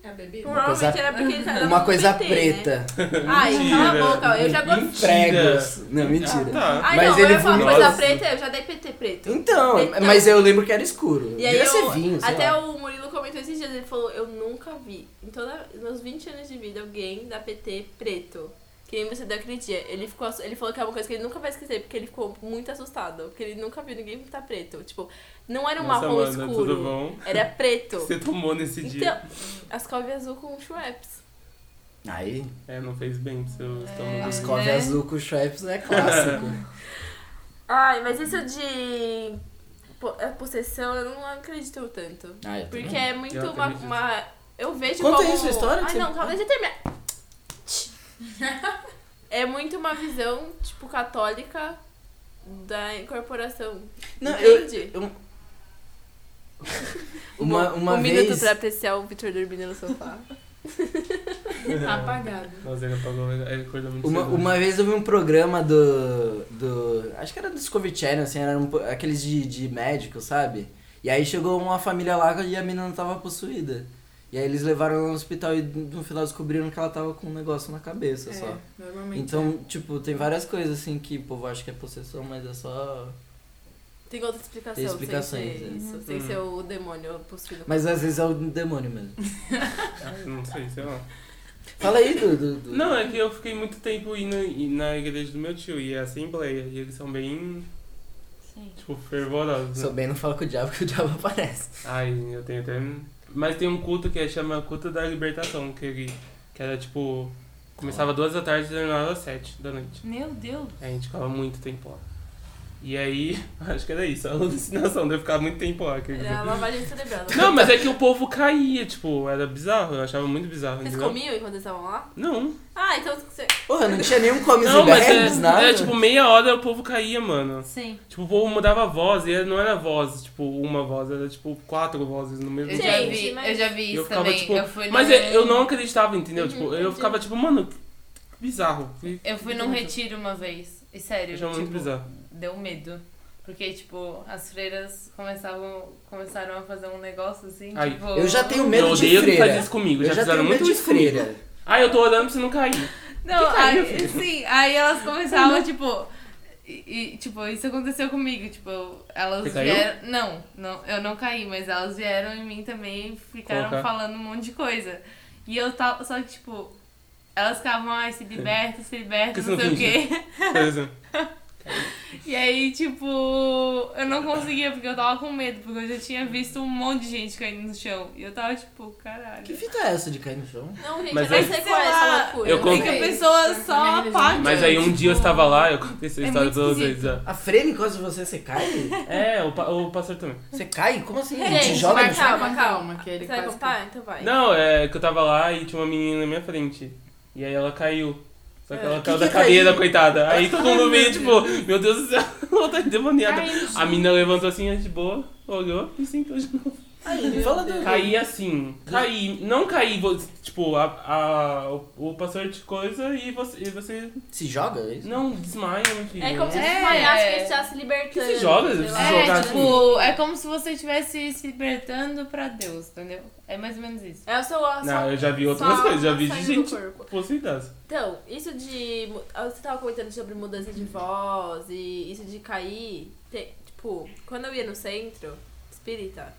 S5: É bebida?
S3: Provavelmente
S4: coisa-
S3: era porque ele tava
S4: Uma
S3: com
S4: coisa
S3: PT, Né?
S4: preta.
S3: Ai,
S1: Mentira.
S3: cala a boca, eu já gostei.
S4: Pregos. Não, mentira.
S1: Ah, tá.
S3: Ai,
S4: Mas
S3: não,
S4: ele
S3: eu ia falar
S1: vomitou.
S3: coisa preta, eu já dei PT preto.
S4: Então,
S3: Então.
S4: mas eu lembro que era escuro.
S3: E aí
S4: Devia
S3: eu-
S4: ser vinho, sei
S3: até
S4: lá.
S3: o Murilo comentou esses dias, ele falou, eu nunca vi, em todos os meus 20 anos de vida, alguém da PT preto. Que nem você daquele dia. Ele, ficou, ass- ele falou que é uma coisa que ele nunca vai esquecer, porque ele ficou muito assustado. Porque ele nunca viu ninguém pintar preto. Tipo, não era um
S1: Nossa,
S3: marrom
S1: Amanda, Tudo
S3: escuro,
S1: bom?
S3: era preto.
S1: Você tomou nesse
S3: Então,
S1: dia.
S3: Ascove azul com Schweppes.
S4: Aí,
S1: É, não fez bem pro seu estômago.
S4: as
S2: É,
S4: cove
S2: né?
S4: azul com Shreps é clássico.
S3: Ai, mas isso de po- é, possessão eu não acredito tanto.
S4: Ah, eu
S3: Porque
S4: também.
S3: é muito
S1: Eu
S3: uma,
S1: acredito.
S3: uma- Eu vejo
S4: Conta
S3: como...
S4: aí sua história, tipo, né?
S3: Ai,
S4: você-
S3: não, calma, deixa eu terminar. É muito uma visão, tipo, católica da incorporação.
S4: Não, eu-
S3: Entende?
S4: eu- Uma, uma
S3: um
S4: vez...
S3: minuto pra apreciar o Victor dormindo no sofá.
S5: Apagado.
S1: Nossa, ele apagou, ele acordou muito
S4: Uma,
S1: cedo.
S4: uma vez eu vi um programa do, do. Acho que era do Discovery Channel, assim, era um po- aqueles de, de médico, sabe? E aí chegou uma família lá e a menina tava possuída. E aí eles levaram ela no hospital e no final descobriram que ela tava com um negócio na cabeça só.
S5: É, normalmente.
S4: Então, tipo, tem várias coisas assim que o povo acha que é possessão, mas é só.
S3: Tem outra explicação.
S4: Tem explicações,
S3: Sem ser,
S4: é.
S3: isso, sem
S1: Hum.
S3: ser o demônio possuído.
S4: Mas às vezes é o demônio mesmo.
S1: Ah, Não sei, sei lá.
S4: Fala aí, do, do, do-
S1: Não, é que eu fiquei muito tempo indo, indo na igreja do meu tio, e é assembleia, e eles são bem
S2: sei.
S1: Tipo, fervorosa.
S4: Sou bem, não fala com o diabo que o diabo aparece.
S1: Ai, eu tenho até. Mas tem um culto que chama Culto da Libertação, que, ele- que era tipo. Começava duas da tarde e terminava às sete da noite.
S2: Meu Deus.
S1: Aí a gente ficava muito tempo lá. E aí, acho que era isso, a alucinação, deu ficar muito tempo lá. quer dizer.
S3: Era É lavagem cerebral. né?
S1: Não, mas é que o povo caía, tipo, era bizarro, eu achava muito bizarro.
S3: Vocês
S1: entendeu?
S3: comiam enquanto estavam lá?
S1: Não.
S3: Ah, então você.
S4: Porra, não tinha nenhum comes
S1: Não,
S4: e
S1: mas
S4: bebes, nada.
S1: é, é tipo meia hora o povo caía, mano.
S2: Sim.
S1: Tipo, o povo mudava a voz, e não era voz, tipo, uma voz, era tipo quatro vozes no mesmo
S2: Eu
S3: Gente,
S2: já
S1: tempo.
S2: vi,
S3: mas-
S2: eu já vi
S1: Eu
S2: isso
S1: ficava,
S2: também.
S1: tipo,
S2: eu fui
S1: Mas
S2: num-
S1: é, eu não acreditava, entendeu?
S3: Uhum,
S1: tipo, eu
S3: entendi.
S1: ficava tipo, mano, que bizarro. que-
S2: Eu fui num retiro uma vez. E sério,
S1: Eu achava muito
S2: tipo,
S1: bizarro.
S2: deu medo. Porque, tipo, as freiras começavam, começaram a fazer um negócio assim,
S1: Ai,
S2: tipo...
S4: Eu já tenho
S1: Eu
S4: medo de
S1: odeio que
S4: freira.
S1: faz isso comigo, já,
S4: eu já
S1: fizeram
S4: tenho medo
S1: muito
S4: de
S1: isso comigo.
S4: freira.
S1: Ah, eu tô orando pra você não cair.
S2: Não,
S1: Que carinho,
S2: aí,
S1: filho.
S2: sim, aí elas começavam, tipo. E, e, tipo, isso aconteceu comigo, tipo, elas
S1: Você caiu?
S2: vieram. Não, não, eu não caí, mas elas vieram em mim também e ficaram
S1: Colocar.
S2: falando um monte de coisa. E eu tava. Só que, tipo, elas ficavam, ai, se liberta, se liberta,
S1: Por que
S2: não
S1: você
S2: sei
S1: não
S2: o quê.
S1: Por exemplo.
S2: E aí, tipo, eu não conseguia, porque eu tava com medo, porque eu já tinha visto um monte de gente caindo no chão. E eu tava, tipo, caralho.
S4: Que fita é essa de cair no chão?
S3: Não, gente,
S1: Mas
S3: eu
S1: eu-
S3: não sei
S2: Sei
S3: qual é
S2: lá,
S3: essa loucura.
S1: eu
S3: não
S1: conto-
S2: Porque
S3: sei.
S2: a pessoa só
S5: Minha religião.
S2: apaga.
S1: Mas aí um
S2: tipo,
S1: dia eu estava lá, eu contei essa
S2: é
S1: história
S2: muito
S1: pra vocês.
S2: esquisito.
S1: já.
S4: A freira encosta em você, você cai?
S1: É, o, pa- o pastor também.
S4: Você cai? Como assim?
S3: Gente,
S4: Te joga no
S3: É, vai
S4: chão?
S5: Calma, calma, que ele
S3: Você vai
S5: quase-
S3: contar? Então vai.
S1: Não, é que eu tava lá e tinha uma menina na minha frente. E aí ela caiu. Só que
S3: É.
S1: ela
S4: Que
S1: caiu
S4: que
S1: da cadeira,
S4: caiu?
S1: coitada. Aí todo mundo veio, tipo, meu Deus do céu, ela tá demoniada. A menina levantou assim, de boa, olhou e sentou de novo.
S4: Aí, fala do...
S1: Caí assim. Caí. Não caí, vo- tipo, a, a- o, o pastor de coisa e você. E você
S4: Se joga? é isso?
S1: não, desmaia, meu filho.
S3: É como se
S2: É.
S3: desmaiasse que ele já se libertando.
S1: Que se joga,
S3: sei
S1: se
S3: lá.
S1: joga.
S2: É,
S1: jogar
S2: tipo, é como se você estivesse se libertando pra Deus, entendeu? É mais ou menos isso.
S3: É o seu a-
S1: Não,
S3: sua-
S1: eu já vi outras
S3: sua
S1: coisas, já
S3: alma
S1: vi de
S3: saindo
S1: gente-
S3: do corpo.
S1: Possibilidades.
S3: Então, isso de. mu- ah, Você tava comentando sobre mudança de voz e isso de cair. Te- tipo, quando eu ia no centro espírita,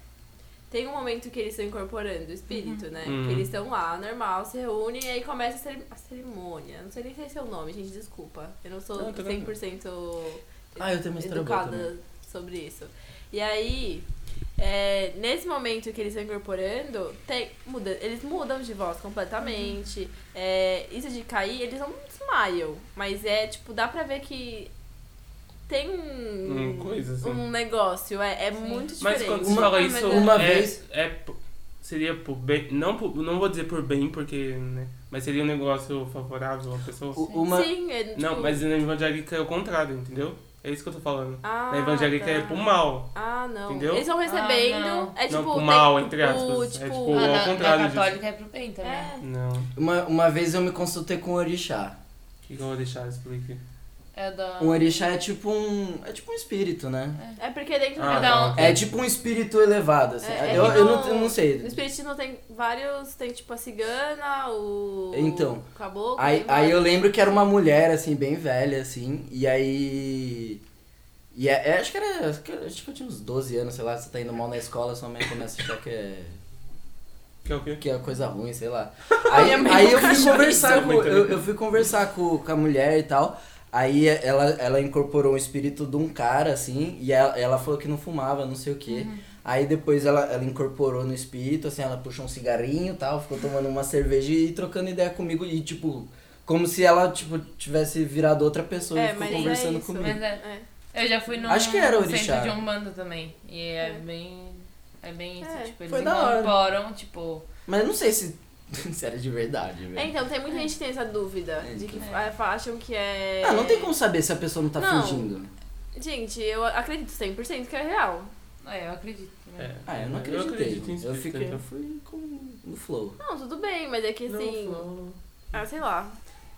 S3: tem um momento que eles estão incorporando o espírito, né?
S1: Uhum.
S3: Que eles estão lá, normal, se reúnem e aí começa a, cere- a cerimônia. Não sei nem se esse é o nome, gente, desculpa. Eu não sou
S1: Não, tá
S3: 100%
S4: Ah, eu tenho uma história boa também.
S3: educada sobre isso. E aí, é, nesse momento que eles estão incorporando, tem, muda, eles mudam de voz
S4: Uhum.
S3: completamente. É, isso de cair, eles não desmaiam, mas é tipo, dá pra ver que tem um,
S1: Hum, coisa, assim.
S3: um negócio, é, é
S2: Sim.
S3: muito diferente. Ah,
S1: Mas quando se
S4: Uma-
S1: fala isso,
S4: uma
S1: é,
S4: vez-
S1: é p- seria por bem, não, por- não vou dizer por bem, porque, né, mas seria um negócio favorável à pessoa.
S4: U- Uma...
S3: Sim, é, tipo,
S1: Não, mas na evangélica é o contrário, entendeu? É isso que eu tô falando.
S3: ah,
S1: na evangélica é
S3: tá.
S1: pro mal.
S3: Ah, não.
S1: Entendeu?
S3: Eles estão recebendo.
S2: Ah, não.
S3: é tipo.
S1: Não, pro
S3: tem-
S1: mal, entre
S3: o-
S1: aspas. É,
S3: tipo,
S1: tipo,
S2: Ah,
S1: ao
S2: na,
S1: contrário
S2: na
S1: disso.
S2: católica é pro bem também. É,
S3: é.
S1: Não, o
S4: Uma, uma vez eu me consultei com um orixá.
S1: que que eu vou deixar? Explique.
S2: da...
S4: Um orixá é tipo um... É tipo um espírito, né?
S3: É porque dentro
S1: Ah,
S2: Então,
S1: tá.
S4: É tipo um espírito elevado, assim.
S3: É, é
S4: eu,
S3: que
S4: eu
S3: no-
S4: não, eu não sei.
S3: No espiritismo tem vários, tem tipo a cigana, o.
S4: Então,
S3: o caboclo.
S4: Aí,
S3: tem
S4: aí eu
S3: vários.
S4: lembro que era uma mulher, assim, bem velha, assim, e aí. E é, é, acho que era. Acho que, acho que eu tinha uns 12 anos, sei lá, você tá indo mal na escola, sua mãe começa a achar que é.
S1: Que é o quê?
S4: que é coisa ruim, sei lá. Aí,
S3: é
S5: Minha mãe
S4: aí eu
S5: nunca
S4: fui
S5: achou
S4: conversar
S1: isso.
S4: com. Eu, eu fui conversar com, com a mulher e tal. Aí ela, ela incorporou o espírito de um cara, assim, e ela, ela falou que não fumava, não sei o quê.
S3: Uhum.
S4: Aí depois ela, ela incorporou no espírito, assim, ela puxou um cigarrinho e tal, ficou tomando uma cerveja e trocando ideia comigo. E tipo, como se ela, tipo, tivesse virado outra pessoa
S3: É,
S4: e ficou
S3: mas é
S4: conversando
S3: isso,
S4: comigo.
S2: Mas é,
S3: É.
S2: eu já fui num
S4: Acho que era orixá.
S2: centro de Umbanda também. E é,
S3: É.
S2: bem... É bem isso,
S3: É,
S2: tipo, eles
S4: foi da hora.
S2: incorporam, tipo...
S4: Mas eu não sei se, se era de verdade, velho.
S3: É, então, tem muita gente que tem essa dúvida.
S4: É,
S3: de que
S2: então.
S3: fa- acham que é.
S4: Ah, não tem como saber se a pessoa não tá
S3: Não.
S4: fingindo.
S3: Gente, eu acredito 100% que é real.
S2: É, eu acredito. né?
S1: É.
S4: Ah, eu não
S1: Eu
S4: acreditei.
S1: acredito em
S4: eu,
S1: espírito,
S4: fiquei, eu
S1: então.
S4: fui com no flow.
S3: Não, tudo bem, mas é que assim. ah, sei lá.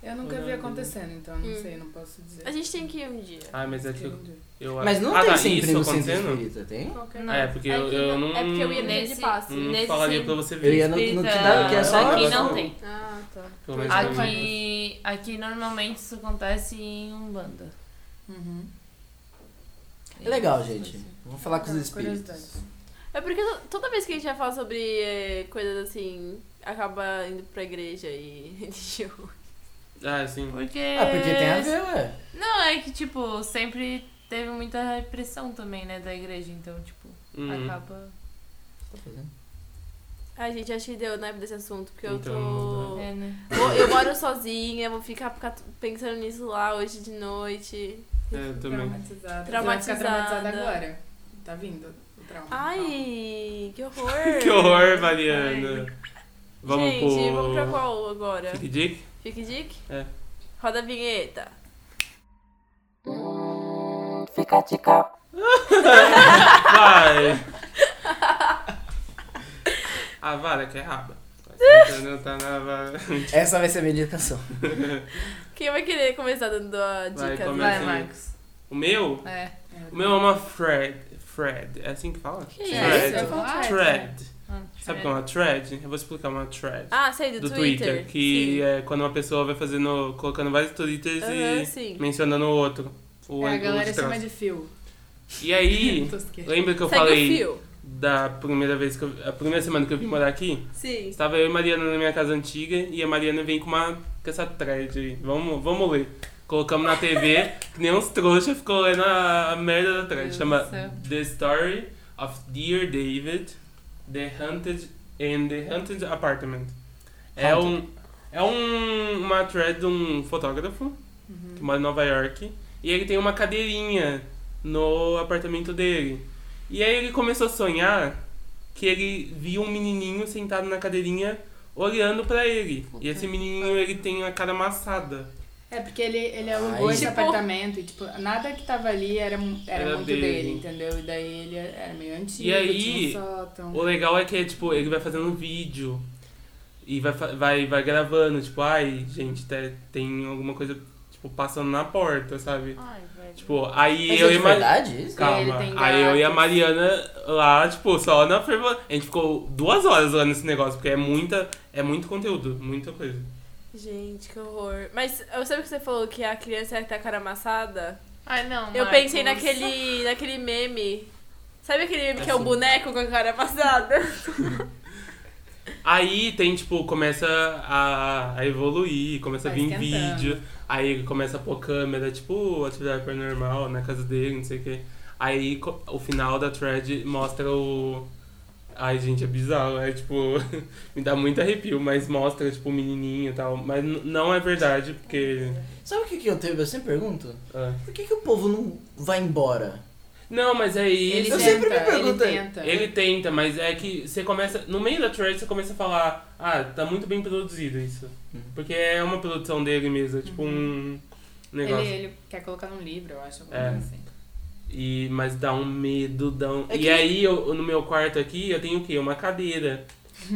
S5: é. Eu nunca vi acontecendo, então não sei, não posso dizer.
S3: A gente tem que ir um dia.
S1: Ah, mas é que eu,
S5: Entendi.
S1: eu
S4: Mas não
S1: ah,
S4: tem
S1: tá,
S4: sempre
S1: isso
S4: no centro
S1: acontecendo?
S4: espírita, tem?
S3: Qualquer-
S2: Não.
S1: É, porque eu,
S3: que
S1: eu
S3: não-
S1: não, Hum.
S3: É porque eu ia nesse né?
S2: Nesse-
S3: passe.
S1: não
S2: nesse
S1: falaria
S2: sim.
S1: pra você ver.
S4: Eu ia no, no que dá, que é só...
S2: Aqui
S1: só-
S2: não tem.
S3: Ah, tá.
S1: Pelo menos pra mim.
S2: Aqui, aqui normalmente isso acontece em Umbanda.
S5: Uhum.
S4: É legal, gente. Vamos falar com os
S5: Ah,
S4: espíritos.
S5: curiosidade.
S3: É porque to- toda vez que a gente vai falar sobre eh, coisas assim, acaba indo pra igreja e religião.
S1: Ah, sim.
S2: Porque...
S4: Ah, porque Ah, tem a ver, ué.
S2: Não, é que, tipo, sempre teve muita repressão também, né, da igreja, então, tipo,
S1: Uhum.
S3: tá.
S2: acaba.
S3: Ai, gente, acho que deu, né, desse assunto, porque eu
S1: Então,
S3: tô.
S2: É, né?
S3: Vou- eu moro sozinha, vou ficar ficar pensando nisso lá hoje de noite.
S1: É, eu também.
S5: Traumatizada. Você vai ficar
S3: Traumatizada.
S5: traumatizada agora. Tá vindo o trauma.
S3: Ai, que horror!
S1: Que horror, Mariana. Vamos
S3: gente,
S1: pro.
S3: vamos pra qual agora?
S1: Fique Dick?
S3: Fique Dick?
S1: É.
S3: Roda a vinheta.
S7: Fica de capa.
S1: Vai! A vara que é raba. Tá sentando, tá na vara.
S4: Essa vai ser a minha indicação.
S3: Quem vai querer começar dando a
S1: Vai,
S3: dica?
S1: começa
S2: Vai,
S1: aí.
S2: Marcos.
S1: O meu?
S2: É.
S1: O meu é uma Fred. Fred. É assim que fala?
S3: Que
S1: thread.
S3: isso?
S5: Eu ia falar
S1: Thread.
S2: Ah,
S1: Sabe o que é uma thread? Eu vou explicar uma thread.
S3: Ah, sei, do,
S1: do Twitter, que
S3: sim.
S1: é quando uma pessoa vai fazendo, colocando vários Twitters
S3: Aham,
S1: e
S3: sim.
S1: mencionando o outro. O
S5: É, a
S1: o
S5: galera
S1: outro
S5: chama
S1: traço.
S5: de fio.
S1: E aí,
S5: Tosqueira.
S1: lembra que eu
S3: Segue o
S1: falei
S3: fio.
S1: da primeira vez que eu, a primeira semana que eu vim morar aqui?
S3: Sim.
S1: Estava eu e Mariana na minha casa antiga e a Mariana vem com uma com essa thread aí. Vamos, vamos ler. Colocamos na TV, que nem uns trouxas ficou lendo a, a merda da thread.
S2: Deus
S1: Chama
S2: do céu.
S1: The Story of Dear David, The Haunted and the Haunted Apartment. É um é um, uma thread de um fotógrafo que mora em Nova York e ele tem uma cadeirinha no apartamento dele. E aí ele começou a sonhar que ele viu um menininho sentado na cadeirinha olhando pra ele. E esse menininho ele tem a cara amassada.
S5: É, porque ele, ele alugou
S4: Ai.
S5: esse
S3: Tipo-
S5: apartamento e, tipo, nada que tava ali era, mu- era,
S1: Era
S5: muito
S1: dele.
S5: dele. entendeu? E daí ele era meio antigo,
S1: E aí-
S5: tinha um sótão.
S1: O legal é que, tipo, ele vai fazendo um vídeo e vai, fa- vai, vai gravando, tipo, ai, gente, te- tem alguma coisa, tipo, passando na porta, sabe?
S2: Ai, velho.
S1: Tipo, aí
S4: Mas
S1: eu
S4: é
S1: e
S4: de
S1: a Mar-
S4: verdade isso?
S1: Calma.
S5: Ele tem
S1: Aí eu e a
S4: assim.
S5: gatos.
S1: Mariana lá, tipo, só na fervor. A gente ficou duas horas lá nesse negócio, porque é muita. É muito conteúdo, muita coisa.
S3: Gente, que horror. Mas eu sei que você falou que a criança que tá com a cara amassada.
S2: Ai, não.
S3: Eu
S2: Marcos.
S3: pensei naquele, naquele meme. Sabe aquele meme que
S1: Assim.
S3: é um boneco com a cara amassada?
S1: Aí tem, tipo, começa a, a evoluir, começa a
S5: Vai
S1: vir
S5: esquentando.
S1: vídeo, aí ele começa a pôr câmera, tipo, atividade paranormal na casa dele, não sei o quê. Aí co- o final da thread mostra o. Ai, gente, é bizarro, é tipo. me dá muito arrepio, mas mostra, tipo, o menininho e tal. Mas n- não é verdade, porque.
S4: Sabe o que, que eu, tenho, eu sempre pergunto?
S1: ah.
S4: Por que, que o povo não vai embora?
S1: Não, mas é
S5: Ele
S1: isso.
S4: Eu
S5: tenta,
S4: sempre me
S5: ele
S4: perguntei.
S5: tenta.
S1: Ele tenta, mas é que você começa. No meio da thread você começa a falar, ah, tá muito bem produzido isso.
S4: Uhum.
S1: Porque é uma produção dele mesmo, é tipo um
S5: ele,
S1: negócio.
S5: Uhum. ele quer colocar num livro, eu acho, alguma
S1: É.
S5: coisa assim.
S1: E, mas dá um medo, dá um.
S4: É
S1: e
S4: que-
S1: aí eu, no meu quarto aqui eu tenho o quê? Uma cadeira.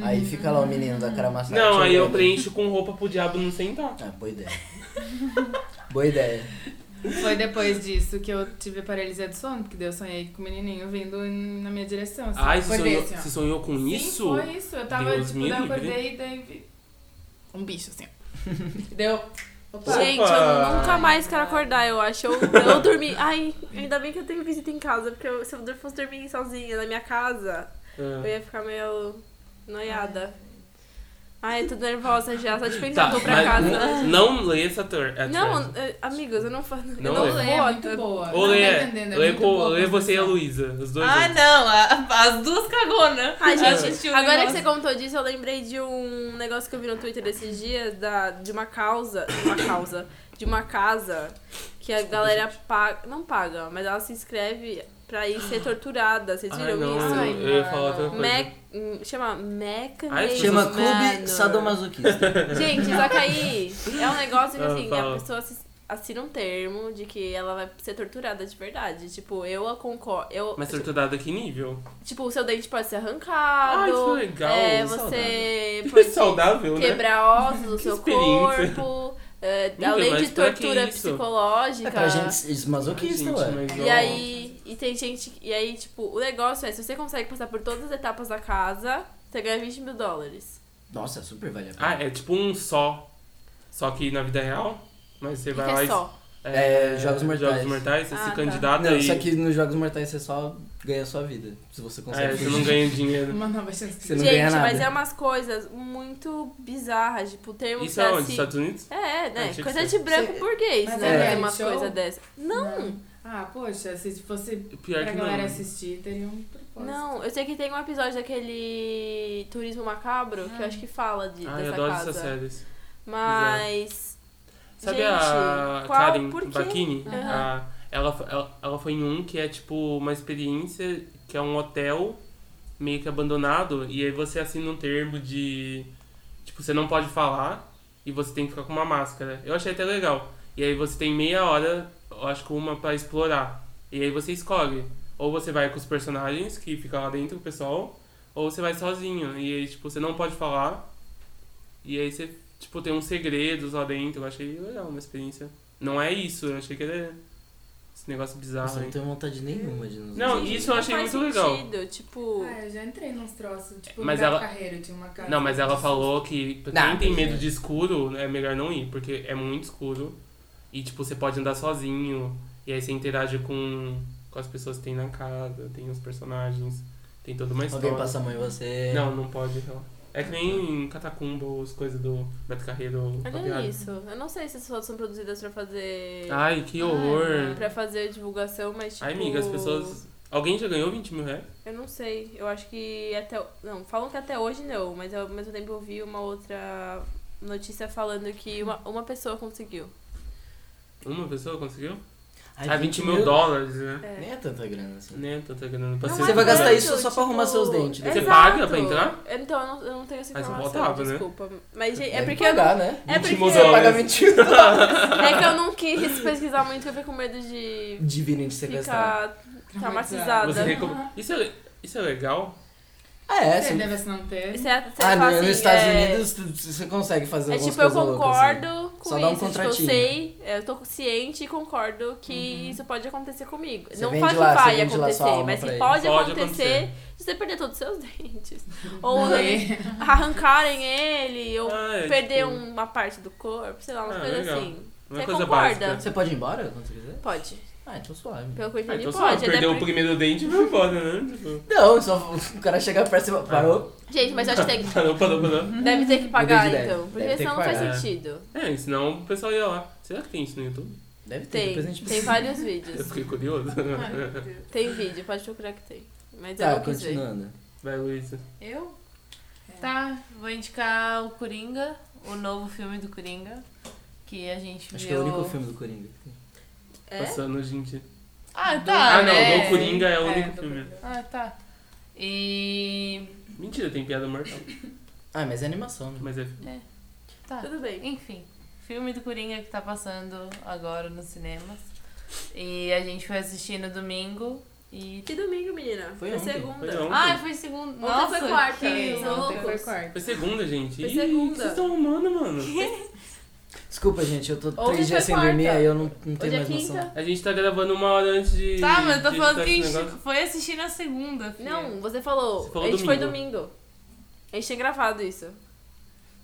S4: Aí fica lá o menino da cara amassada.
S1: não,
S4: te
S1: aí eu
S4: olhando.
S1: preencho com roupa pro diabo não sentar.
S4: Ah, boa ideia. boa ideia.
S5: Foi depois disso que eu tive paralisia do sono, porque daí eu sonhei com o menininho vindo em- na minha direção. Assim,
S1: Ai,
S5: Eu
S1: você
S5: acordei,
S1: sonhou,
S5: assim, ó.
S1: você sonhou com
S5: Sim,
S1: isso? É.
S5: foi isso. Eu tava,
S1: Deus me
S5: tipo, daí eu
S1: livre.
S5: acordei e daí vi um bicho, assim. ó. Deu. Opa.
S3: Gente, eu
S1: Opa!
S3: nunca mais quero acordar, eu acho. Eu, eu dormi. Ai, ainda bem que eu tenho visita em casa, porque eu- se eu fosse dormir sozinha na minha casa, eu
S1: Ah.
S3: ia ficar meio noiada. Ai, eu tô nervosa já, só de pensar
S1: Tá,
S3: que eu vou pra
S1: mas
S3: casa.
S1: n- não lê essa thread. a thread.
S3: Não, eh, amigos, eu não falo.
S1: Não
S3: eu não
S1: é.
S5: Lê, é muito
S3: vou.
S5: boa.
S1: Ou
S5: Não
S1: lê,
S5: tá entendendo, é
S1: lê,
S5: muito
S1: com-
S5: boa a
S1: lê você e a
S5: construção.
S1: Luísa, os dois.
S2: Ah,
S1: juntos.
S2: não. a- as duas né? cagona.
S3: Ai,
S1: É.
S3: gente,
S2: Assistiu o
S3: agora que
S2: negócio.
S3: você contou disso, eu lembrei de um negócio que eu vi no Twitter esses dias, da, de uma causa. De uma causa. De uma casa que a galera paga. Não paga, mas ela se inscreve pra ir ser torturada. Vocês
S1: Ai,
S3: viram
S1: não,
S3: isso?
S5: Ai,
S1: eu, eu ia falar
S5: não.
S1: outra coisa.
S3: Me- hum, chama Mecha
S1: Ai,
S3: Manor.
S4: Chama Clube Sadomasoquista.
S3: Gente, só que aí é um negócio que
S1: Ah,
S3: assim,
S1: fala.
S3: a pessoa assi- assina um termo de que ela vai ser torturada de verdade. Tipo, eu a concordo. Eu,
S1: Mas torturada que nível?
S3: Tipo, o seu dente pode ser arrancado.
S1: Ai, que legal.
S3: É, você
S1: Saudável.
S3: pode
S1: Saudável, né?
S3: quebrar ossos do seu
S1: experiência.
S3: corpo. é,
S1: Amiga,
S3: além
S1: mas
S3: de
S1: pra que
S3: tortura
S1: isso?
S3: psicológica.
S4: É pra gente desmasoquista,
S1: Ai,
S4: ué.
S1: gente, mas,
S3: E
S1: ó,
S3: aí, e tem gente. E aí, tipo, o negócio é: se você consegue passar por todas as etapas da casa, você ganha 20 mil dólares.
S4: Nossa, super vale a pena.
S1: Ah, é tipo um só. Só que na vida real. Mas você
S3: O que
S1: vai
S3: que
S1: lá
S3: é
S1: e.
S3: só?
S4: É, Jogos Mortais.
S1: Jogos Mortais, você
S3: Ah,
S1: se
S3: tá.
S1: candidata
S4: Não,
S1: e.
S4: só que nos Jogos Mortais você só ganha a sua vida. Se você consegue.
S1: É, você
S4: fugir.
S1: não ganha dinheiro.
S5: Uma nova chance.
S4: Você não
S3: gente,
S4: ganha nada.
S3: mas é umas coisas muito bizarras. Tipo, o termo
S1: Isso
S3: que
S1: é
S3: é
S1: onde?
S3: assim-
S1: Estados Unidos?
S3: É,
S1: Ah,
S3: né?
S1: achei que
S3: Coisa
S1: você-
S3: de branco
S4: Você-
S3: burguês,
S5: Mas
S3: né?
S4: é
S3: Tem uma
S5: reality show?
S3: coisa dessa. Não!
S5: Ah, poxa, se fosse
S1: Pior
S5: pra
S1: que
S5: galera
S1: não.
S5: assistir, teria um propósito.
S3: Não, eu sei que tem um episódio daquele Turismo Macabro que eu acho que fala de,
S1: Ah,
S3: dessa
S1: eu adoro
S3: casa.
S1: essas séries.
S3: Mas.
S1: Sabe
S3: gente,
S1: a
S3: qual,
S1: Karen
S3: por quê?
S1: Bakini?
S3: Aham.
S1: A- ela, fo- ela, ela foi em um que é tipo uma experiência que é um hotel meio que abandonado e aí você assina um termo de. Tipo, você não pode falar e você tem que ficar com uma máscara. Eu achei até legal. E aí você tem meia hora, eu acho que uma pra explorar. E aí você escolhe. Ou você vai com os personagens que ficam lá dentro, o pessoal, ou você vai sozinho. E aí, tipo, você não pode falar. E aí você, tipo, tem uns segredos lá dentro. Eu achei legal uma experiência. Não é isso, eu achei que era esse negócio bizarro.
S4: Nossa, não
S1: hein?
S4: tenho vontade nenhuma de nos
S1: Não,
S3: gente,
S1: isso é eu achei
S3: faz
S1: muito legal.
S3: sentido, Tipo.
S5: Ah, eu já entrei nos troços, tipo,
S1: Mas
S5: mas ela...
S1: ela-
S5: carreiro, tinha uma casa.
S1: Não, mas ela falou que pra
S4: Não,
S1: quem tem
S4: pois
S1: medo
S4: é.
S1: de escuro, é melhor não ir, porque é muito escuro. E, tipo, você pode andar sozinho. E aí você interage com, com as pessoas que tem na casa, tem os personagens, tem toda uma história.
S4: Alguém passa a mão em você.
S1: Não, não pode. Não. É que nem em Catacumba, ou as coisas do Beto Carreiro.
S3: Olha
S1: Papiari.
S3: é isso. Eu não sei se essas fotos são produzidas pra fazer. Ah,
S1: Ai, que horror.
S3: Pra fazer divulgação, mas tipo.
S1: Ai, amiga, as pessoas... Alguém já ganhou 20 mil reais?
S3: Eu não sei. Eu acho que até. Não, falam que até hoje não, mas ao mesmo tempo eu vi uma outra notícia falando que uma, uma pessoa conseguiu.
S1: Uma pessoa conseguiu?
S4: Ai,
S1: ah, 20 mil dólares, né?
S3: É.
S4: Nem é tanta grana assim.
S1: Né, tanta grana. Pra
S3: Não
S1: ser-
S4: Você
S3: é
S4: vai gastar
S3: tanto,
S4: isso só pra arrumar seus dentes, né?
S1: Você
S3: Exato.
S1: paga pra entrar?
S3: Então, eu não, eu não tenho essa
S1: Mas eu
S3: informação,
S1: voltava, né?
S3: desculpa. Mas gente, é
S4: Deve
S3: porque eu
S4: pagar, né?
S3: não... É
S1: 20
S3: porque...
S1: mil dólares.
S4: Pagar 21
S3: É que eu não quis pesquisar muito, que eu fiquei com medo de
S4: de virem de ser gastado.
S3: ficar traumatizada.
S1: Você
S5: Nada.
S1: recom... isso, é, isso é legal?
S4: Ah, é,
S5: Você
S4: assim.
S5: deve assinar um termo.
S3: Isso é, você
S4: Ah,
S3: fala
S4: no-
S3: assim,
S4: nos Estados
S3: é-
S4: Unidos tu- tu- você consegue fazer
S3: É
S4: algumas
S3: tipo, eu
S4: coisas loucas,
S3: concordo com
S4: Só
S3: isso.
S4: dá
S3: tipo,
S4: um
S3: eu
S4: contratinho. Uhum.
S3: sei, eu tô ciente e concordo que isso pode acontecer comigo.
S4: Você
S3: não
S4: vende
S3: fala que
S4: lá, você
S3: vai
S4: vende lá sua
S3: acontecer,
S4: alma
S3: mas
S4: pra
S3: que
S4: ele.
S3: pode,
S1: Pode
S3: acontecer,
S1: acontecer. É.
S3: de você perder todos os seus dentes. ou ele- arrancarem ele, ou
S1: Ah, é,
S3: perder
S1: tipo,
S3: uma parte do corpo, sei lá, umas
S1: Ah,
S3: coisas
S1: legal.
S3: assim.
S1: Uma
S3: Você
S1: coisa
S3: concorda?
S1: básica.
S4: Você pode ir embora quando você quiser?
S3: Pode.
S4: Ah, então suave.
S3: Pelo que eu
S1: Ah,
S3: entendi,
S1: então se
S3: pode. né?
S1: ela perdeu
S3: até
S1: o primeiro dente, não pode, né? Tipo,
S4: Não, só o cara chega perto e
S1: Ah.
S4: você fala, parou.
S3: porque- Gente, mas eu acho É que tem-
S1: parou, parou, parou.
S3: deve ter que pagar,
S4: deve.
S3: então.
S4: Deve
S3: Porque
S4: ter
S3: senão
S4: que
S3: não faz
S1: pagar.
S3: sentido.
S1: É, senão o pessoal ia lá. Será que tem isso no YouTube?
S4: Deve ter,
S3: Tem,
S4: depois a gente
S3: tem
S4: precisa.
S3: vários
S1: Eu
S3: vídeos.
S1: fiquei curioso.
S3: Tem vídeo, pode procurar que tem. Mas eu
S4: Tá,
S3: não quis ver.
S4: continuando.
S1: Vai, Luísa.
S2: Eu? Tá, vou indicar o Coringa, o novo filme do Coringa, que a gente
S4: Acho que é
S2: viu.
S4: o único filme do Coringa.
S3: É?
S1: Passando, gente.
S2: Ah,
S1: Ah,
S2: tá.
S1: não,
S2: né?
S1: o Coringa é o
S5: É,
S1: único
S5: do
S1: filme.
S5: Coringa.
S2: Ah, tá. E.
S1: Mentira, tem piada mortal.
S4: Ah, mas é animação, né?
S1: Mas é.
S2: Tá.
S3: Tudo bem.
S2: Enfim, filme do Coringa que tá passando agora nos cinemas. E a gente foi assistir no domingo. E.
S3: Que domingo, menina?
S4: Foi
S3: Foi
S4: ontem,
S3: segunda.
S1: foi ontem.
S2: Ah, foi segunda.
S3: Ontem
S2: Nossa,
S3: foi quarta,
S5: Tá,
S2: que
S5: então
S3: são
S2: ontem
S3: loucos.
S2: foi-
S5: Foi quarto.
S1: Foi segunda, gente.
S3: Foi
S1: Ih,
S3: segunda.
S1: o que vocês estão arrumando, mano?
S4: Desculpa, gente, eu tô
S3: Ontem
S4: três dias
S3: foi
S4: sem
S3: quarta.
S4: dormir, aí eu não, não tenho
S3: Hoje é
S4: mais
S3: quinta?
S4: noção.
S1: A gente tá gravando uma hora antes de.
S2: Tá, mas eu tô
S1: de
S2: falando
S1: editar
S2: que a
S1: esse
S2: gente
S1: negócio.
S2: foi assistir na segunda. filha.
S3: Não, você falou.
S1: Você falou
S3: a gente foi
S1: domingo.
S3: domingo. A gente tinha gravado isso.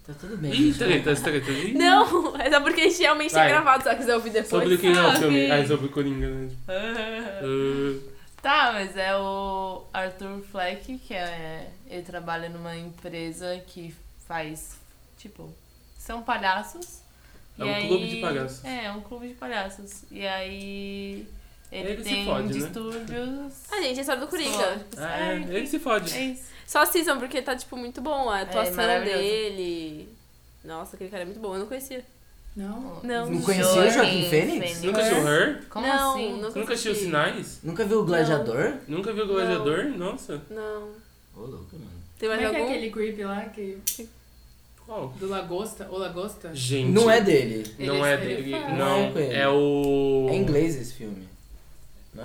S4: Tá tudo bem.
S1: Ih,
S4: gente.
S1: tretas, tretas. Ih.
S3: Não, é só porque a gente realmente tinha
S1: Vai.
S3: gravado, só quiser ouvir depois.
S1: Sobre o que não, o
S2: Ah,
S1: filme.
S2: ok.
S1: Ah, é sobre o Coringa, né? Tipo, ah,
S2: Tá, mas é o Arthur Fleck, que é. Ele trabalha numa empresa que faz. Tipo, são palhaços.
S1: É
S2: E
S1: um
S2: aí-
S1: clube de palhaços.
S2: É, é um clube de palhaços. E aí. Ele,
S1: Ele se
S2: tem
S1: fode, né?
S2: distúrbios.
S3: Ah, gente, é história do Coringa.
S1: ah, é,
S2: enfim,
S1: ele se fode.
S2: é isso.
S3: Só assistam, porque tá, tipo, muito bom a atuação
S2: maravilhoso.
S3: dele. Nossa, aquele cara é muito bom, eu não conhecia.
S5: Não?
S3: Não.
S4: Não conhecia o Joaquim Fênix?
S1: Você nunca assistiu Her?
S2: Como
S3: não,
S2: assim?
S3: Não
S1: Você nunca assistiu
S3: assisti.
S1: Sinais?
S4: Nunca viu o Gladiador?
S1: Nunca viu o Gladiador? Nossa.
S3: Não.
S4: Ô, louco, mano.
S3: Tem
S5: Como
S3: mais
S5: é que é
S3: algum?
S5: aquele creep lá que.
S1: Qual?
S5: Do Lagosta? O Lagosta?
S1: Gente.
S4: Não é dele.
S1: Não
S5: Ele-
S1: é
S5: ele
S1: dele.
S5: fala.
S1: Não,
S4: Não é com ele.
S1: é o.
S4: É inglês né? esse filme.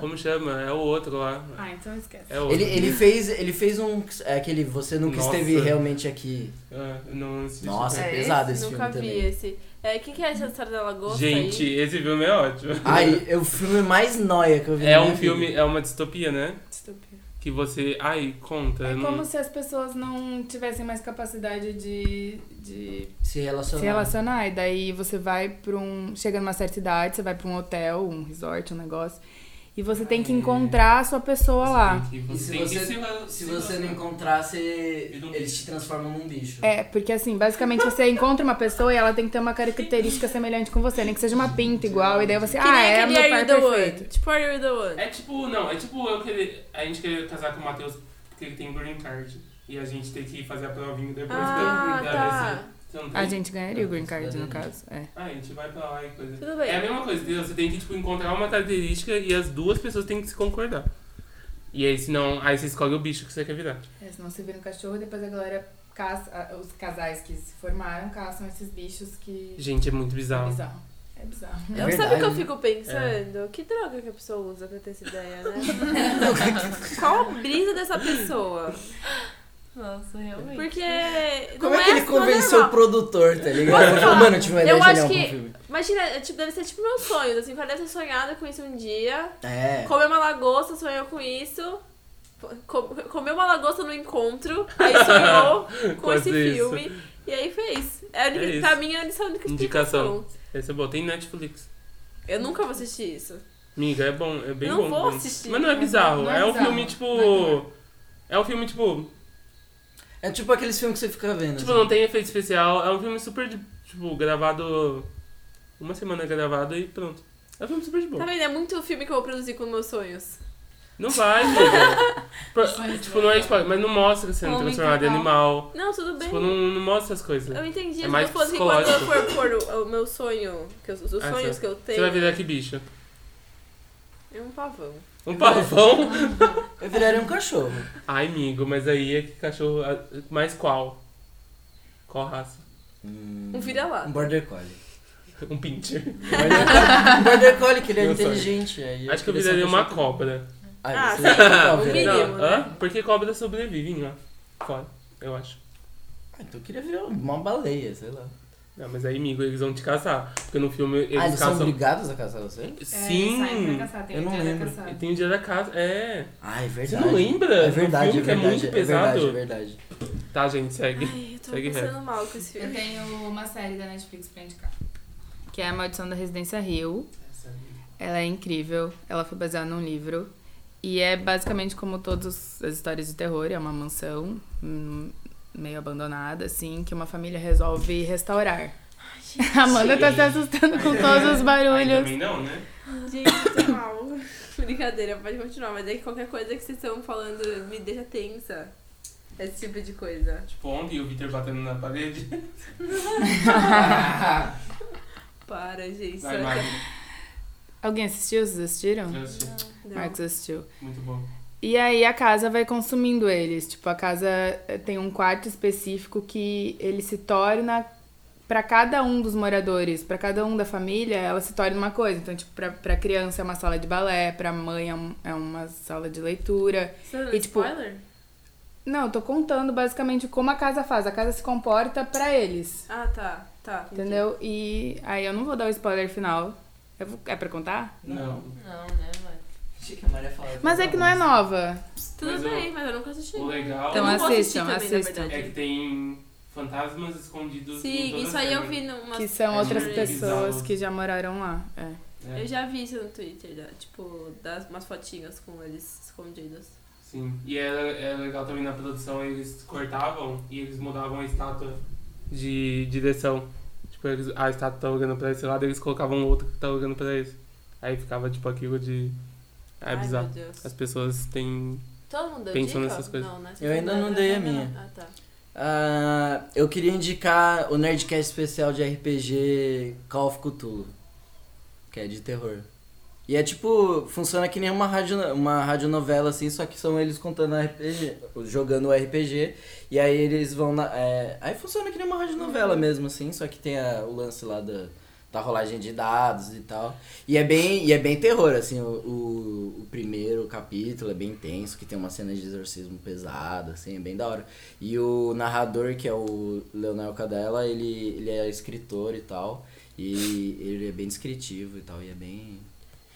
S1: Como chama? É o outro lá.
S5: Ah, então esquece.
S1: É o outro.
S4: Ele, ele, fez, ele fez um. é Aquele Você Nunca
S1: Nossa.
S4: Esteve Realmente Aqui.
S1: Ah, não assisti.
S4: Nossa, é,
S2: É
S4: pesado esse,
S3: Nunca
S4: filme
S3: vi
S4: também.
S3: esse. É, o que, que é essa história da lagosta
S1: Gente,
S3: aí?
S1: esse filme é ótimo.
S4: Ai, é o filme mais noia que eu vi.
S1: É
S4: na
S1: um
S4: minha
S1: filme,
S4: vida.
S1: é uma distopia, né? Que você. Ai, conta.
S5: É
S3: Hum.
S1: eu não-
S5: como se as pessoas não tivessem mais capacidade de, de
S4: Se relacionar.
S5: se relacionar. E daí você vai pra um. Chega numa certa idade, você vai pra um hotel, um resort, um negócio. E você tem que encontrar a sua pessoa lá.
S1: E
S4: E se
S1: tem Assim, que
S4: você,
S1: se-
S4: se
S1: se
S4: você não
S1: relacionar.
S4: encontrar, você-
S1: não-
S4: eles te transformam num bicho.
S5: É, porque assim, basicamente você encontra uma pessoa e ela tem que ter uma característica semelhante com você, nem que seja uma pinta igual, e daí você,
S3: que
S5: ah,
S3: nem
S5: é
S3: aquele
S5: meu
S3: Are
S5: par
S3: You The
S5: perfeito.
S3: One. Tipo Are You The One.
S1: É tipo, não, é tipo eu querer, a gente querer casar com o Matheus porque ele tem green card. E a gente ter que fazer a provinha depois
S3: Ah,
S1: pra- pra ver
S3: tá.
S1: se- Você não Então, tem?
S5: A gente ganharia o green card, no caso. É.
S1: Ah, a gente vai pra lá e coisa.
S3: Tudo bem.
S1: É a mesma coisa, entendeu? Você tem que tipo, encontrar uma característica e as duas pessoas têm que se concordar. E aí, senão, aí você escolhe o bicho que você quer virar.
S5: É, senão você vira um cachorro, depois a galera caça, a- os casais que se formaram caçam esses bichos que.
S1: Gente, é muito bizarro.
S5: bizarro. É bizarro.
S4: É
S3: eu sabe o que eu
S4: verdade,
S3: fico pensando? Que droga que a pessoa usa pra ter essa ideia, né? Qual a brisa dessa pessoa?
S2: Nossa, realmente.
S3: Porque.
S4: Como
S3: não assim,
S4: é que ele
S3: não
S4: convenceu o
S3: normal.
S4: produtor, tá ligado?
S3: Posso
S4: Ele falou,
S3: falar?
S4: Mano, eu tive uma
S3: Eu
S4: ideia
S3: acho
S4: genial pra
S3: que-
S4: um filme.
S3: Imagina, é, tipo, deve ser tipo meus sonhos, assim, o cara deve ter sonhado com isso um dia.
S4: É.
S3: Comeu uma lagosta, sonhou com isso. Co- Comeu uma lagosta no encontro, aí sonhou com
S1: Quase
S3: esse
S1: isso.
S3: filme. E aí fez. É a única,
S1: É isso.
S3: pra mim é a lição única
S1: Indicação.
S3: explicação.
S1: Esse é bom. Tem Netflix.
S3: Eu nunca vou assistir isso.
S1: Miga, é bom, é bem
S3: Não
S1: bom.
S3: vou
S1: bom.
S3: assistir. né?
S1: Mas não é bizarro.
S5: Não é
S1: é, um
S5: bizarro.
S1: filme, tipo.
S5: Não
S1: é um filme, tipo.
S4: É tipo aqueles filmes que você fica vendo.
S1: Tipo,
S4: assim.
S1: não tem efeito especial. É um filme super de. Tipo, gravado. Uma semana gravada e pronto. É um filme super de boa.
S3: Tá vendo? É muito filme que eu vou produzir com meus sonhos.
S1: Não vai, amiga. Pro- tipo, não é spoiler, mas não mostra você sendo
S2: Homem
S1: transformado em
S2: total.
S1: animal.
S3: Não, tudo bem.
S1: Tipo, não, não mostra as coisas.
S3: Eu entendi.
S1: É
S3: eu
S1: mais
S3: tô falando que quando eu
S1: psicológico.
S3: for pôr o, o meu sonho, que eu- os, os
S1: Ah,
S3: sonhos
S1: tá.
S3: que eu
S1: Você
S3: tenho,
S1: vai virar que bicho?
S3: é um pavão.
S1: Um pavão?
S4: Eu viraria um cachorro.
S1: Ai, amigo, mas aí é que cachorro. Mais qual? Qual raça?
S3: Um vira-lata.
S4: Um border collie.
S1: Um pincher.
S4: Um border collie- um border collie que ele é
S1: Meu sonho.
S4: inteligente. aí
S1: Acho que eu
S4: queria ser
S1: viraria uma
S4: pessoa-
S1: cobra.
S4: Ah,
S3: Ah,
S4: você é
S3: sim.
S4: total,
S3: Um
S4: viraria.
S3: mínimo.
S1: Não,
S3: né?
S1: hã? Porque cobra sobrevivem lá. Fora, eu acho.
S4: Ah, então eu queria ver uma baleia, sei lá.
S1: Não, mas aí, amigo, eles vão te caçar. Porque no filme eles
S4: ah, eles são
S1: caçam.
S4: obrigados a caçar você?
S1: É, Sim!
S4: Eu não lembro.
S1: E tem o dia da caça. É.
S4: Ah, é verdade.
S1: Você não lembra?
S4: É
S1: Do
S4: verdade,
S1: filme
S4: é
S1: que é
S4: verdade.
S1: muito pesado.
S4: É verdade, é verdade.
S1: Tá, gente, segue.
S3: Ai, eu tô
S1: Segue
S3: passando mal com esse
S5: Eu
S3: filme.
S5: tenho uma série da Netflix pra indicar. Que é a Maldição da Residência Rio. Ela é incrível. Ela foi baseada num livro. E é basicamente como todas as histórias de terror. É uma mansão hum, meio abandonada, assim, que uma família resolve restaurar. A Amanda tá se assustando com todos os
S1: Aí
S5: barulhos.
S1: também não, né?
S3: Gente, eu tô mal. Brincadeira, pode continuar. Mas é que qualquer coisa que vocês estão falando me deixa tensa. Esse tipo de coisa.
S1: Tipo, ontem o Victor batendo na parede.
S3: Para, gente.
S1: Vai,
S3: Só-
S1: Marcos.
S5: Alguém assistiu? Vocês assistiram?
S1: Já assisti.
S3: é? Não.
S5: Marcos assistiu.
S1: é Muito bom.
S5: E aí a casa vai consumindo eles. Tipo, a casa eh, tem um quarto específico que ele se torna para cada um dos moradores, para cada um da família, ela se torna uma coisa. Então, tipo, pra, pra criança é uma sala de balé, pra mãe é, um- é uma sala de leitura.
S3: Você tá dando
S5: E, tipo,
S3: spoiler?
S5: Não, eu tô contando basicamente como a casa faz. A casa se comporta pra eles.
S3: Ah, tá. Tá. entendi.
S5: Entendeu? E aí eu não vou dar o spoiler final. Eu vou- É pra contar?
S1: Não.
S8: Não, né, mano?
S4: Achei que a Maria falava.
S5: Mas é que não é nova.
S3: Tudo
S1: Mas eu-
S3: bem, mas eu nunca assisti.
S1: O legal
S5: Então,
S3: eu não vou assistir
S5: assistam,
S3: também, na
S5: assistam.
S1: é que
S3: verdade.
S1: tem fantasmas escondidos em
S3: Sim,
S1: toda
S3: isso aí eu
S1: cena.
S3: vi numa.
S5: Que são
S1: É
S5: outras
S1: meio
S5: pessoas
S1: bizarro.
S5: que já moraram lá. É.
S1: É,
S3: Eu já vi isso no Twitter, né? tipo, das umas fotinhas com eles escondidos.
S1: Sim. E era, era legal também na produção, eles cortavam e eles mudavam a estátua de direção. Tipo, eles- a estátua tá olhando pra esse lado, eles colocavam outra que tá olhando pra esse. Aí ficava tipo aquilo de. Ah, é
S3: Ai,
S1: bizarro.
S3: meu Deus.
S1: As pessoas têm.
S3: Todo mundo deu
S1: Pensou
S3: dica?
S1: nessas coisas.
S3: Não, né?
S4: Eu ainda
S3: Você
S4: não
S3: tá-
S4: dei a
S3: tá-
S4: minha.
S3: Ah, tá.
S4: Ah, eu queria indicar o Nerdcast especial de RPG Call of Cthulhu, que é de terror. E é tipo, funciona que nem uma, radio, uma radionovela, assim, só que são eles contando RPG, jogando o RPG, e aí eles vão na. é, aí funciona que nem uma radionovela mesmo, assim, só que tem a- o lance lá da, da rolagem de dados e tal. E é bem, e é bem terror, assim, o, o, o primeiro capítulo é bem tenso, que tem uma cena de exorcismo pesada, assim, é bem da hora. E o narrador, que é o Leonel Cadella, ele, ele é escritor e tal. E ele é bem descritivo e tal, e é bem.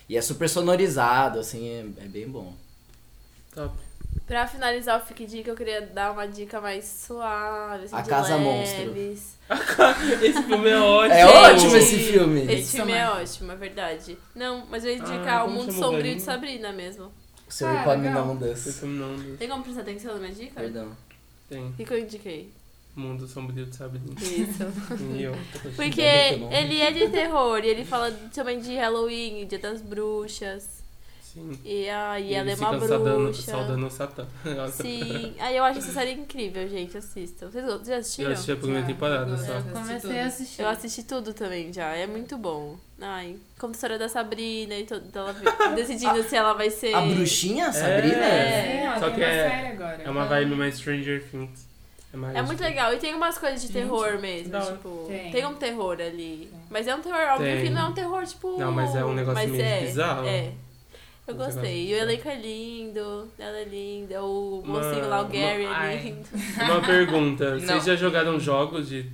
S4: E é super sonorizado, assim, é, é bem bom.
S1: Top.
S3: Pra finalizar o Fique Dica, eu queria dar uma dica mais suave. Assim,
S4: A
S3: de
S4: Casa
S3: leves.
S1: Esse filme é ótimo.
S4: É ótimo esse
S3: Esse
S4: filme.
S3: filme é ótimo, é verdade. Não, mas eu ia indicar
S1: Ah,
S3: O
S1: como
S3: Mundo
S1: chama o
S3: Sombrio de
S1: velhinho?
S3: Sabrina mesmo.
S4: O seu
S5: Ah,
S4: ícone
S5: legal.
S4: não
S1: Esse
S4: dança.
S1: filme não Deus.
S3: Tem como prestar atenção na minha dica? O
S4: Perdão.
S1: tem.
S3: que, que eu indiquei?
S1: Mundo Sombrio de Sabrina.
S3: Isso.
S1: E eu.
S3: Porque
S4: Ainda bem que eu não-
S3: ele é de terror e ele fala também de Halloween, Dia das Bruxas.
S1: Sim.
S3: E aí
S1: E
S3: ela é
S1: fica
S3: uma
S1: saudando,
S3: bruxa.
S1: saudando o Satã. Nossa.
S3: Sim, aí eu acho essa série incrível, gente. Assistam. Vocês vocês já
S1: Eu
S3: assistiram?
S1: assisti a primeira temporada só.
S5: Eu
S2: Comecei a assistir.
S3: Eu
S1: É.
S3: assisti tudo também já, é muito bom. Ai, conta a história da Sabrina e toda ela vi- decidindo se ela vai ser.
S4: A bruxinha, Sabrina?
S1: É. Só
S5: Só
S1: que
S5: que
S1: é-
S5: agora.
S1: É uma vibe mais Stranger Things. mais,
S3: É muito
S1: tipo,
S3: legal, e tem umas coisas de
S5: Gente,
S3: terror mesmo,
S1: da hora.
S3: tipo, tem.
S5: Tem.
S3: um terror ali.
S5: Tem.
S3: Mas é um terror, óbvio
S1: Tem.
S3: que não é um terror, tipo.
S1: Não, mas é um negócio
S3: mas
S1: meio
S3: é,
S1: bizarro.
S3: É. Eu
S1: Um negócio
S3: gostei. E o
S1: bizarro.
S3: elenco é lindo, ela é linda, o
S1: Uma-
S3: mocinho lá, o Gary
S1: uma-
S3: é
S1: ai.
S3: lindo.
S1: Uma pergunta.
S5: Não.
S1: Vocês já jogaram jogos de.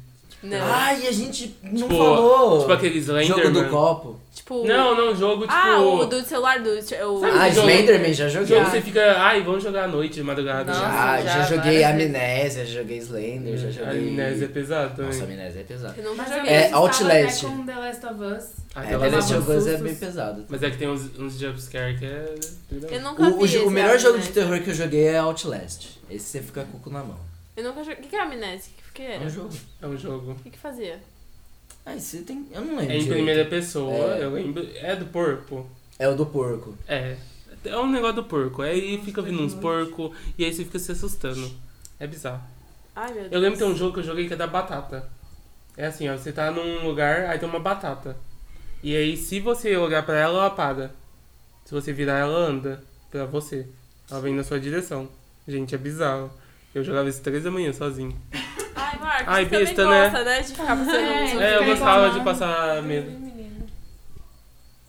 S3: Não.
S4: Ai, a gente Ah, não
S1: Tipo,
S4: falou.
S1: Tipo aquele Slenderman?
S4: Jogo do copo.
S3: Tipo.
S1: Não, não, jogo tipo.
S3: Ah, o do celular do. O...
S1: Sabe
S4: Ah,
S1: o jogo-
S4: Slenderman, já joguei. Ah,
S1: Jogo que você fica. Ai, vamos jogar à noite, de madrugada.
S5: Nossa,
S4: Já, já
S5: já
S4: joguei
S5: várias
S4: Amnésia, já joguei Slender, já
S1: A
S4: joguei...
S1: amnésia é pesado também.
S4: Nossa, Amnésia é pesado.
S3: Eu nunca
S5: Mas
S3: joguei.
S4: É,
S5: é,
S4: Outlast.
S5: Outlast. com The Last of Us.
S1: Ah,
S4: É,
S1: aquela-
S4: The Last of
S5: tomava
S4: Us é
S5: sustos.
S4: bem pesado.
S1: Mas é que tem uns, uns jumpscare que é.
S3: Eu nunca
S4: O, o
S3: vi
S4: jo- o
S3: esse né?
S4: melhor jogo de
S3: Amnésia.
S4: terror que eu joguei é Outlast. Esse você fica com o cu na mão.
S3: Eu nunca joguei. O que que é amnésia? O que que
S4: É
S3: era?
S4: um jogo.
S1: É um jogo.
S3: O que que fazia?
S4: Ah, esse tem... Eu não lembro
S1: É em
S4: direito.
S1: primeira pessoa,
S4: É.
S1: eu lembro. É do porco.
S4: É o do porco.
S1: É. É um negócio do porco. Aí fica vindo uns porco e aí você fica se assustando. É bizarro.
S3: Ai, meu Deus.
S1: Eu lembro que tem um jogo que eu joguei que é da batata. É assim, ó, você tá num lugar, aí tem uma batata. E aí se você olhar pra ela, ela para. Se você virar, ela anda pra você. Ela vem na sua direção. Gente, é bizarro. Eu jogava isso três da manhã sozinho.
S3: Ai, Marcos,
S1: Ai,
S3: você também
S1: besta, né?
S3: gosta, né? De ficar passando...
S1: É, eu
S5: fica
S1: gostava
S5: reclamando.
S1: de passar medo. É,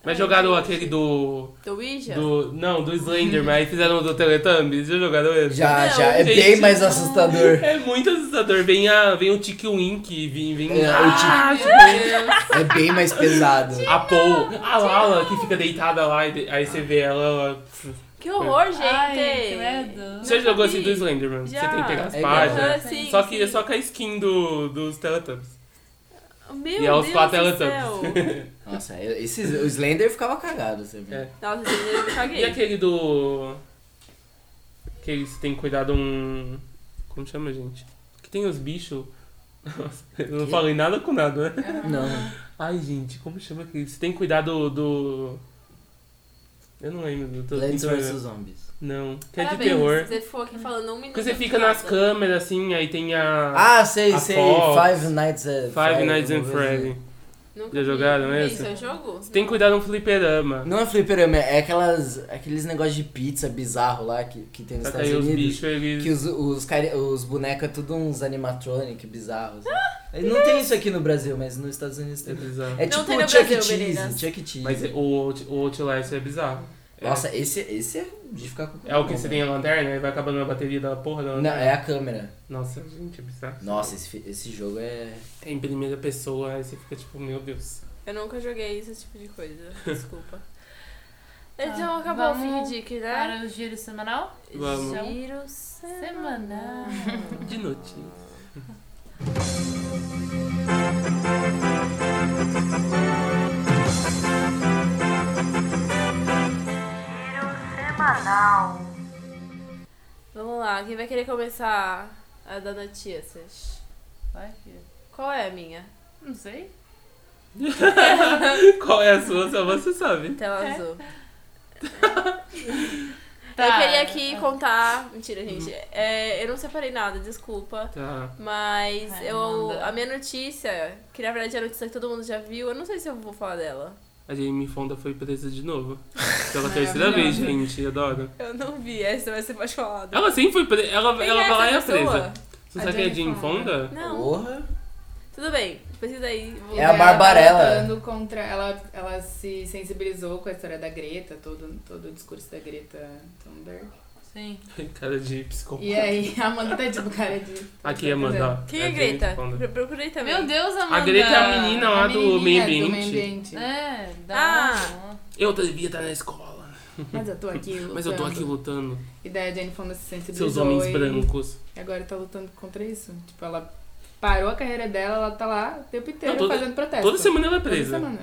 S1: Mas jogaram aquele do.
S3: Do Ouija?
S1: do não, do Slenderman, aí fizeram o do Teletubbies, já jogaram esse?
S4: Já,
S3: Não,
S4: já. É
S1: gente.
S4: bem mais assustador.
S1: É muito assustador. Vem, a, vem o Tiki Wink, vem, vem
S4: É, o Tiki-
S1: Ah, tipo,
S4: É bem mais pesado.
S1: A Paul, a Lala que fica deitada lá, e de- aí você vê ela. ela-
S3: Que horror, gente!
S2: Ai, credo.
S1: Você jogou assim
S3: vi.
S1: do Slenderman? Você
S3: Já.
S1: tem que pegar as
S4: É
S1: páginas.
S3: Aham, sim,
S1: Só que
S3: sim.
S1: é só com a skin do, dos Teletubbies.
S3: Meu
S1: e é os
S3: Deus
S1: quatro
S3: do céu!
S1: Teletubbies.
S4: Nossa, é- esse, o Slender ficava cagado, você viu?
S1: É.
S3: Nossa, gente, eu me
S1: E
S3: caguei.
S1: aquele do. Que eles têm cuidado um. Como chama, gente? Que tem os bichos. Nossa, eu não
S4: Que?
S1: falei nada com nada, né?
S4: Não.
S1: Ai, gente, como chama aquele? Você tem cuidado do. Eu não lembro. do-
S4: Plants
S1: do-
S4: vs Zombies.
S1: Não, que é de
S3: Parabéns,
S1: terror.
S3: Você ficou aqui falando um minuto.
S1: Porque você fica nas
S3: nada.
S1: câmeras, assim, aí tem a.
S4: Ah, sei,
S1: a
S4: sei.
S1: Fox.
S4: Five Nights at
S1: Five Nights and
S4: alguma coisa assim.
S1: Freddy.
S3: Nunca
S1: Já
S3: vi.
S1: jogaram
S3: Vê,
S1: esse?
S3: Isso é jogo?
S1: Você tem que cuidar de um fliperama.
S4: Não é fliperama, é aquelas, aqueles negócios de pizza bizarro lá que, que tem nos
S1: Só que
S4: Estados
S1: aí os
S4: Unidos.
S1: bichos, eles.
S4: Que os, os, cari- os bonecos é tudo uns animatronic bizarros. não tem isso aqui no Brasil, mas nos Estados Unidos
S1: É
S4: tem.
S1: bizarro.
S4: É
S3: Ah, Não
S4: tipo
S3: tem
S4: o
S3: no
S4: Chuck E.
S3: Brasil,
S4: Cheese,
S3: meninas.
S4: Chuck E. Cheese.
S1: Mas o, Out- o Outlast é bizarro. É.
S4: Nossa, esse, esse é de ficar com
S1: É o que
S4: não,
S1: você tem
S4: velho.
S1: a lanterna e vai acabando a bateria da porra da
S4: Não,
S1: lanterna.
S4: é a câmera.
S1: Nossa, gente, é bizarro.
S4: Nossa, esse, fi- esse jogo é.
S1: É em primeira pessoa, aí você fica tipo, meu Deus.
S3: Eu nunca joguei esse tipo de coisa. Desculpa. Então
S2: Ah,
S3: acabou o
S2: vamos
S3: Fig Dick, né?
S2: Para o giro semanal?
S1: Vamos.
S3: Giro semanal.
S2: Semanal.
S1: De notícia.
S3: Vamos lá, quem vai querer começar a dar notícias?
S2: Vai, filho.
S3: Qual é a minha?
S2: Não sei.
S1: Qual é a sua? Só você sabe.
S3: Tela azul.
S2: Tá.
S3: Eu queria aqui contar. Mentira, gente. É, eu não separei nada, desculpa.
S1: Tá.
S3: Mas
S2: Ai,
S3: eu.
S2: manda.
S3: A minha notícia, que na verdade é a notícia que todo mundo já viu, eu não sei se eu vou falar dela.
S1: A Jamie Fonda foi presa de novo. Pela terceira vez, gente. Adoro.
S3: Eu não vi, essa vai ser mais falada.
S1: Ela sempre foi presa. Ela,
S3: Quem
S1: ela
S3: é
S1: vai lá e é
S3: essa pessoa?
S1: presa. Você
S5: A
S1: sabe quem é a
S5: Jamie
S1: Jamie Fonda?
S3: Não.
S4: Porra!
S3: Tudo bem, pesquisa aí. Vou-
S4: É a Barbarella.
S5: Ela, tá lutando contra, ela, ela se sensibilizou com a história da Greta, todo, todo o discurso da Greta Thunberg.
S2: Sim.
S1: Cara de psicopata.
S5: E aí, a Amanda tá tipo cara de.
S1: Aqui, Amanda. ó.
S3: Quem
S1: a
S3: é
S1: Jamie
S3: Greta?
S1: Fonda.
S3: Pro- Procurei também.
S2: Meu Deus, Amanda.
S1: A Greta é a menina lá do meio
S5: menininha
S1: ambiente.
S5: ambiente.
S2: É, dá
S3: Ah.
S2: uma-
S1: Eu devia estar na escola.
S5: Mas eu tô aqui lutando.
S1: Mas eu tô aqui lutando.
S5: E daí a Jane Fonda se sensibilizou.
S1: Seus homens
S5: e-
S1: brancos.
S5: E agora tá lutando contra isso. Tipo, ela parou a carreira dela, ela tá lá o tempo inteiro
S1: Não, toda-
S5: fazendo protesto.
S1: Toda semana ela é
S5: Toda
S1: presa.
S5: semana.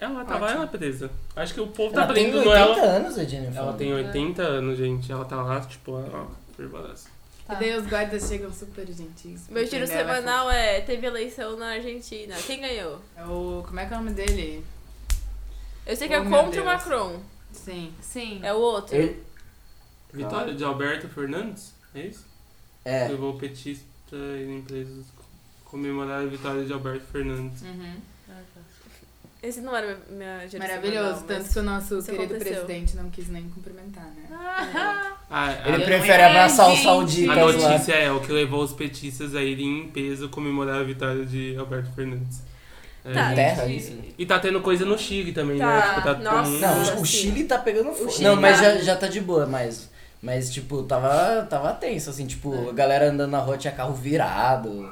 S1: Ela tava
S5: Ótimo.
S1: ela é presa. Acho que o povo tá
S4: Ela tem
S1: prendendo
S4: 80
S1: ela.
S4: anos, É. a Jennifer.
S1: Ela tem 80 anos, gente. Ela tá lá, tipo, ó, super badass.
S5: E daí os guardas chegam super gentis.
S3: Meu giro
S5: Entendeu? Ela
S3: semanal é teve eleição na Argentina. Quem ganhou?
S5: fala- É o... Como é que é o nome dele?
S3: Eu sei
S5: Oh,
S3: que é
S5: meu
S3: contra
S5: Deus.
S3: o Macron.
S5: Sim.
S2: Sim.
S3: É o outro.
S4: Ele-
S1: Vitória de Alberto Fernandes? É isso?
S4: É.
S1: Levou o petista e empresas comemorar a vitória de Alberto Fernandes.
S5: Uhum.
S3: Esse não era minha- minha giro
S5: Maravilhoso.
S3: semanal,
S5: Tanto
S3: mas-
S5: que o nosso
S3: isso
S5: querido
S3: aconteceu.
S5: presidente não quis nem cumprimentar, né?
S3: é,
S1: Ah,
S4: Ele
S1: a,
S4: prefere
S2: É,
S4: abraçar os
S2: gente.
S1: a
S4: sauditas
S2: fica
S4: lá.
S1: notícia é o que levou os petistas a irem em peso comemorar a vitória de Alberto Fernandes. É,
S3: Tá.
S1: gente.
S4: Terra, isso.
S1: E tá tendo coisa no Chile também, né?
S3: Tá,
S1: Tipo, tá
S3: nossa.
S1: comum.
S4: Não,
S3: Ah,
S4: o
S3: sim.
S4: Chile tá pegando fogo.
S3: Chile
S4: Não, mas
S3: tá-
S4: já, já tá de boa, mas. Mas, tipo, tava, tava tenso, assim, tipo, a galera andando na rua tinha carro virado.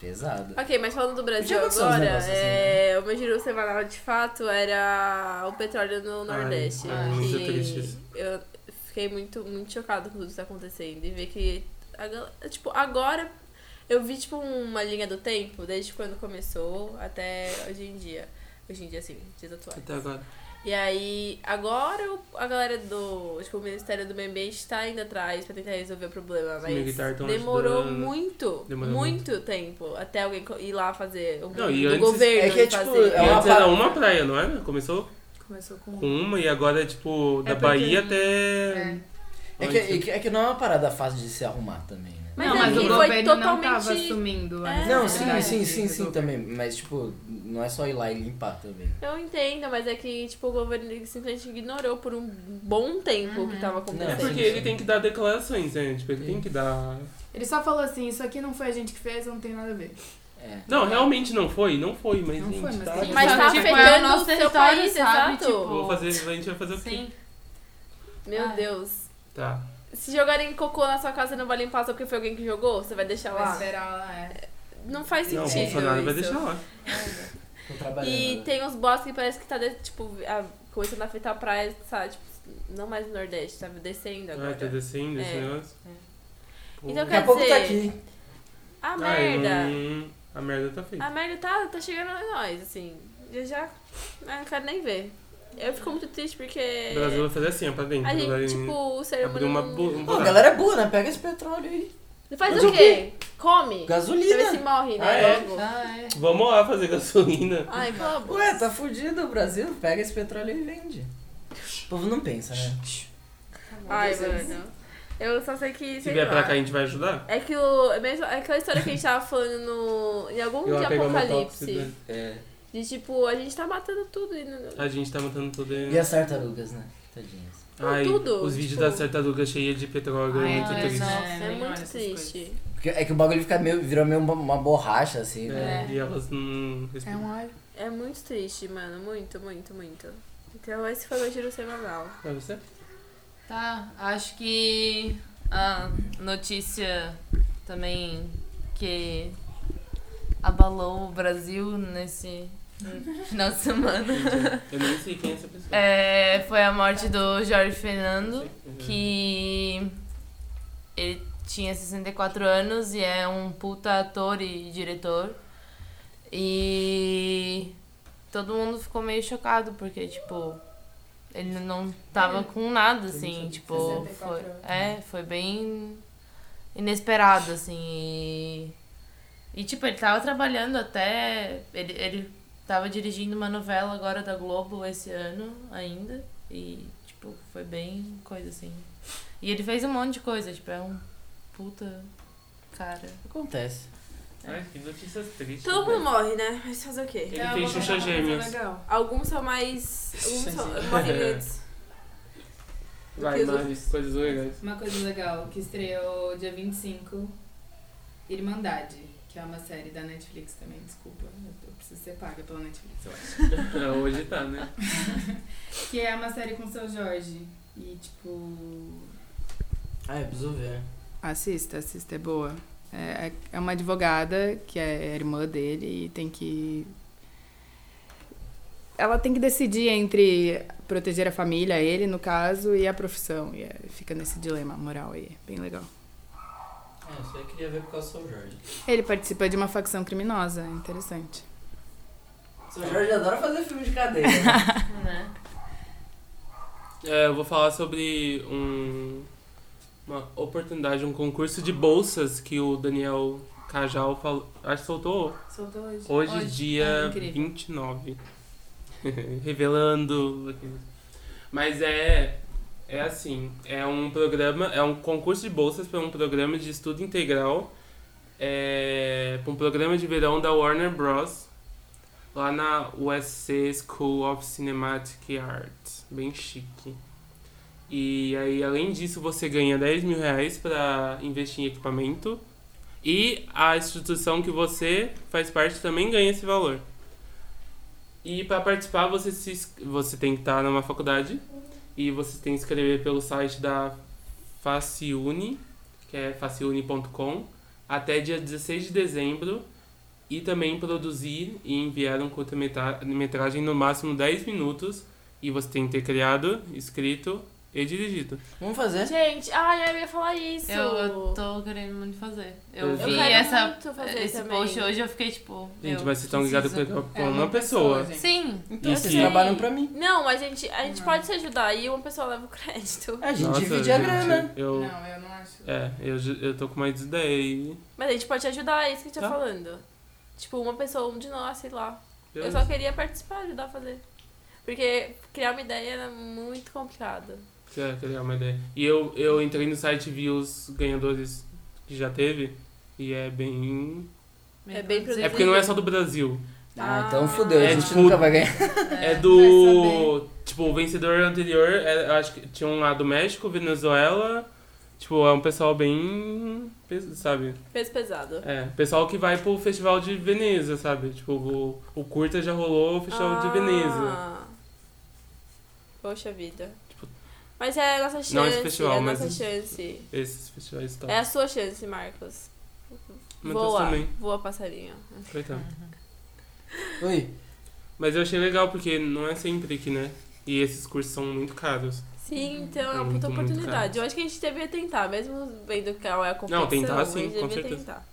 S4: Pesado. É
S3: Ok, mas falando do Brasil
S4: Já aconteceu uns
S3: agora,
S4: negócios assim,
S3: é, o meu giro semanal de fato era o petróleo no
S1: Ai,
S3: Nordeste.
S1: ai, muito
S3: E
S1: triste isso.
S3: Eu fiquei muito, muito chocada com tudo que está acontecendo. E ver que, a gal- tipo, agora eu vi tipo uma linha do tempo, desde quando começou até hoje em dia. Hoje em dia, assim, dias
S4: É
S3: atuais.
S1: Até agora.
S3: E aí, agora o- a galera do. Tipo, o Ministério do Meio Ambiente tá indo atrás pra tentar resolver o problema,
S1: Os
S3: mas
S1: militares tão
S3: demorou
S1: ajudando.
S3: muito,
S1: Demorou
S3: muito tempo até alguém co- ir lá fazer o
S1: Não, e
S3: do
S1: antes-
S3: governo.
S4: é que é,
S3: ir
S4: tipo,
S3: fazer.
S1: E
S4: uma
S1: antes era
S4: parada-
S1: uma praia, não era? Começou
S5: Começou com...
S1: com uma e agora é tipo da
S5: É porque-
S1: Bahia até.
S5: É.
S4: É que, é, que, é que não é uma parada fácil de se arrumar também, né?
S3: Mas
S5: não,
S3: é
S5: mas
S3: que
S5: o
S3: foi
S5: governo não
S3: totalmente-
S5: tava assumindo a
S3: É.
S4: Não, sim,
S5: necessidade
S4: sim,
S5: de
S4: sim, sim,
S5: resolver.
S4: também. Mas, tipo, não é só ir lá e limpar também.
S3: Eu entendo, mas é que tipo, o governo ele simplesmente ignorou por um bom tempo o que tava
S1: É
S3: acontecendo.
S4: Não,
S1: porque ele tem que dar declarações, né? Tipo, ele tem que dar.
S5: Ele só falou assim, isso aqui não foi a gente que fez, não tem nada a ver.
S4: É.
S1: Não, realmente não foi? Não foi, mas
S5: Não
S1: gente,
S5: foi, mas
S1: tá.
S5: tem-
S3: Mas
S2: Sabe,
S3: tá
S2: tipo, é o
S3: afetando
S2: nosso
S3: o seu
S2: território,
S3: país,
S2: sabe?
S3: exato.
S2: Tipo,
S1: Vou fazer, a gente vai fazer o quê?
S2: Sim.
S3: Meu
S2: Ai.
S3: Deus.
S1: Tá.
S3: Se jogarem cocô na sua casa, você não vai limpar só porque foi alguém que jogou? Você vai deixar
S5: Vai
S3: lá?
S5: esperar lá, é.
S3: Não faz sentido.
S1: Não, o Bolsonaro vai
S3: isso.
S1: deixar lá.
S4: Tô trabalhando.
S3: E
S4: né?
S3: tem uns bosques que parece que tá, de- tipo, a, começando a afetar a praia, sabe? Tipo, não mais no Nordeste, tá descendo agora.
S1: Ah, tá descendo esse
S3: É.
S1: negócio.
S3: É.
S1: Pô.
S3: Então,
S4: Daqui a
S3: quer
S4: pouco tá
S3: dizer-
S4: aqui.
S3: A
S1: Ai,
S3: merda!
S1: hum, a merda tá feita.
S3: A merda tá, tá chegando a nós, assim. Eu já. Eu não quero nem ver. Eu fico muito triste porque.
S1: O Brasil vai fazer assim, ó, pra dentro.
S3: É. A
S1: vai
S3: gente, tipo, o ser
S1: abrir uma
S3: humano. não-
S1: bu- um
S4: Pô, a
S1: buraco.
S4: galera é boa, né? Pega esse petróleo aí.
S3: Faz
S4: Mas o
S3: o quê? Come! Pra ver se
S4: Gasolina.
S3: morre, né?
S1: Ah, é?
S3: Logo.
S5: Ah, é.
S1: Vamos lá fazer gasolina.
S3: Ai, pelo amor.
S4: Ué, tá fudido o Brasil. Pega esse petróleo e vende. O povo não pensa, né?
S3: Ai, mano. Eu só sei que.
S1: Se
S3: sei
S1: vier pra
S3: lá.
S1: cá, a gente vai ajudar?
S3: É que o. é Mesmo, é aquela história que a gente tava falando no. Em algum
S1: E ela
S3: dia
S1: pegar uma
S3: Um apocalipse.
S1: tóxica.
S4: É.
S3: De tipo, a gente tá matando tudo e não-
S1: A gente tá matando tudo.
S4: E as tartarugas, né? Tadinhas.
S1: Ai,
S3: tudo,
S1: os vídeos
S3: tipo-
S1: das tartarugas cheias de petróleo. é muito
S5: Ai,
S1: triste.
S5: não.
S3: É,
S5: nem olha
S3: muito
S5: essas
S3: triste.
S4: Porque é que o bagulho fica meio, virou meio uma, uma borracha, assim, né?
S1: É, E elas não
S5: É
S1: respiram.
S5: um óleo.
S3: É muito triste, mano. Muito, muito, muito. Então esse foi meu giro semanal.
S1: Pra você?
S2: Tá, acho que a notícia também que abalou o Brasil nesse final de semana
S1: Eu nem sei quem é essa pessoa.
S2: é, foi a morte do Jorge Fernando, que ele tinha 64 anos e é um puta ator e diretor. E todo mundo ficou meio chocado, porque, tipo, ele não tava com nada, assim, tipo,
S5: 64
S2: foi,
S5: anos.
S2: é, foi bem inesperado, assim, e, e, tipo, ele tava trabalhando até, ele, ele tava dirigindo uma novela agora da Globo esse ano ainda, e, tipo, foi bem coisa, assim, e ele fez um monte de coisa, tipo, é um puta cara.
S4: Acontece.
S1: Ai, que notícias tristes.
S3: Todo
S1: né?
S3: mundo morre, né? Mas fazer o quê?
S1: Ele fez Xuxa Gêmeas.
S5: É Legal.
S3: Alguns são mais. Alguns são, morrem antes.
S1: Vai, mais coisas legais.
S5: Uma coisa legal que estreou dia 25, Irmandade, que é uma série da Netflix também, desculpa. eu- Eu preciso ser paga pela Netflix, eu acho.
S1: É, Hoje tá, né?
S5: Que é uma série com o seu Jorge. E tipo.
S4: Ah, eu preciso ver.
S5: Assista, assista, é boa. É, é uma advogada que é irmã dele e tem que. Ela tem que decidir entre proteger a família, ele no caso, e a profissão. E é, fica nesse dilema moral aí. Bem legal.
S6: Ah, isso aí eu queria ver por causa do São Jorge.
S5: Ele participa de uma facção criminosa, interessante.
S4: São Jorge adora fazer filme de cadeia. né?
S2: Né?
S1: É, eu vou falar sobre um, uma oportunidade, um concurso de bolsas que o Daniel Cajal falou, acho que soltou
S2: Soltou hoje.
S1: hoje,
S5: Hoje, é
S1: dia
S5: incrível.
S1: 29. Revelando. Mas é é assim, é um programa, é um concurso de bolsas para um programa de estudo integral é, para um programa de verão da Warner Bros. Lá na USC School of Cinematic Arts. Bem chique. E aí, além disso, você ganha 10 mil reais para investir em equipamento. E a instituição que você faz parte também ganha esse valor. E para participar, você, se, ins- você tem que estar numa faculdade. E você tem que se inscrever pelo site da Faciune, que é faciune.com, até dia 16 de dezembro. E também produzir e enviar um curta-metragem no máximo 10 minutos. E você tem que ter criado, escrito e dirigido.
S4: Vamos fazer?
S3: Gente, ai, eu ia falar isso.
S2: Eu, eu tô querendo muito fazer. Eu
S1: Eu
S2: vi
S1: quero
S2: essa,
S3: muito fazer
S2: esse
S3: também.
S2: post hoje eu fiquei tipo.
S1: Gente,
S2: meu,
S1: mas vocês estão ligados com
S2: preciso.
S1: com
S5: É
S1: uma pessoa.
S5: gente.
S2: Sim.
S4: Então
S1: E
S4: vocês
S1: se-
S4: trabalham pra mim.
S3: Não, a gente, a gente pode se ajudar e uma pessoa leva o crédito.
S4: É, A gente
S1: Nossa,
S4: divide a
S1: gente,
S4: grana.
S1: Eu,
S5: Não, eu não acho.
S1: É, eu, ju- eu tô com mais ideia aí.
S3: Mas a gente pode te ajudar, é isso que eu tô
S1: Tá.
S3: falando. Tipo, uma pessoa, um de nós, sei lá. Eu
S1: Beleza.
S3: só queria participar, ajudar a fazer. Porque criar uma ideia era muito complicado.
S1: Quer criar uma ideia. E eu, eu entrei no site e vi os ganhadores que já teve. E é bem.
S3: É bem
S1: É porque não é só do Brasil.
S4: Ah, então fudeu, a
S1: É,
S4: gente
S1: tipo,
S4: nunca vai ganhar.
S1: É
S5: vai
S1: do. Tipo, o vencedor anterior, é- eu acho que tinha um lá do México, Venezuela. Tipo, é um pessoal bem. pes- Sabe?
S3: Peso pesado.
S1: É, pessoal que vai pro Festival de Veneza, sabe? Tipo, o, o Curta já rolou o Festival de
S3: Ah.
S1: Veneza.
S3: Poxa vida.
S1: Tipo-
S3: Mas é a nossa chance.
S1: Não esse festival,
S3: é a
S1: mas esse-
S3: nossa chance.
S1: Esses festivais e tal.
S3: É a sua chance, Marcos.
S1: Mas
S3: voa,
S1: também,
S3: voa passarinho.
S1: coitado.
S4: Oi.
S1: Mas eu achei legal, porque não é sempre que, né? E esses cursos são muito caros.
S3: Sim, então é uma
S1: Muito,
S3: puta
S1: muito
S3: oportunidade.
S1: caro.
S3: Eu acho que a gente devia tentar, mesmo vendo qual é a competição.
S1: tentar, sim,
S3: a gente
S1: com
S3: devia
S1: certeza.
S3: tentar.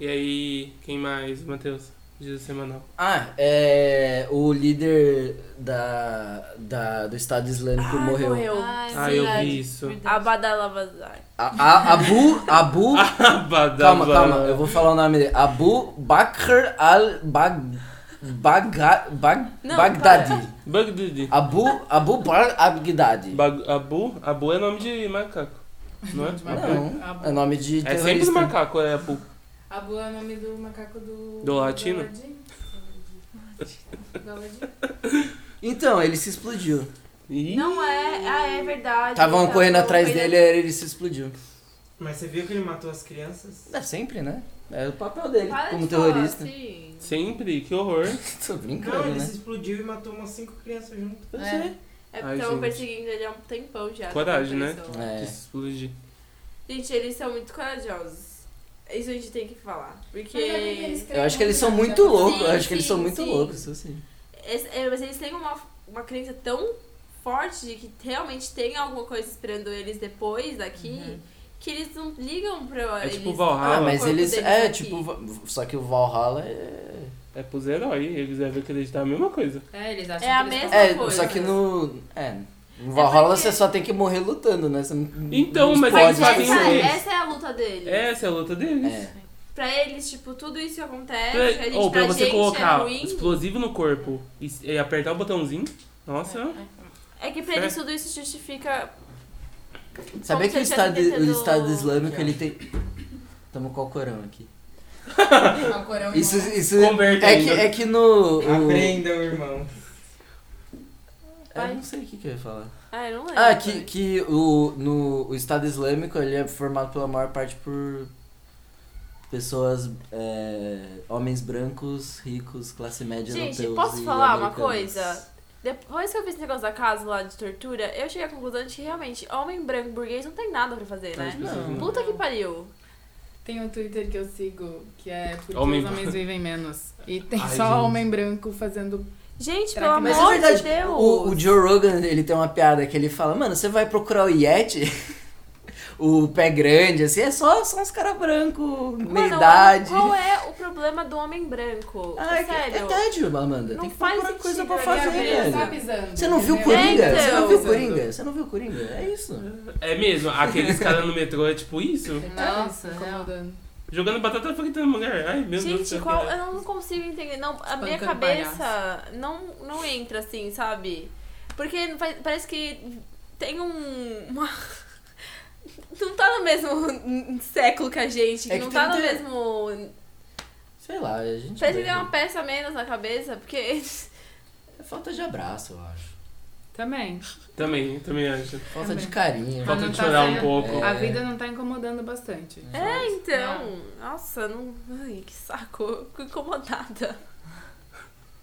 S1: E aí, quem mais, Matheus? Dia semanal.
S4: Ah, é. O líder da, da- do Estado Islâmico
S3: Ai,
S4: morreu.
S2: Ai,
S1: Ah, eu
S2: verdade.
S1: vi isso.
S2: Verdade.
S3: Abadalavazar.
S4: A, a- Abu. Abu.
S1: Ah,
S4: calma,
S1: Badaba.
S4: calma, eu vou falar o nome dele. Abu Bakr al-Baghdadi.
S3: Não,
S4: Baghdadi.
S1: Bagdadi.
S4: Abu, Abu Bakr al-Baghdadi.
S1: Bag- Abu? Abu é nome de macaco. Não é?
S4: Não, é nome de
S1: É
S4: terrorista.
S1: sempre macaco, é Abu.
S5: Abu é o nome do macaco do.
S1: Do latino?
S4: Então, ele se explodiu.
S1: Ih,
S2: Não é. Ah, é verdade.
S4: Estavam
S2: Tá,
S4: correndo
S2: tô
S4: atrás
S2: correndo-
S4: dele e ele se explodiu.
S6: Mas você viu que ele matou as crianças?
S4: É sempre, né? É o papel dele
S2: Para
S4: como
S2: de falar
S4: terrorista.
S2: assim.
S1: Sempre, que horror.
S4: Tô
S6: Não,
S4: brincando,
S6: ele
S4: né?
S6: se explodiu e matou umas cinco crianças junto.
S4: Eu
S2: É.
S4: sei.
S3: É
S1: Ai,
S3: porque estão
S1: gente.
S3: perseguindo ele há um tempão já.
S1: Coragem, né?
S3: Então,
S4: É.
S1: Explodir.
S3: Gente, eles são muito corajosos. Isso a gente tem que falar. Porque.
S5: é
S4: Eu acho que eles são muito loucos. Eu
S3: Sim,
S4: acho que eles são
S3: sim,
S4: muito
S3: sim.
S4: loucos, isso sim.
S3: Esse- é, mas eles têm uma, uma crença tão forte de que realmente tem alguma coisa esperando eles depois daqui que eles não ligam pra.
S1: É tipo
S3: eles-
S1: Valhalla.
S4: Ah,
S1: Ah,
S4: mas
S3: corpo
S4: eles.
S3: deles
S4: É,
S3: aqui.
S4: tipo. va- Só que o Valhalla é.
S1: É pros heróis, eles devem acreditar a mesma coisa.
S5: É, eles acham
S3: É a
S5: que eles
S3: mesma
S4: É,
S3: coisa.
S4: só que no. É. No Valhalla
S3: porque-
S4: você só tem que morrer lutando, né? Você não-
S1: Então,
S4: não
S1: mas
S4: explode
S1: eles fazem
S4: sem
S3: essa,
S1: isso.
S4: ser.
S3: essa é a luta deles.
S1: Essa é a luta deles.
S4: É.
S3: Pra eles, tipo, tudo isso que acontece,
S1: Pra-
S3: a gente,
S1: Ou pra
S3: pra
S1: você
S3: gente é
S1: colocar
S3: ruim.
S1: explosivo no corpo e, e apertar o botãozinho. Nossa.
S3: É que pra eles tudo isso justifica. Como
S4: Sabia que o
S3: se eu tivesse
S4: Estado, o
S3: tentado-
S4: estado Islâmico ele tem. Tamo com o Corão aqui.
S3: um
S5: são corão e
S4: Isso,
S5: não-
S4: isso
S1: Convertendo.
S4: é que, é que no. o-
S6: Aprendam, irmão.
S4: Eu não sei o que, que eu ia falar.
S3: Ah, eu não lembro.
S4: Ah, que, que o, no, o Estado Islâmico ele é formado pela maior parte por pessoas, é, homens brancos, ricos, classe média
S3: Gente,
S4: europeus
S3: posso
S4: e
S3: falar uma
S4: americanos.
S3: coisa? Depois que eu vi esse negócio da casa lá de tortura, eu cheguei à conclusão de que realmente homem branco burguês não tem nada pra fazer, né? Puta que pariu.
S5: Tem um Twitter que eu sigo que é porque
S1: Homem
S5: os
S1: branco.
S5: homens vivem menos. E tem
S1: Ai,
S5: só
S1: gente.
S5: homem branco fazendo
S3: Gente,
S5: Será
S3: pelo amor
S5: que- Mas
S4: Mas é verdade,
S3: de Deus.
S4: o, o Joe Rogan, ele tem uma piada que ele fala, mano, você vai procurar o Yeti, o pé grande, assim, é só, só uns caras brancos,
S3: Mano,
S4: meia idade.
S3: Qual é o problema do homem branco?
S4: Ah, é, é
S3: Sério.
S4: tédio, Amanda.
S3: Não
S4: tem que
S3: faz
S4: procurar
S3: sentido,
S4: coisa pra
S3: eu
S4: fazer,
S3: quero ver,
S5: Tá
S4: velho. Você não viu o Coringa?
S3: É,
S4: Você não
S3: então.
S4: viu o Coringa? Você não viu o Coringa? É isso.
S1: É mesmo, aqueles caras no metrô é tipo isso?
S5: Nossa,
S1: Jogando batata frita na mulher. Ai, meu Deus do
S3: Gente,
S1: céu.
S3: qual, eu não consigo entender. Não, a minha
S4: tá
S5: Espancando
S3: cabeça não, não entra assim, sabe? Porque não faz- parece que tem um. Uma... Não tá no mesmo século que a gente,
S4: É que
S3: não
S4: tem
S3: tá no
S4: que ter-
S3: mesmo.
S4: Sei lá, a gente.
S3: Parece que tem
S4: leva.
S3: uma peça a menos na cabeça, porque.
S4: É falta de abraço, eu acho.
S5: Também.
S1: Também, também
S3: É
S1: acho.
S4: Falta
S5: Também.
S4: de carinho.
S5: Ah,
S1: Falta
S5: não
S1: de
S5: tá
S1: chorar um
S5: sendo-
S1: pouco.
S4: É.
S5: A vida não tá incomodando bastante.
S3: É, então. Nossa, não. Ai, que saco. Eu Fico incomodada.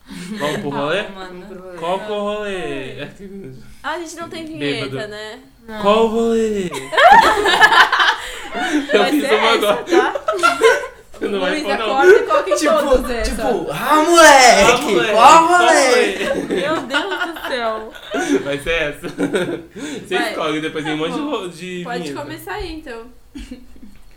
S1: Vamos pro rolê?
S5: Vamos pro rolê.
S1: Qual que é o rolê?
S3: Ah, a gente não tem vinheta,
S1: Bêbado.
S3: né?
S1: Qual o rolê? Eu
S3: Vai
S1: fiz
S3: ser
S1: uma
S3: é essa,
S1: agora.
S3: tá?
S1: Você não vai
S3: Luiz,
S1: pôr, não.
S3: acorda e coloca em todos
S4: Tipo,
S3: essa.
S4: tipo, ah, moleque! Ó, moleque!
S3: Meu Deus do céu.
S1: Vai ser essa. Você
S3: Vai. Tá
S1: escolhe, depois tem um monte de ro- de
S3: Pode
S1: vinheta.
S3: começar aí, então.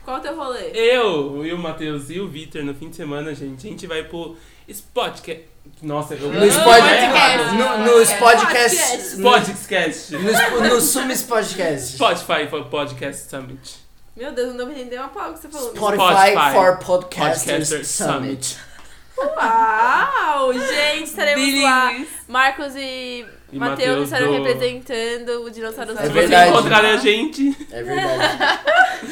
S3: Qual o teu rolê?
S1: Eu e o Matheus e o Vitor no fim de semana, gente, a gente vai pro Spotcast. Nossa, eu
S4: No
S5: podcast.
S4: podcast. No, nos
S3: Podcast.
S4: podcast.
S1: Spotcast.
S4: No, sp- no Sumis Podcast.
S1: Spotify for Podcast Summit.
S3: Meu Deus, não deu pra entender uma palavra que você falou.
S4: Spotify
S1: Spotify.
S4: for Podcasters
S1: Podcasters
S4: Summit.
S3: Uau! Gente, estaremos lá.
S5: Bilhões.
S3: Marcos e,
S1: E
S3: Matheus
S1: Matheus
S3: estarão
S1: do-
S3: representando o Dinossauro
S4: É
S1: Se
S4: verdade.
S1: vocês encontrarem a gente.
S4: É verdade.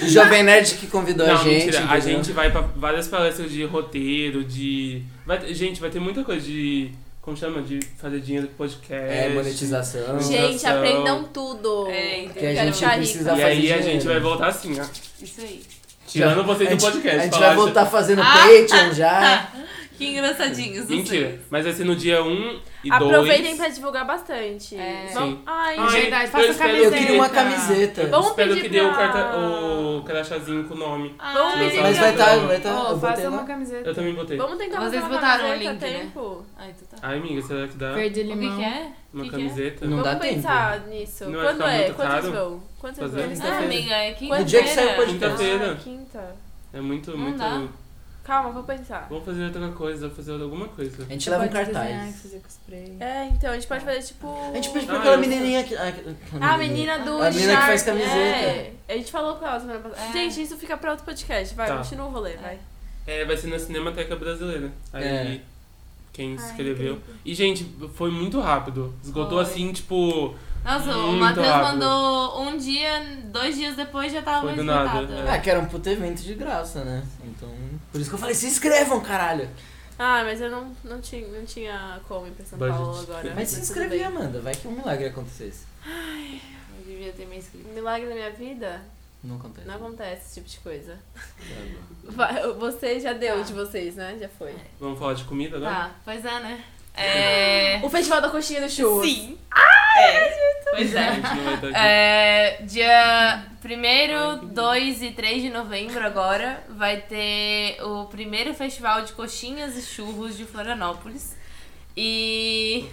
S4: O Jovem Nerd que convidou a
S1: Não,
S4: gente.
S1: mentira. A
S4: entendeu?
S1: gente vai pra várias palestras de roteiro, de. vai ter- Gente, vai ter muita coisa de. Como chama? De fazer dinheiro com podcast.
S4: É, monetização.
S1: Sim.
S3: Gente,
S1: Dinossauro.
S3: aprendam tudo.
S5: É, entendeu?
S4: Que a
S3: Quero
S4: gente
S3: ficar
S4: precisa
S3: rica.
S1: E
S4: fazer
S1: aí a
S4: dinheiro.
S1: gente vai voltar assim, ó.
S5: Isso aí.
S1: Tirando vocês
S4: A
S1: do
S4: gente-
S1: podcast.
S4: A gente
S1: falar,
S4: vai voltar fazendo
S3: Ah,
S4: Patreon já.
S5: Que engraçadinhos. assim.
S1: Mentira. Mas vai ser no dia 1 e 2.
S3: Aproveitem pra divulgar bastante.
S5: É.
S3: Vamos...
S1: Sim.
S3: Ai,
S1: Ai,
S3: gente.
S5: Verdade,
S1: eu
S5: faça
S1: espero-
S4: Eu queria uma
S5: camiseta.
S4: camiseta.
S3: Vamos
S1: Tá. Espero
S3: pedir
S1: que dê o,
S3: pra-
S1: carta... o crachazinho com o nome.
S3: Vamos
S5: Ah,
S3: pedir
S4: Mas
S3: pra...
S4: vai estar. Vai tá,
S5: Ô,
S4: eu botei
S5: faça
S4: lá.
S5: uma camiseta.
S1: Eu também botei.
S3: Vamos tentar
S2: Vocês
S3: fazer uma
S2: botaram o
S3: camiseta
S2: link,
S3: a
S2: né?
S3: tempo.
S2: Ai, tu tá.
S1: Ai, amiga, será que dá
S5: Verde
S2: O que
S5: limão.
S2: que é?
S1: uma
S2: que que é?
S1: camiseta?
S4: Não
S3: Vamos
S4: dá tempo.
S3: pensar nisso.
S1: Não vai
S3: Quando
S1: ficar
S3: é?
S1: muito
S3: Quantos
S1: caro?
S3: vão? Quantos
S1: Fazer.
S3: vão?
S2: Ah, amiga, é quinta-feira.
S4: No dia que saiu o podcast.
S1: Quinta-feira.
S3: Ah, quinta.
S1: É muito,
S2: Não
S1: muito.
S2: dá.
S3: Calma, vou pensar.
S1: Vamos fazer outra coisa, vou fazer alguma coisa.
S4: A gente leva um
S5: Desenhar,
S4: cartaz.
S5: fazer cosplay.
S3: É, então, a gente pode fazer tipo.
S4: Tá. A gente pede
S1: Ah,
S4: pra aquela
S1: eu-
S4: menininha que. A,
S3: Ah, A menina do
S4: A menina que
S3: Shark,
S4: faz camiseta.
S3: é. A gente falou com ela semana passada.
S2: É.
S3: Gente, isso fica pra outro podcast. Vai,
S1: Tá.
S3: continua o rolê, vai.
S1: É, vai ser na Cinemateca Brasileira. Aí,
S4: É.
S1: quem se inscreveu. E, gente, foi muito rápido. Esgotou
S2: Foi.
S1: assim, tipo.
S2: Nossa, o
S1: Muito
S2: Matheus
S1: rápido.
S2: mandou um dia, dois dias depois já tava
S1: Foi do nada,
S2: esgotado.
S1: é.
S4: Ah, que era um puto evento de graça, né? Então. Por isso que eu falei, se inscrevam, caralho!
S3: Ah, mas eu não, não, tinha, não tinha como ir pra São
S1: Budget.
S3: Paulo agora.
S4: Mas se
S3: tudo
S4: inscrevia,
S3: bem.
S4: Amanda, vai que um milagre acontecesse.
S2: Eu devia ter me inscrito.
S3: Milagre da minha vida?
S4: Não acontece.
S3: Não acontece esse tipo de coisa.
S4: Tá bom.
S3: Vai, você já deu
S2: Tá.
S3: de vocês, né? Já foi.
S1: Vamos falar de comida agora?
S2: Tá, pois é, né? É...
S3: O Festival da Coxinha do Churro.
S2: Sim. Pois
S1: A
S2: é.
S1: gente não vai tá estar aqui.
S2: É, dia 1, 2 e 3 de novembro agora vai ter o primeiro festival de coxinhas e churros de Florianópolis. E,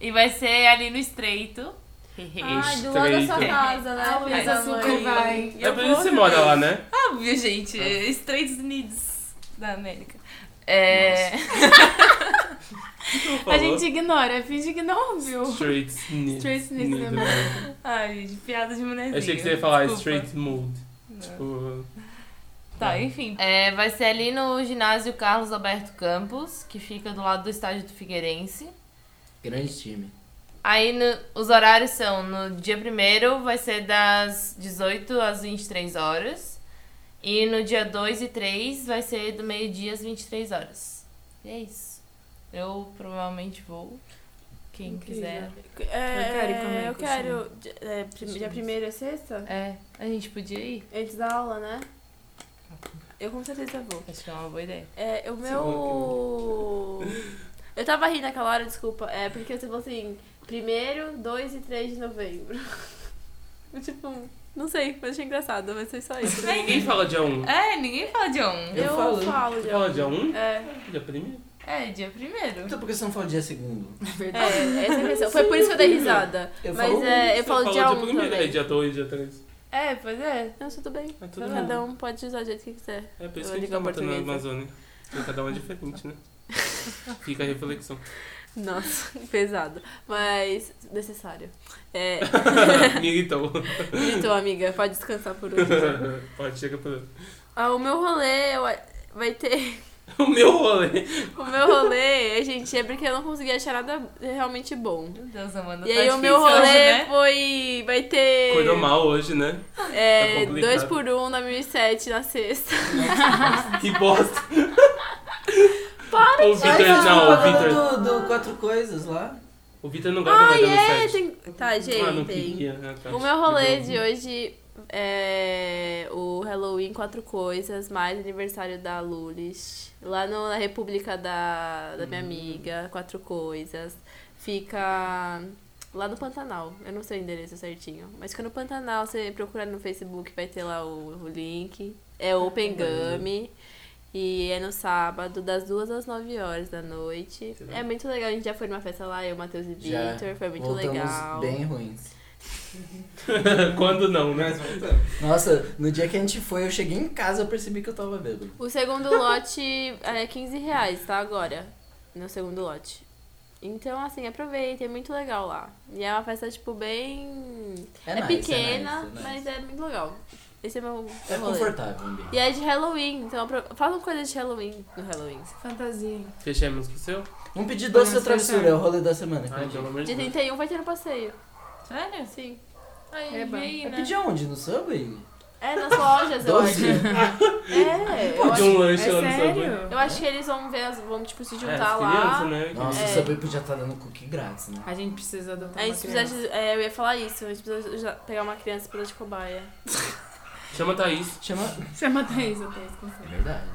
S2: e vai ser ali no Estreito.
S3: Ai, do lado da sua
S1: Estreito.
S3: casa, né?
S5: Ah,
S3: filha
S5: Luísa
S3: da
S5: Sucre
S3: mãe?
S5: vai.
S3: Eu
S1: É por
S3: vou
S1: isso que você
S3: também.
S1: mora lá, né?
S2: Óbvio, gente.
S1: Ah.
S2: Estreitos Unidos da América. É, a gente ignora, finge que não ouviu.
S1: Straight Sneeze.
S2: Straight Sneeze, né, mano? Ai, gente, piada de mulherzinha.
S1: Eu achei que você ia falar
S2: Desculpa.
S1: straight mood.
S2: Não.
S1: Tipo. né?
S2: Tá, enfim. É, vai ser ali no ginásio Carlos Alberto Campos, que fica do lado do estádio do Figueirense.
S4: Grande time.
S2: Aí no- os horários são, no dia 1 vai ser das 18 às 23 horas. E no dia 2 e 3 vai ser do meio-dia às 23 horas. E é isso. Eu provavelmente vou. Quem quiser.
S3: É,
S5: Eu quero ir comer
S3: assim, Eu
S5: coxinha.
S3: quero. É, prim- dia primeiro é sexta?
S2: É, a gente podia ir.
S3: Antes da aula, né? Eu com certeza vou.
S2: Acho que é uma boa ideia.
S3: É, o meu. Eu tava rindo naquela hora, desculpa. É porque você falou assim: primeiro, 2 e 3 de novembro. tipo, não sei, mas achei engraçado, vai ser só isso.
S1: Ninguém fala dia 1.
S2: É, ninguém fala de um.
S4: Eu
S3: eu
S4: falo.
S3: falo, já.
S1: Fala dia 1?
S3: É,
S1: Dia 1?
S2: É, dia primeiro.
S4: Então por que você não fala dia segundo?
S3: É, essa é a questão. Foi por isso que eu dei risada.
S4: Eu
S3: Mas
S4: falo
S3: é, eu
S1: Você
S3: falo
S1: fala
S3: dia 1 um
S1: primeiro, aí
S3: também.
S1: dia 2, dia 3.
S3: É, pois é. Não, tudo bem.
S1: É tudo bem.
S3: Cada um pode usar do jeito que quiser.
S1: É por isso
S3: Eu
S1: que a gente
S3: digo
S1: tá matando a
S3: portuguesa.
S1: Amazônia. Porque cada um é diferente, né? Fica a reflexão.
S3: Nossa, pesado. Mas necessário. É.
S1: Militou.
S3: Gritou, amiga. Pode descansar por hoje.
S1: Pode, chega pro...
S3: Ah, o meu rolê eu a- vai ter.
S1: O meu rolê.
S3: O meu rolê, gente, é porque eu não consegui achar nada realmente bom.
S2: Meu Deus, Amanda,
S3: E
S2: tá
S3: aí o meu
S2: difícil
S3: rolê
S2: hoje, né?
S3: foi. Vai ter.
S1: Acordou mal hoje, né?
S3: É,
S1: Tá complicado.
S3: 2 por 1 um, na 1007 na sexta.
S1: Que bosta. Para, o Vitor, é- não, o Vitor.
S4: do, do Quatro Coisas lá.
S1: O Vitor não gosta
S3: Ai,
S1: mais da
S3: é,
S1: mensagem.
S3: tem. Tá,
S1: Ah, não
S3: gente.
S1: queria. né? Tá,
S3: O meu
S1: tá
S3: rolê
S1: bom.
S3: de hoje é o Halloween Quatro Coisas, mais aniversário da Lulis. Lá no- na República da, da
S4: Hum.
S3: minha amiga, Quatro Coisas. Fica lá no Pantanal. Eu não sei o endereço certinho. Mas fica no Pantanal, você procurar no Facebook, vai ter lá o, o link. É Open Gummy. E é no sábado, das duas às 9 horas da noite. É muito legal, a gente já foi numa festa lá, eu, Matheus e
S4: Já.
S3: Victor, foi muito
S4: Voltamos
S3: legal.
S4: bem ruins.
S1: Quando não, né?
S6: Mas voltando.
S4: Nossa, no dia que a gente foi, eu cheguei em casa eu percebi que eu tava bêbado.
S3: O segundo lote é 15 reais, tá? Agora. No segundo lote. Então, assim, aproveitem, é muito legal lá. E é uma festa, tipo, bem.
S4: É,
S3: É,
S4: nice,
S3: pequena,
S4: é nice, é
S3: mas
S4: nice.
S3: é muito legal. Esse é meu.
S4: É
S3: rolê.
S4: confortável, o ambiente.
S3: E é de Halloween, então apro- falam coisas de Halloween no Halloween.
S5: Fantasia.
S1: Fechei a música seu?
S4: Vamos pedir doce
S5: Vamos
S4: ou travessura,
S5: fechar.
S4: é o rolê da semana.
S1: Ai,
S4: pedi.
S1: pelo amor de
S3: Dia
S1: Deus.
S3: 31 vai ter no passeio.
S2: Sério?
S3: Sim.
S2: Aí,
S5: É bom.
S2: vem,
S4: Eu
S2: né?
S4: pedi aonde? No Subway?
S3: É nas lojas, eu acho.
S4: Doce?
S3: É, eu
S1: Pode
S3: acho,
S1: um
S5: É
S1: lanche lá no Subway.
S5: sério?
S3: eu acho que eles vão ver, as- vão, tipo, se
S1: É,
S3: juntar
S1: as
S3: lá.
S1: crianças, né?
S4: Nossa,
S3: É.
S4: o Subway podia estar dando cookie grátis, né?
S5: A gente precisa adotar
S3: A
S5: uma
S3: gente precisa.
S5: criança.
S3: de- é, eu ia falar isso, a gente precisa já pegar uma criança pra dar de cobaia.
S4: Ah.
S1: Chama a Thaís.
S4: Chama...
S5: Chama a Thaís, a Thaís
S4: É
S5: consegue.
S4: verdade.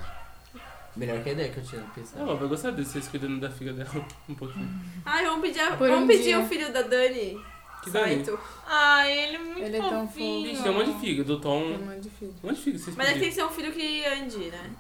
S4: Melhor que a ideia que eu tinha pensado.
S1: Ela vai gostar de vocês cuidando da filha dela um pouquinho.
S3: Ai, vamos pedir, a-
S5: Por
S3: vamos
S5: um
S3: pedir
S5: dia.
S3: o filho da Dani.
S1: Que daí?
S3: Saito.
S2: Ai, ele é muito
S5: Ele é tão
S2: fofinho.
S5: fofo.
S1: Gente, tem um monte de figa, do Tom.
S5: É
S1: Um
S5: muito difícil.
S1: monte de figa, vocês
S3: Hum. Mas é que tem
S1: pediram.
S3: que ser um filho que ande, né?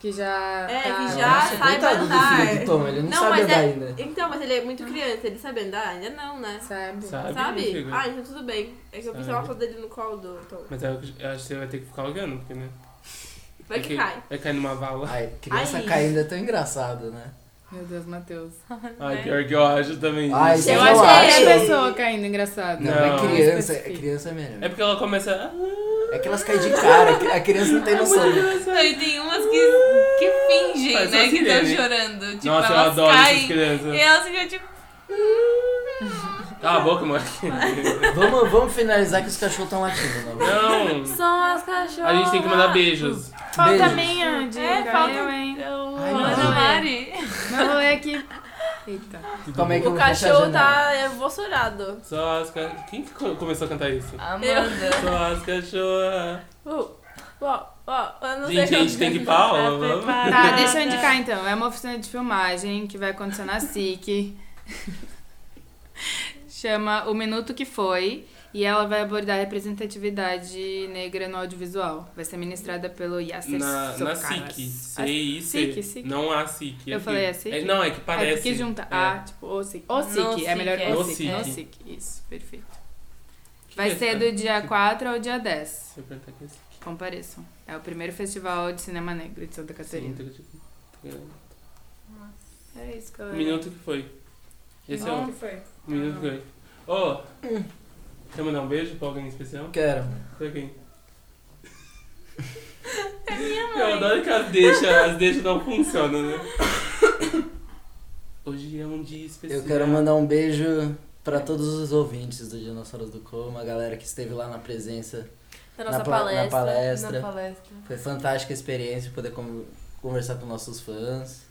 S5: Que já.
S3: É,
S5: tá-
S3: que já
S4: Nossa,
S3: sai pra
S4: coitado do
S3: andar.
S4: filho do Tom, ele não,
S3: Não,
S4: sabe
S3: mas
S4: andar
S3: é-
S4: ainda.
S3: Então, mas ele é muito criança, ele sabe andar? Ainda não, né?
S5: Sabe?
S1: Sabe?
S3: Sabe?
S1: figa?
S3: Ah, então tudo bem. É que eu fiz
S1: Sabe.
S3: uma foto dele no colo do Tom.
S1: Mas eu acho que você vai ter que ficar olhando, porque, né? É
S3: Vai que cai.
S1: Vai cair numa vala.
S4: Ai, criança
S3: Ai.
S4: caindo é tão engraçado, né?
S5: Meu Deus, Matheus.
S1: Ai, pior que eu acho também. gente.
S4: Ai, vocês
S3: Eu
S4: não
S3: acho que é
S4: acham?
S5: Qualquer pessoa caindo, engraçado.
S4: Não,
S1: Não,
S4: é criança, é
S5: especifica.
S4: criança é melhor.
S1: É porque ela começa.
S4: É que elas caem de cara, a criança
S3: É
S4: não tem noção.
S2: E tem umas que, que fingem,
S1: Faz uma
S2: né? Que estão
S1: sirene.
S2: chorando. Tipo,
S1: Nossa, eu
S2: elas
S1: adoro essas
S2: caem.
S1: crianças.
S2: E elas ficam tipo.
S1: Cala a boca, moleque.
S4: Vamos, vamos finalizar que os cachorros estão latindo. Né?
S1: Não!
S3: São as cachorras.
S1: A gente tem que mandar beijos.
S5: Falta
S4: Beijos.
S5: a minha dica,
S2: É, falta-
S5: eu, hein? é
S4: Ai,
S2: Ana
S4: não.
S2: Mari.
S5: Meu rolê aqui. Eita.
S4: Calma aí é que eu
S3: O
S4: vou fechar a
S3: cachorro
S4: janela.
S3: tá emocionado.
S1: Só as ca- Quem que co- começou a cantar isso?
S2: Amanda.
S1: Só as cachorras.
S3: Uh, ó, ó, eu não
S1: Gente,
S3: sei
S1: a gente tem que ir pra aula, vamos.
S5: Tá, deixa eu indicar então. É uma oficina de filmagem que vai acontecer na SIC. Chama O Minuto Que Foi. E ela vai abordar a representatividade negra no audiovisual. Vai ser ministrada pelo Yasser
S1: Na, na
S5: Socaras.
S1: SIC.
S5: A-
S1: C-I-C.
S5: SIC, SIC.
S1: né? Não a SIC.
S5: Eu
S1: aqui.
S5: falei a SIC?
S1: É, não, é que parece.
S5: É porque junta
S1: É.
S5: A, tipo, o SIC. O SIC,
S2: No
S5: é melhor
S2: SIC,
S1: é.
S5: o
S1: No
S5: SIC. É o
S1: SIC.
S5: SIC, isso, perfeito.
S1: Que
S5: Vai
S1: que é
S5: ser
S1: essa?
S5: do dia 4 ao dia 10.
S1: Deixa eu apertar aqui. Sim,
S5: Compareçam. É o primeiro festival de cinema negro de Santa Catarina.
S1: tem que-
S5: É isso,
S1: O
S5: galera.
S1: Um Minuto que foi. Esse é
S5: Bom,
S1: o
S5: que foi?
S1: o minuto que foi. Ô! Quer mandar um beijo pra alguém especial?
S4: Quero.
S1: Pra quem? É minha mãe. Eu adoro que as deixa, as deixa não funcionam, né? Hoje é um dia especial.
S4: Eu quero mandar um beijo pra todos os ouvintes do Dinossauros do Coma, a galera que esteve lá na presença,
S3: Da nossa
S4: na, pa- na
S3: palestra.
S4: palestra.
S2: palestra.
S4: Foi fantástica a experiência poder con- conversar com nossos fãs.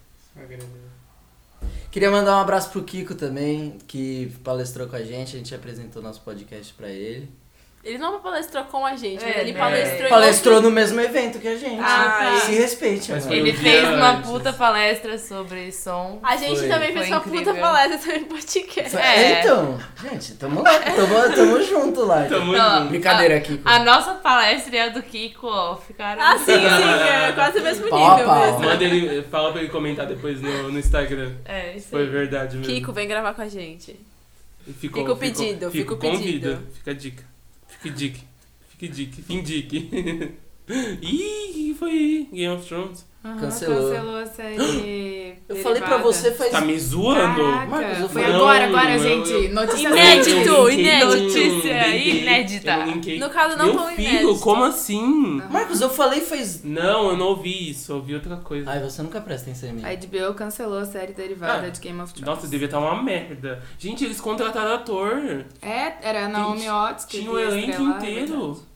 S4: Queria mandar um abraço pro Kiko também, que palestrou com a gente, a gente apresentou nosso podcast pra ele.
S3: Ele não palestrou com a gente, mas
S2: É,
S3: ele
S2: né?
S3: palestrou. em
S4: Palestrou no mesmo evento que a gente.
S2: Ah,
S4: Se
S1: Mas
S4: respeite, mano.
S1: foi-
S2: Ele
S1: Eu vi
S2: fez uma
S1: antes.
S2: puta palestra sobre som.
S3: A gente
S4: Foi.
S3: também fez
S2: Foi
S3: uma
S2: incrível.
S3: puta palestra sobre podcast.
S2: É.
S4: Então, gente, tamo lá, tamo, tamo junto lá.
S1: Tá muito
S2: Não.
S1: bom.
S4: Brincadeira aqui.
S2: Ah, A nossa palestra e a do Kiko, ó, ficaram. assim.
S3: Ah, sim, sim, é quase o mesmo
S4: Pau a
S3: nível
S4: pau.
S3: mesmo.
S1: Manda ele, fala pra ele comentar depois no, no Instagram.
S2: É, isso
S1: Foi
S2: aí.
S1: verdade mesmo.
S3: Kiko, vem gravar com a gente.
S1: E
S3: Fica o
S1: Fica
S3: pedido, fica
S1: o
S3: o
S1: convida.
S3: pedido.
S1: Fica a dica. Fica a dica. Fica a dica. Fim dique. Ih, foi Game of Thrones.
S5: Aham,
S4: Cancelou.
S5: Cancelou a série.
S4: Eu falei pra
S5: derivada.
S4: você faz.
S1: Tá me zoando?
S5: Caraca,
S4: Marcos, eu
S5: foi
S1: falei-
S5: agora,
S1: Não,
S5: agora,
S1: eu-
S5: gente.
S1: eu-
S5: Notícia
S3: Inédito,
S5: boa.
S1: Eu linkei,
S2: notícia
S1: eu linkei,
S2: inédita.
S1: eu linkei.
S3: No caso, não
S1: Meu
S3: tão
S1: filho,
S3: inédito.
S1: como assim?
S4: Marcos, eu falei faz.
S1: Não, eu não ouvi isso. Eu ouvi outra coisa.
S4: Ai, você nunca presta atenção em mim.
S5: A HBO cancelou a série derivada
S1: Ah,
S5: de Game of Thrones.
S1: Nossa, devia estar uma merda. Gente, eles contrataram ator.
S5: É, era a Naomi
S1: Gente,
S5: Otis que
S1: Tinha o
S5: ia
S1: elenco
S5: estrelar, né?
S1: inteiro.
S5: verdade.
S3: é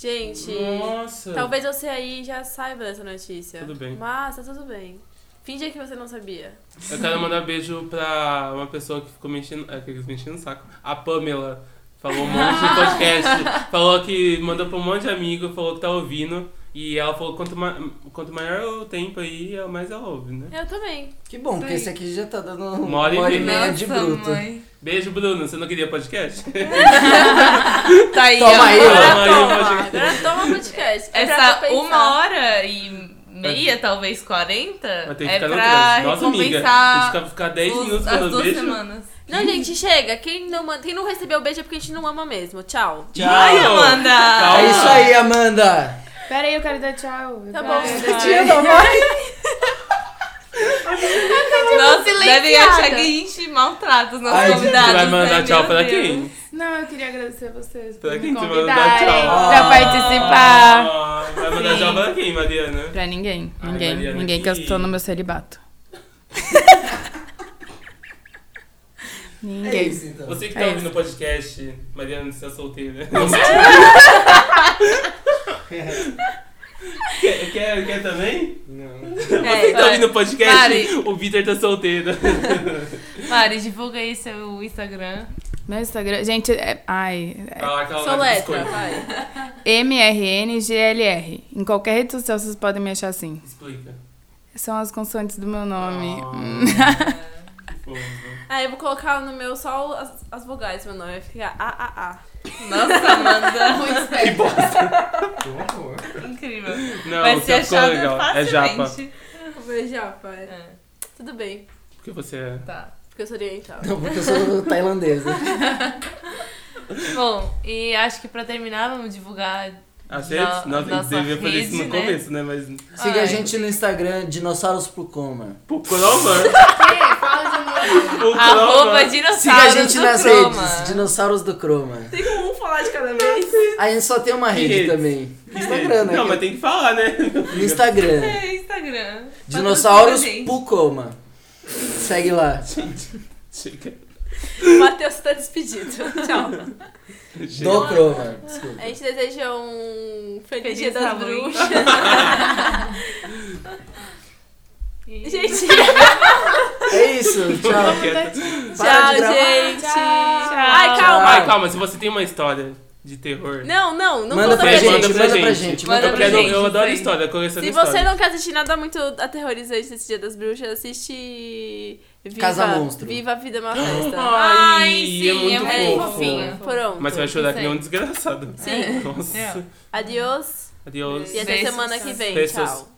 S3: Gente,
S1: Nossa.
S3: talvez você aí já saiba dessa notícia.
S1: Tudo bem.
S3: Mas tá tudo bem. Finge que você não sabia.
S1: Eu quero mandar beijo pra uma pessoa que ficou mexendo. Aqueles mexendo no saco. A Pamela. Falou um monte de podcast. falou que mandou pra um monte de amigo, falou que tá ouvindo. E ela falou que quanto, ma- quanto maior o tempo aí, mais ela ouve, né?
S3: Eu também.
S4: Que bom, porque
S5: Sei.
S4: esse aqui já tá dando uma
S1: hora
S4: hora
S1: e
S4: e
S1: meia.
S4: meia de
S5: Nossa,
S4: bruto. É
S5: mãe.
S1: Beijo, Bruno. Você não queria podcast?
S2: É. Tá aí,
S4: Toma
S2: ó.
S4: aí,
S1: Agora
S4: ó.
S1: Maria, pode-
S3: Agora toma podcast. que é pra
S2: Essa
S3: compensar.
S2: uma hora e meia, talvez 40,
S1: Mas tem que
S2: é
S1: ficar no
S2: pra
S1: trânsito. Nossa, amiga. Tem que
S2: recompensar
S1: ficar, ficar 10
S2: os-
S1: minutos
S2: as
S1: falando
S2: duas
S1: beijo.
S2: semanas.
S3: Não, gente, chega. Quem não, man- quem não recebeu beijo é porque a gente não ama mesmo. Tchau.
S1: Tchau.
S2: Ai, Amanda!
S1: Calma.
S4: É isso aí, Amanda.
S5: Pera aí, eu quero dar tchau. Eu
S3: Tá
S5: quero
S3: bom.
S5: dar tchau.
S2: Nossa, devem achar
S3: silenciada.
S2: que a gente maltrata os nossos
S4: Ai, gente,
S2: convidados.
S1: Tu vai mandar
S2: né?
S1: tchau
S2: Meu
S1: pra
S2: Deus.
S1: quem?
S5: Não, eu queria agradecer a vocês
S1: Pra
S5: por
S1: quem
S5: me
S1: tu vai mandar
S5: convidarem
S1: tchau?
S5: pra
S4: Ah.
S5: participar.
S1: Ah, vai mandar tchau pra quem, Mariana?
S5: Pra ninguém.
S1: Ai,
S5: ninguém.
S1: Mariana,
S5: ninguém
S1: que-
S5: castou no meu celibato.
S4: É
S5: ninguém.
S4: isso, então.
S1: Você que
S5: É
S1: tá
S5: isso.
S1: ouvindo o podcast, Mariana, você é solteira. quer, quer, quer também?
S6: Não.
S3: É,
S1: Você que tá
S2: vai.
S1: ouvindo o podcast,
S2: Mari.
S1: o Vitor tá solteiro.
S2: Mari, divulga aí seu Instagram.
S5: Meu Instagram. Gente, é. Ai. é-
S1: Ah, aquela
S3: Sou
S1: lá de
S3: letra,
S1: biscoito.
S3: vai.
S5: MRNGLR. Em qualquer rede social vocês podem me achar assim.
S1: Explica.
S5: São as consoantes do meu nome. Hum.
S1: Pô, né?
S3: Ah, eu vou colocar no meu só as, as vogais do meu nome. Vai ficar A, A, A.
S2: Nossa, Amanda.
S1: Que bosta.
S6: Que horror.
S2: Incrível.
S1: Não,
S2: Vai
S1: o
S2: ser
S1: seu ficou
S2: achado
S1: legal. É japa.
S2: facilmente.
S3: Vou já, pai.
S2: É,
S3: Tudo bem,
S1: Porque você é.
S2: tá.
S3: porque eu sou oriental.
S4: Não, porque eu sou tailandesa.
S2: Bom, e acho que pra terminar, vamos divulgar.
S1: As redes?
S2: Na-
S1: Nós
S2: nossa
S1: devia fazer isso no
S2: rede, né?
S1: começo, né? Mas.
S4: Siga a
S2: Ai.
S4: gente no Instagram, Dinossauros pro Coma.
S1: O Cromer. O
S2: Arroba
S1: Cromer.
S2: dinossauros
S4: Siga a gente
S2: do
S4: nas
S2: Croma.
S4: redes, Dinossauros do Chroma.
S3: Tem como um falar de cada vez?
S4: A gente só tem uma
S1: Que
S4: rede
S1: rede?
S4: também. Instagram, né?
S1: Não, mas tem que falar, né?
S4: No Instagram.
S2: É, Instagram.
S4: Dinossauros
S2: Patrocina a gente.
S4: pro Coma. Segue lá.
S1: Chega.
S3: Matheus tá despedido. Tchau.
S1: Chega.
S4: Do Chroma.
S3: A
S4: Desculpa.
S3: gente deseja um feliz,
S2: Feliz
S3: dia das
S2: Halloween.
S3: bruxas.
S2: E-
S3: gente,
S4: É isso. Tchau. Para
S3: tchau,
S4: de gravar.
S3: gente.
S2: Tchau.
S3: Ai, calma.
S1: Ai, calma, se você tem uma história de terror.
S3: Não, não, não
S4: Manda
S3: conta
S4: pra
S1: pra
S4: gente,
S1: gente.
S4: manda pra gente.
S2: Manda
S1: eu
S2: pra
S1: quero,
S2: gente,
S1: eu adoro
S2: vem.
S1: história, coleção
S3: Se
S1: de história.
S3: você não quer assistir nada muito aterrorizante nesse dia das bruxas, assiste Viva,
S4: Casa Monstro.
S3: Viva a Vida é uma festa.
S1: Ai,
S2: Ai, sim,
S1: é muito
S2: é muito
S1: fofo.
S2: fofinho.
S3: Pronto.
S1: Mas você vai chorar que nem um
S2: Sei.
S1: desgraçado.
S3: Sim.
S1: Nossa.
S2: É.
S3: Adiós.
S1: Adeus.
S3: E é até
S2: Beijos.
S3: semana que vem.
S1: Beijos.
S3: Tchau.